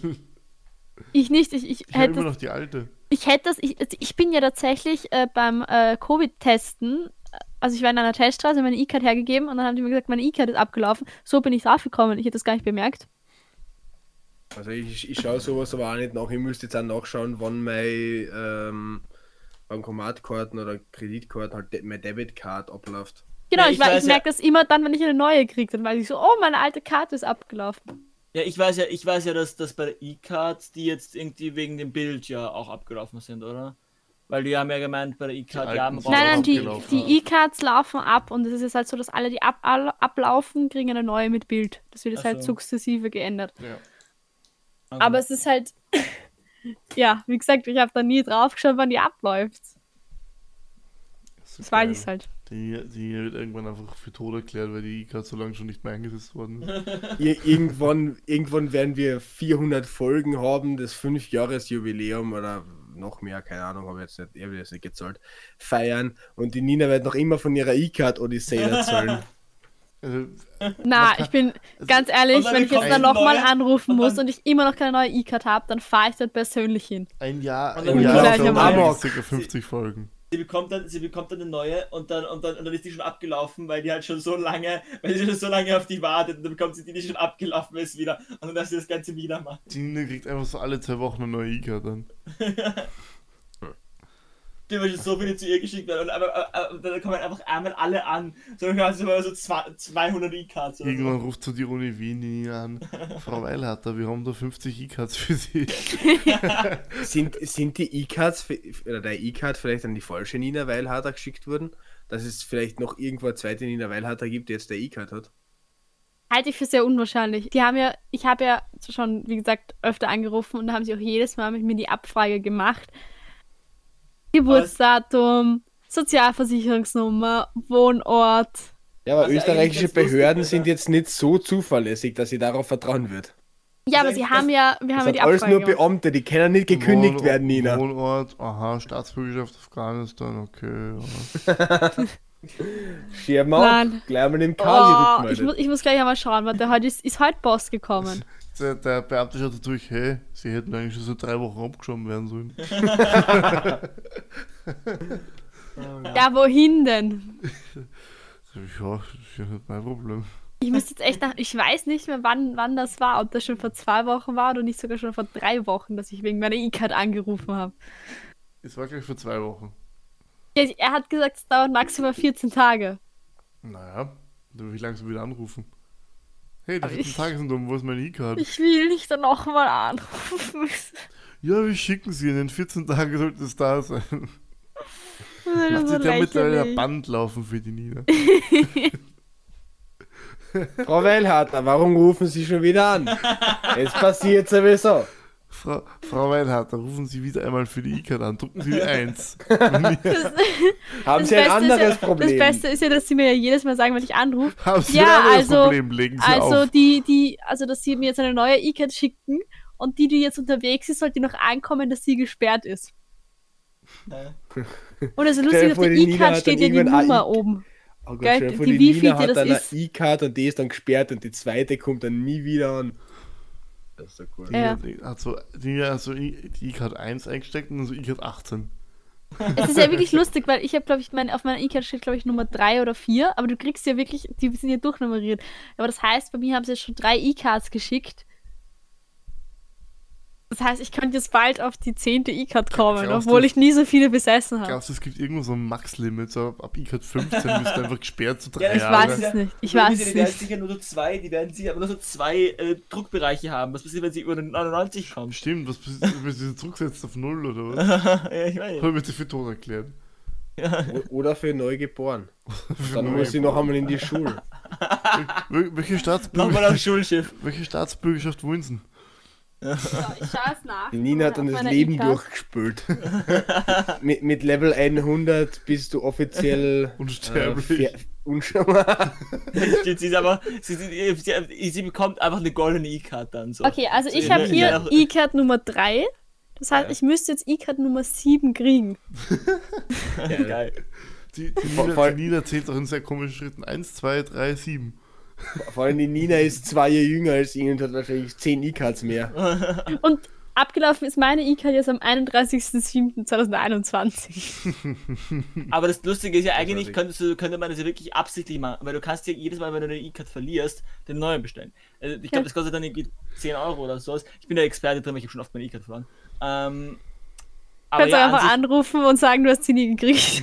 Speaker 2: Ich nicht, ich, ich,
Speaker 1: Ich habe
Speaker 2: hätte
Speaker 1: immer
Speaker 2: das,
Speaker 1: noch die alte.
Speaker 2: ich hätte das, ich, ich bin ja tatsächlich äh, beim äh, Covid-Testen, äh, also ich war in einer Teststraße, meine E-Card hergegeben und dann haben die mir gesagt, meine E-Card ist abgelaufen. So bin ich draufgekommen, ich hätte das gar nicht bemerkt.
Speaker 3: Also ich, ich schaue sowas aber auch nicht nach. Ich müsste jetzt auch nachschauen, wann mein ähm, Bankomatkarten oder Kreditkarten, halt de- mein Debitcard abläuft.
Speaker 2: Genau,
Speaker 4: Ja,
Speaker 2: ich,
Speaker 4: ich
Speaker 2: war-
Speaker 4: weiß
Speaker 2: ich
Speaker 4: ja-
Speaker 2: merke das immer dann, wenn ich eine neue kriege, dann weiß ich so, oh, meine alte Karte ist abgelaufen.
Speaker 4: Ja, ich weiß ja, ich weiß ja, dass, dass bei der E-Cards, die jetzt irgendwie wegen dem Bild ja auch abgelaufen sind, oder? Weil die haben ja gemeint, bei der E-Card,
Speaker 1: Die
Speaker 4: ja,
Speaker 1: alten
Speaker 4: man
Speaker 1: sind
Speaker 2: nein,
Speaker 1: auch
Speaker 2: nein, die,
Speaker 1: abgelaufen,
Speaker 2: die E-Cards laufen ab und es ist jetzt halt so, dass alle, die ab, all- ablaufen, kriegen eine neue mit Bild. Das wird jetzt
Speaker 4: Ach
Speaker 2: halt
Speaker 4: so.
Speaker 2: sukzessive geändert.
Speaker 1: Ja.
Speaker 2: Aber es ist halt, ja, wie gesagt, ich habe da nie drauf geschaut, wann die abläuft. Das weiß ich halt.
Speaker 1: Die, die wird irgendwann einfach für tot erklärt, weil die gerade so lange schon nicht mehr eingesetzt worden ist.
Speaker 3: Ir irgendwann, irgendwann werden wir 400 Folgen haben, das 5-Jahres-Jubiläum oder noch mehr, keine Ahnung, habe jetzt nicht, er wird jetzt nicht gezahlt, feiern und die Nina wird noch immer von ihrer E-Card-Odyssee erzählen.
Speaker 1: Also,
Speaker 2: Na, ich bin ganz ehrlich,
Speaker 4: Und dann
Speaker 2: wenn ich jetzt
Speaker 4: bekommst
Speaker 2: dann
Speaker 4: du eine
Speaker 2: nochmal
Speaker 4: neue
Speaker 2: anrufen
Speaker 4: und
Speaker 2: muss
Speaker 4: dann-
Speaker 2: und ich immer noch keine neue E-Card habe, dann fahre ich dort persönlich hin.
Speaker 1: ein Jahr,
Speaker 4: Und
Speaker 1: ein
Speaker 4: dann
Speaker 1: Jahr
Speaker 2: gleich
Speaker 1: schon
Speaker 2: am
Speaker 1: Amok.
Speaker 3: Amok.
Speaker 1: circa 50 Folgen.
Speaker 4: Sie bekommt dann, sie bekommt dann eine neue und dann, und dann, und dann ist die schon abgelaufen, weil die halt schon so lange, weil sie schon so lange auf die wartet und dann bekommt sie die, die schon abgelaufen ist wieder und dann darf sie das Ganze wieder machen.
Speaker 1: Die Nina kriegt einfach so alle zwei Wochen eine neue Ika dann.
Speaker 4: Die wird schon so viele zu ihr geschickt werden und aber, aber, aber dann kommen einfach einmal alle an. So dann hast du mal so zwei- 200 E-Cards oder so.
Speaker 1: Irgendwann ruft so die Uni Wien die Nina an. Frau Weilharter, wir haben da 50 Ikas für Sie.
Speaker 3: sind, sind die E-Cards fe- oder der E-Card vielleicht an die falsche Nina Weilharter geschickt worden? Dass es vielleicht noch irgendwo eine zweite Nina Weilharter gibt, die jetzt der E-Card hat?
Speaker 2: Halte ich für sehr unwahrscheinlich. Die haben ja, ich habe ja schon, wie gesagt, öfter angerufen und da haben sie auch jedes Mal mit mir die Abfrage gemacht. Geburtsdatum, Sozialversicherungsnummer, Wohnort.
Speaker 3: Ja, aber
Speaker 4: Was ja
Speaker 3: österreichische
Speaker 4: eigentlich ganz lustig
Speaker 3: Behörden
Speaker 4: ist,
Speaker 3: sind
Speaker 4: ja.
Speaker 3: jetzt nicht so zuverlässig, dass sie darauf vertrauen wird.
Speaker 2: Ja,
Speaker 4: Also
Speaker 2: aber sie
Speaker 4: ich-
Speaker 2: haben ja, wir haben
Speaker 3: Das
Speaker 2: ja
Speaker 3: sind
Speaker 2: die
Speaker 3: alles
Speaker 2: Abfrage
Speaker 3: nur
Speaker 2: gemacht.
Speaker 3: Beamte, die können nicht gekündigt
Speaker 1: Wohn-
Speaker 3: werden, Nina.
Speaker 1: Wohnort, aha, Staatsbürgerschaft Afghanistan, okay. Ja.
Speaker 3: Schirm auf,
Speaker 2: Nein.
Speaker 3: gleich mal den Kali
Speaker 2: Oh, ich,
Speaker 3: rückmeldet.
Speaker 2: muss, ich muss gleich einmal schauen, warte, heute ist, ist heute Boss gekommen.
Speaker 1: Der, der Beamte schaut natürlich, hey, sie hätten eigentlich schon seit drei Wochen abgeschoben werden sollen.
Speaker 2: Ja, wohin denn?
Speaker 1: Ja, das ist ja nicht mein Problem.
Speaker 2: Ich muss jetzt echt nach. Ich weiß nicht mehr, wann, wann das war. Ob das schon vor zwei Wochen war oder nicht sogar schon vor drei Wochen, dass ich wegen meiner E-Card angerufen habe.
Speaker 1: Es war gleich vor zwei Wochen.
Speaker 2: Ja, Er hat gesagt, es dauert maximal 14 Tage.
Speaker 1: Naja, dann will ich langsam wieder anrufen. Hey, die
Speaker 2: Aber
Speaker 1: 14
Speaker 2: ich-
Speaker 1: Tage sind um, wo ist meine E-Card?
Speaker 2: Ich will nicht dann nochmal anrufen.
Speaker 1: Ja, wir schicken sie, in den 14 Tagen sollte es da sein. Macht
Speaker 2: Das ist
Speaker 1: sich
Speaker 2: so
Speaker 1: der mittlerweile
Speaker 3: äh,
Speaker 1: ein
Speaker 2: lächerlich.
Speaker 1: Band laufen für die Nina.
Speaker 3: Frau Wellhartner, warum rufen Sie schon wieder an? es passiert sowieso.
Speaker 1: Frau, Frau Weinhardt, da rufen Sie wieder einmal für die E-Card an. Drücken Sie die 1. Haben
Speaker 2: Das-
Speaker 3: Haben
Speaker 2: das
Speaker 3: Sie
Speaker 2: Beste
Speaker 3: ein
Speaker 2: ist ja-
Speaker 3: anderes Problem?
Speaker 2: Das Beste ist ja, dass sie mir ja jedes Mal sagen, wenn ich anrufe,
Speaker 1: Sie
Speaker 2: Ja,
Speaker 1: ein anderes
Speaker 2: also-
Speaker 1: Problem? Legen Sie
Speaker 2: also
Speaker 1: auf.
Speaker 2: die, die, also dass sie mir jetzt eine neue E-Card schicken und die, die jetzt unterwegs ist, sollte noch ankommen, dass sie gesperrt ist.
Speaker 4: Ja.
Speaker 2: Und es ist
Speaker 3: Stell dir
Speaker 2: lustig, auf
Speaker 3: vor,
Speaker 2: der
Speaker 3: die Nina
Speaker 2: E-Card
Speaker 3: hat
Speaker 2: steht ja
Speaker 3: dann
Speaker 2: die
Speaker 3: irgendwann
Speaker 2: Nummer
Speaker 3: AI
Speaker 2: oben.
Speaker 3: Oh Gott,
Speaker 2: Gell,
Speaker 3: stell dir vor,
Speaker 2: die
Speaker 3: die
Speaker 2: Wifi,
Speaker 3: Nina
Speaker 2: die
Speaker 3: hat
Speaker 2: das
Speaker 3: dann eine
Speaker 2: ist.
Speaker 3: E-Card und die ist dann gesperrt und die zweite kommt dann nie wieder an. Das ist so cool.
Speaker 1: Die
Speaker 2: Ja.
Speaker 1: hat so, die hat so I- die E-Card 1 eingesteckt und so E-Card 18.
Speaker 2: Es ist ja wirklich lustig, weil ich habe, glaube ich, mein, auf meiner E-Card steht, glaube ich, Nummer 3 oder 4, aber du kriegst ja wirklich, die sind ja durchnummeriert. Aber das heißt, bei mir haben sie jetzt schon drei E-Cards geschickt. Das heißt, ich könnte jetzt bald auf die zehnte E-Card kommen,
Speaker 1: Glaubst
Speaker 2: obwohl
Speaker 1: du-
Speaker 2: ich nie so viele besessen habe.
Speaker 1: Glaubst du, es gibt irgendwo so ein Max-Limit? So ab E-Card 15 bist du einfach gesperrt zu drei
Speaker 4: Ja, das
Speaker 2: Ich
Speaker 1: Jahren.
Speaker 2: weiß
Speaker 4: aber-
Speaker 2: es nicht. Ich
Speaker 4: Problem
Speaker 2: weiß es
Speaker 4: ist ja, die werden
Speaker 2: nicht.
Speaker 4: sicher nur so zwei, die werden sicher aber nur so zwei äh, Druckbereiche haben. Was passiert, wenn sie über den 99 kommt?
Speaker 1: Stimmt, was passiert, wenn du sie zurücksetzt auf null oder was?
Speaker 4: ja, ich weiß.
Speaker 1: Hol mir bitte für tot erklären.
Speaker 3: O- Oder für Neugeboren. Dann
Speaker 1: Neugeboren.
Speaker 3: muss sie noch einmal in die Schule.
Speaker 1: Wel- Welche,
Speaker 4: Nochmal
Speaker 1: Staatsbürger
Speaker 4: aufs Schulschiff.
Speaker 1: welche Staatsbürgerschaft wollen sie?
Speaker 2: Ich schaue es nach.
Speaker 3: Die Nina hat dann das Leben durchgespült. mit, mit Level 100 bist du offiziell
Speaker 1: Unsterblich.
Speaker 3: Äh, fer- unsch-
Speaker 4: Stimmt, sie ist aber, sie, äh, sie, sie, sie bekommt einfach eine goldene E-Card dann so.
Speaker 2: Okay, also ich
Speaker 4: Ja,
Speaker 2: habe hier
Speaker 4: ja.
Speaker 2: E-Card Nummer 3. Das heißt, ich müsste jetzt E-Card Nummer 7 kriegen.
Speaker 4: Geil.
Speaker 1: Die, die,
Speaker 3: Vor-
Speaker 1: Nina,
Speaker 3: vor-
Speaker 1: die Nina zählt auch in sehr komischen Schritten. 1, 2, 3, 7.
Speaker 3: Vor allem die Nina ist zwei Jahre jünger als ihn und hat wahrscheinlich 10 E-Cards
Speaker 4: Ah,
Speaker 3: mehr.
Speaker 2: Und abgelaufen ist meine E-Card jetzt am 31.07.2021.
Speaker 4: Aber das Lustige ist ja eigentlich,
Speaker 3: Wahrscheinlich.
Speaker 4: könntest du, könnte man das ja wirklich absichtlich machen, weil du kannst ja jedes Mal, wenn du eine E-Card verlierst, den neuen bestellen. Also ich
Speaker 2: Ja.
Speaker 4: glaube, das kostet dann irgendwie 10 Euro oder sowas. Ich bin der Experte drin, weil ich habe schon oft meine E-Card verloren. Ähm, aber
Speaker 2: Kannst du
Speaker 4: ja, also
Speaker 2: einfach
Speaker 4: an
Speaker 2: anrufen und sagen, du hast sie nie gekriegt.
Speaker 4: sich,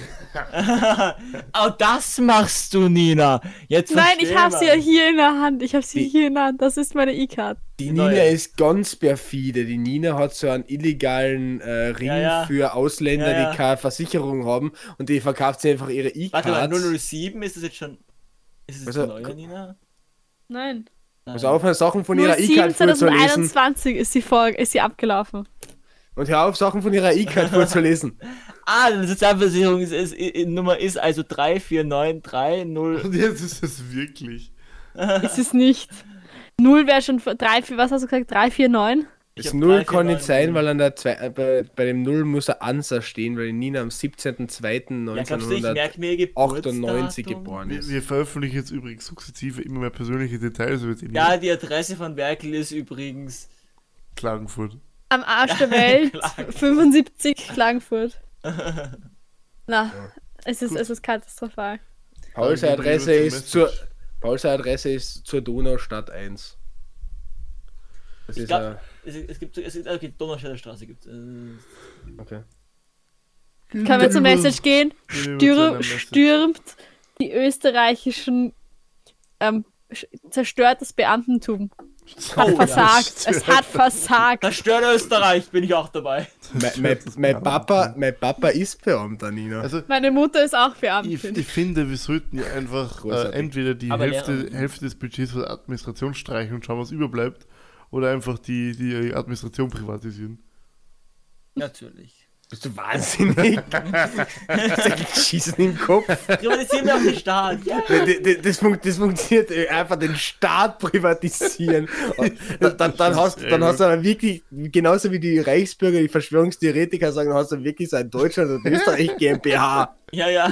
Speaker 4: oh, das machst du, Nina. Jetzt
Speaker 2: Nein, ich
Speaker 4: versteh
Speaker 2: habe sie ja
Speaker 4: man.
Speaker 2: hier in der Hand. Ich habe sie
Speaker 3: Die-
Speaker 2: hier in der Hand. Das ist meine E-Card.
Speaker 3: Die
Speaker 4: Neue.
Speaker 3: Nina ist ganz perfide. Die Nina hat so einen illegalen äh, Ring
Speaker 4: Ja, ja.
Speaker 3: für Ausländer,
Speaker 4: Ja, ja.
Speaker 3: die keine Versicherung haben und die verkauft sie einfach ihre
Speaker 4: Warte mal,
Speaker 3: E-Cards.
Speaker 4: 007 ist das jetzt schon. Ist das
Speaker 3: Also,
Speaker 4: jetzt neu,
Speaker 3: gu-
Speaker 4: Nina?
Speaker 2: Nein.
Speaker 4: Nein.
Speaker 3: Also aufhören, Sachen von ihrer E-Card vorzulesen.
Speaker 2: 2021 ist sie, vor, ist sie abgelaufen.
Speaker 3: Und hör auf, Sachen von ihrer E-Card vorzulesen.
Speaker 4: Ah, die Sozialversicherung ist, ist, i- i- Nummer ist also 34930.
Speaker 1: Und jetzt ist es wirklich.
Speaker 2: ist es nicht. Null wäre schon vor- drei, vier- was hast du gesagt? 349?
Speaker 4: Ich
Speaker 3: Das
Speaker 4: hab
Speaker 3: Null
Speaker 4: drei, vier,
Speaker 3: kann
Speaker 4: neun,
Speaker 3: nicht sein,
Speaker 4: null.
Speaker 3: weil an der zwei, äh, bei, bei dem Null muss er Ansa stehen, weil die Nina am
Speaker 4: Ja, glaubst du, ich merke mir ihr
Speaker 3: 1998
Speaker 4: Geburtsdatum?
Speaker 3: geboren
Speaker 1: Wir,
Speaker 3: ist.
Speaker 1: wir veröffentlichen jetzt übrigens sukzessive immer mehr persönliche Details über die Nina
Speaker 4: Ja, die Adresse von Werkel ist übrigens.
Speaker 1: Klagenfurt.
Speaker 2: Am Arsch der Welt, 75 Klagenfurt. Na, es ist, es ist katastrophal.
Speaker 3: Pauls
Speaker 1: Aber
Speaker 3: Adresse
Speaker 1: liebe
Speaker 3: ist zur
Speaker 1: Message.
Speaker 3: Pauls Adresse ist zur Donaustadt 1. Das
Speaker 4: Ich
Speaker 3: ist
Speaker 4: glaub-
Speaker 3: ja
Speaker 4: Es, es gibt, es gibt, okay, Donaustädter Straße äh, gibt es.
Speaker 3: okay.
Speaker 2: Können wir zur Message gehen?
Speaker 1: Gehen wir zu einer
Speaker 2: Stürm,
Speaker 1: Message.
Speaker 2: stürmt die österreichischen ähm, sch- zerstört das Beamtentum. Hat
Speaker 4: Oh,
Speaker 2: versagt. Es hat versagt.
Speaker 4: Zerstört Österreich, bin ich auch dabei.
Speaker 3: Mein, mein, mein, Papa, mein Papa ist Beamter, Nina.
Speaker 1: Also,
Speaker 2: Meine Mutter ist auch
Speaker 1: ich,
Speaker 2: Beamtin.
Speaker 1: ich finde, wir sollten ja einfach äh,
Speaker 3: Großartig.
Speaker 1: entweder die
Speaker 4: Aber
Speaker 1: Hälfte,
Speaker 4: Lehrer-
Speaker 1: Hälfte des Budgets für die Administration streichen und schauen, was überbleibt, oder einfach die, die Administration privatisieren.
Speaker 4: Natürlich.
Speaker 3: Bist du wahnsinnig? Schießen im Kopf.
Speaker 4: Privatisieren wir auch den Staat. Ja.
Speaker 3: Das, das, das, fun das funktioniert äh, einfach den Staat privatisieren. Und Dann, dann, dann, hast, dann hast du dann wirklich, genauso wie die Reichsbürger, die Verschwörungstheoretiker sagen, dann hast du wirklich so ein Deutschland und Österreich GmbH.
Speaker 4: Ja, ja.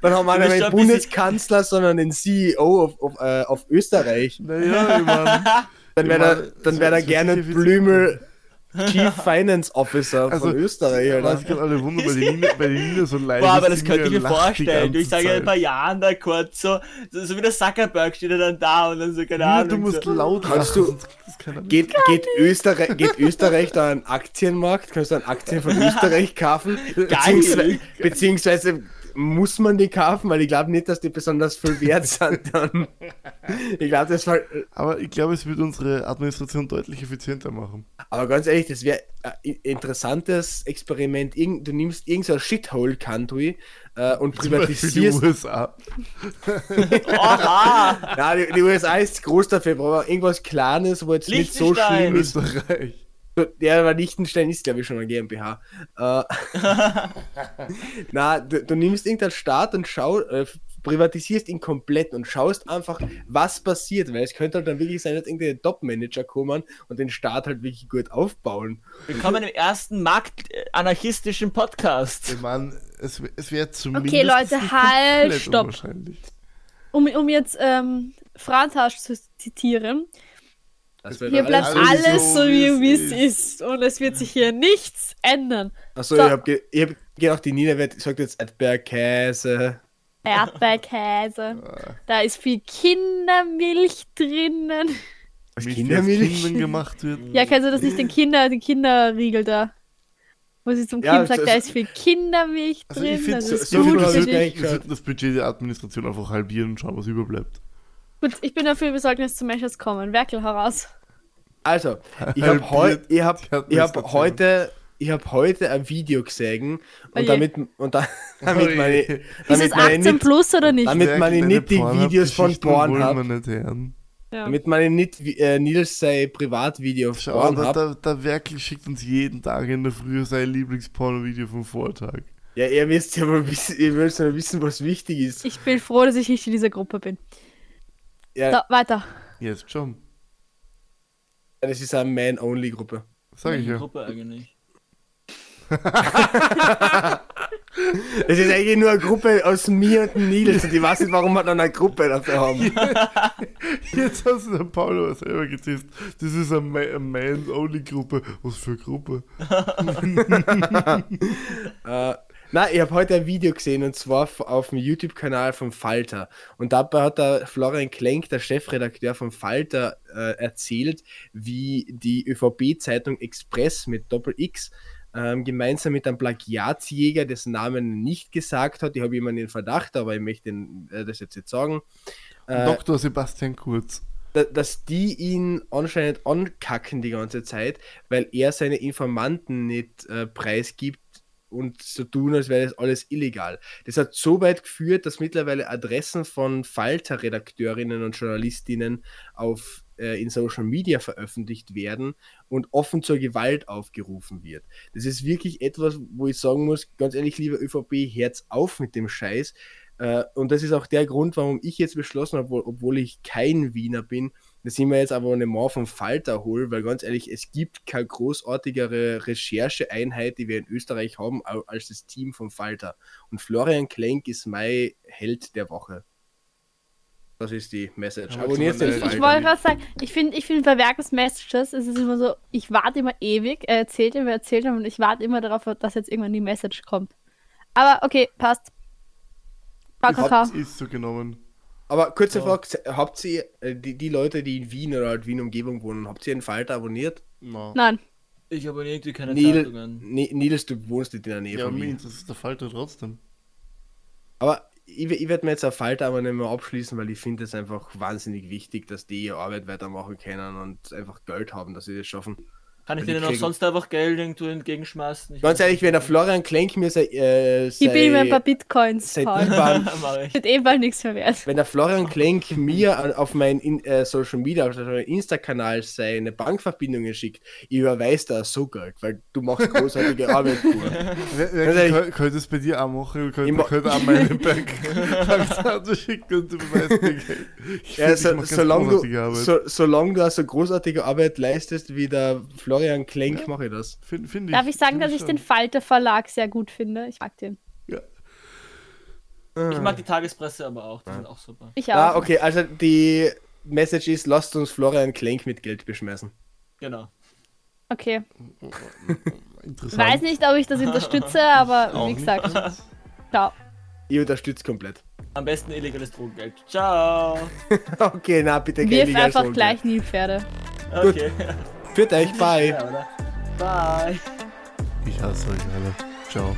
Speaker 3: Dann haben wir
Speaker 4: bist
Speaker 3: nicht
Speaker 4: schon ein
Speaker 3: den
Speaker 4: bisschen-
Speaker 3: Bundeskanzler, sondern den CEO auf, auf, äh, auf Österreich.
Speaker 1: Naja, ich meine,
Speaker 3: Dann wäre
Speaker 1: Ja,
Speaker 3: da, dann
Speaker 1: so-
Speaker 3: wär da
Speaker 1: so
Speaker 3: gerne
Speaker 1: viel- viel-
Speaker 3: Blümel Chief Finance Officer
Speaker 1: Also,
Speaker 3: von Österreich,
Speaker 1: ich
Speaker 3: oder?
Speaker 1: weiß gerade alle Wunder, weil die Nina, weil die Nina so leid
Speaker 4: Boah, aber
Speaker 1: ist,
Speaker 4: das
Speaker 1: die
Speaker 4: könnte ich
Speaker 1: Nina
Speaker 4: mir
Speaker 1: lacht die
Speaker 4: vorstellen. Du,
Speaker 1: ganze
Speaker 4: ich sage in ein
Speaker 1: Zeit.
Speaker 4: paar Jahren da kurz so, so, so wie der Zuckerberg steht er dann da und dann so, keine
Speaker 1: Nina,
Speaker 4: Ahnung.
Speaker 1: du musst
Speaker 4: so.
Speaker 1: laut lachen,
Speaker 3: Kannst du-
Speaker 1: sonst kriegt das keiner mit.
Speaker 3: Geht, geht, Österreich, geht Österreich da an den Aktienmarkt? Kannst du an Aktien von Österreich kaufen? Beziehungsweise, beziehungsweise muss man die kaufen, weil ich glaube nicht, dass die besonders viel wert sind. Dann. Ich glaube, das war.
Speaker 1: Aber ich glaube, es wird unsere Administration deutlich effizienter machen.
Speaker 3: Aber ganz ehrlich, das wäre ein interessantes Experiment. Irgend, du nimmst irgendein so Shithole-Country äh, und
Speaker 1: Zum Beispiel die
Speaker 3: privatisierst.
Speaker 1: USA.
Speaker 4: Oha!
Speaker 3: Ja, die, die USA ist groß dafür, brauchen irgendwas Kleines, wo jetzt nicht so
Speaker 4: Liechtenstein.
Speaker 3: schlimm ist.
Speaker 1: Österreich.
Speaker 3: Ja, aber Liechtenstein ist, glaube ich, schon eine GmbH. Äh, na, du, du nimmst irgendeinen Staat und schau, äh, privatisierst ihn komplett und schaust einfach, was passiert, weil es könnte halt dann wirklich sein, dass irgendein Top-Manager kommen und den Staat halt wirklich gut aufbauen.
Speaker 4: Willkommen im ersten marktanarchistischen Podcast.
Speaker 1: Mann, es, w- es wäre zumindest.
Speaker 2: Leute,
Speaker 1: nicht
Speaker 2: halt,
Speaker 1: komplett
Speaker 2: stopp.
Speaker 1: unwahrscheinlich.
Speaker 2: Um, um jetzt ähm, Frantasch zu zitieren.
Speaker 3: Das wär
Speaker 2: Hier
Speaker 3: dann
Speaker 2: bleibt
Speaker 3: alles-
Speaker 1: alles
Speaker 2: alles
Speaker 1: so,
Speaker 2: so,
Speaker 1: wie
Speaker 2: wie
Speaker 1: es
Speaker 2: es ist. Und es wird sich hier nichts ändern.
Speaker 3: Achso,
Speaker 2: So.
Speaker 3: ich habe ge ich hab gedacht, die Nina wird, sagt jetzt Erdbeerkäse.
Speaker 2: Erdbeerkäse.
Speaker 1: Ah.
Speaker 2: Da ist viel Kindermilch drinnen.
Speaker 3: Was,
Speaker 1: Milch, die aus
Speaker 3: Kindermilch?
Speaker 1: Kindern gemacht wird.
Speaker 2: Ja, kennst du das nicht? Den, Kinder, den Kinderriegel da. Wo sie zum
Speaker 3: Ja,
Speaker 2: Kind sagt,
Speaker 3: also-
Speaker 2: da ist viel Kindermilch
Speaker 1: Also,
Speaker 2: drin.
Speaker 1: ich finde,
Speaker 2: das
Speaker 1: so,
Speaker 2: ist
Speaker 1: so
Speaker 2: gut
Speaker 1: viel
Speaker 2: für
Speaker 1: wir
Speaker 2: dich.
Speaker 3: Produkte-
Speaker 1: sollten- wir sollten das Budget der Administration einfach halbieren und schauen, was überbleibt.
Speaker 2: Gut, ich bin dafür, wir sollten jetzt zum Measures kommen. Werkel, heraus.
Speaker 3: Also, ich habe heu
Speaker 1: Halbiert
Speaker 3: ich hab,
Speaker 1: die
Speaker 3: ich hab
Speaker 1: Administration.
Speaker 3: heute, ich hab heute ein Video gesehen
Speaker 2: Oje.
Speaker 3: und damit, und da,
Speaker 1: Oje.
Speaker 3: damit meine,
Speaker 2: Ist
Speaker 3: damit
Speaker 2: es
Speaker 3: meine
Speaker 2: 18
Speaker 3: nicht,
Speaker 2: plus oder nicht?
Speaker 3: Damit man
Speaker 1: Kleine
Speaker 3: nicht die
Speaker 1: Pornhub-
Speaker 3: Videos von
Speaker 1: Geschichten wollen
Speaker 3: Pornhub-
Speaker 1: wir nicht hören.
Speaker 2: Ja.
Speaker 3: damit meine nicht wie- äh, Nils sein Privatvideo auf
Speaker 1: Schau, da,
Speaker 3: Pornhub.
Speaker 1: da, da wirklich schickt uns jeden Tag in der Früh sein Lieblingsporno-Video vom Vortag.
Speaker 3: Ja, ihr wisst ja mal wissen, ihr wollt ja mal wissen, was wichtig ist.
Speaker 2: Ich bin froh, dass ich nicht in dieser Gruppe bin.
Speaker 3: Ja,
Speaker 2: So, weiter.
Speaker 1: Jetzt schon.
Speaker 3: das ist eine Man-Only-Gruppe.
Speaker 1: Sag ich
Speaker 4: Welche
Speaker 1: ja.
Speaker 4: Gruppe eigentlich.
Speaker 3: Das ist eigentlich nur eine Gruppe aus mir und dem Nils und ich weiß nicht, warum wir dann eine Gruppe dafür haben.
Speaker 1: Jetzt hast du den Paulo selber getippt. Das ist eine Ma- eine Man-Only-Gruppe. Was für eine Gruppe?
Speaker 3: Äh, nein, ich habe heute ein Video gesehen und zwar f- auf dem YouTube-Kanal vom Falter. Und dabei hat der Florian Klenk, der Chefredakteur vom Falter, äh, erzählt, wie die ÖVP-Zeitung Express mit Doppel-X ähm, gemeinsam mit einem Plagiatsjäger, dessen Namen nicht gesagt hat. Ich habe jemanden in Verdacht, aber ich möchte den, äh, das jetzt nicht sagen. Äh,
Speaker 1: Dr. Sebastian Kurz.
Speaker 3: da- dass die ihn anscheinend ankacken die ganze Zeit, weil er seine Informanten nicht äh, preisgibt und so tun, als wäre das alles illegal. Das hat so weit geführt, dass mittlerweile Adressen von Falter-Redakteurinnen und Journalistinnen auf, äh, in Social Media veröffentlicht werden und offen zur Gewalt aufgerufen wird. Das ist wirklich etwas, wo ich sagen muss, ganz ehrlich, lieber ÖVP, Herz auf mit dem Scheiß. Äh, und das ist auch der Grund, warum ich jetzt beschlossen habe, obwohl- obwohl ich kein Wiener bin, dass ich mir jetzt aber eine Mauer vom Falter hole, weil ganz ehrlich, es gibt keine großartigere Rechercheeinheit, die wir in Österreich haben, au- als das Team vom Falter. Und Florian Klenk ist mein Held der Woche. Das ist die Message.
Speaker 1: Ja,
Speaker 3: Abonniert den
Speaker 1: ich-
Speaker 2: Ich
Speaker 1: Alter,
Speaker 2: wollte
Speaker 3: Falter.
Speaker 2: gerade sagen, ich finde ich find bei Werkes Messages ist es immer so, ich warte immer ewig, er erzählt immer, er erzählt immer und ich warte immer darauf, dass jetzt irgendwann die Message kommt. Aber okay, passt. KKK.
Speaker 1: Habt ist so genommen.
Speaker 3: Aber kurze
Speaker 4: Ja.
Speaker 3: Frage, habt ihr äh, die, die Leute, die in Wien oder halt Wien-Umgebung wohnen, habt ihr den Falter abonniert?
Speaker 1: No.
Speaker 2: Nein,
Speaker 4: Ich habe irgendwie keine
Speaker 3: Nil,
Speaker 4: Zeitungen.
Speaker 3: Ni- Nils, du wohnst nicht in der Nähe
Speaker 1: Ja,
Speaker 3: von
Speaker 1: mich
Speaker 3: Wien.
Speaker 1: interessiert der Falter trotzdem.
Speaker 3: Aber ich, ich werde mir jetzt eine Falter aber nicht mehr abschließen, weil ich finde es einfach wahnsinnig wichtig, dass die ihre Arbeit weitermachen können und einfach Geld haben, dass sie das schaffen.
Speaker 4: Kann ich
Speaker 3: Die
Speaker 4: denen auch
Speaker 3: kriegen-
Speaker 4: sonst einfach Geld irgendwo entgegenschmeißen? Ich
Speaker 3: Ganz ehrlich, wenn der Florian Klenk mir sei, äh, sei,
Speaker 2: Gib ihm ein paar Bitcoins,
Speaker 3: sei
Speaker 2: Paul.
Speaker 3: IBAN
Speaker 4: Mach ich.
Speaker 2: Wird eh bald nichts mehr wert.
Speaker 3: wenn der Florian Klenk mir an- auf meinen In- äh, Social Media, auf meinen Insta-Kanal seine Bankverbindungen schickt, ich überweise da so Geld, weil du machst großartige Arbeit. Bruder.
Speaker 1: Wer, wer
Speaker 3: Also ich-
Speaker 1: kö- könnte es bei dir auch machen? Ich
Speaker 3: Ich
Speaker 1: könnte,
Speaker 3: mo-
Speaker 1: könnte auch meine Bankkarte schicken und du beweist mir Geld. Ich
Speaker 3: Ja,
Speaker 1: find, ich
Speaker 3: so,
Speaker 1: mach ganz
Speaker 3: solange,
Speaker 1: großartige
Speaker 3: du,
Speaker 1: Arbeit.
Speaker 3: so, solange du auch so großartige Arbeit leistest wie der Florian Klenk, mache ich das.
Speaker 1: Find, find
Speaker 2: Darf ich sagen,
Speaker 1: find
Speaker 2: dass ich den
Speaker 1: schon.
Speaker 2: Falter Verlag sehr gut finde? Ich mag den.
Speaker 1: Ja.
Speaker 4: Ich
Speaker 1: Ah.
Speaker 4: mag die Tagespresse aber auch, die sind auch super.
Speaker 2: Ich auch.
Speaker 3: Ah, okay, also die Message ist, lasst uns Florian Klenk mit Geld beschmeißen.
Speaker 4: Genau.
Speaker 2: okay.
Speaker 1: Interessant.
Speaker 2: Weiß nicht, ob ich das unterstütze, aber
Speaker 1: Auch
Speaker 2: wie
Speaker 1: nicht.
Speaker 2: gesagt, ciao.
Speaker 3: Ich unterstütze komplett.
Speaker 4: Am besten illegales Drogengeld. Ciao.
Speaker 3: Okay, na bitte
Speaker 2: Wirf
Speaker 3: illegal
Speaker 2: einfach
Speaker 3: so,
Speaker 2: gleich Nilpferde.
Speaker 4: Okay.
Speaker 3: Für euch, bye.
Speaker 4: Ja, oder? Bye.
Speaker 1: Ich hasse euch alle. Ciao.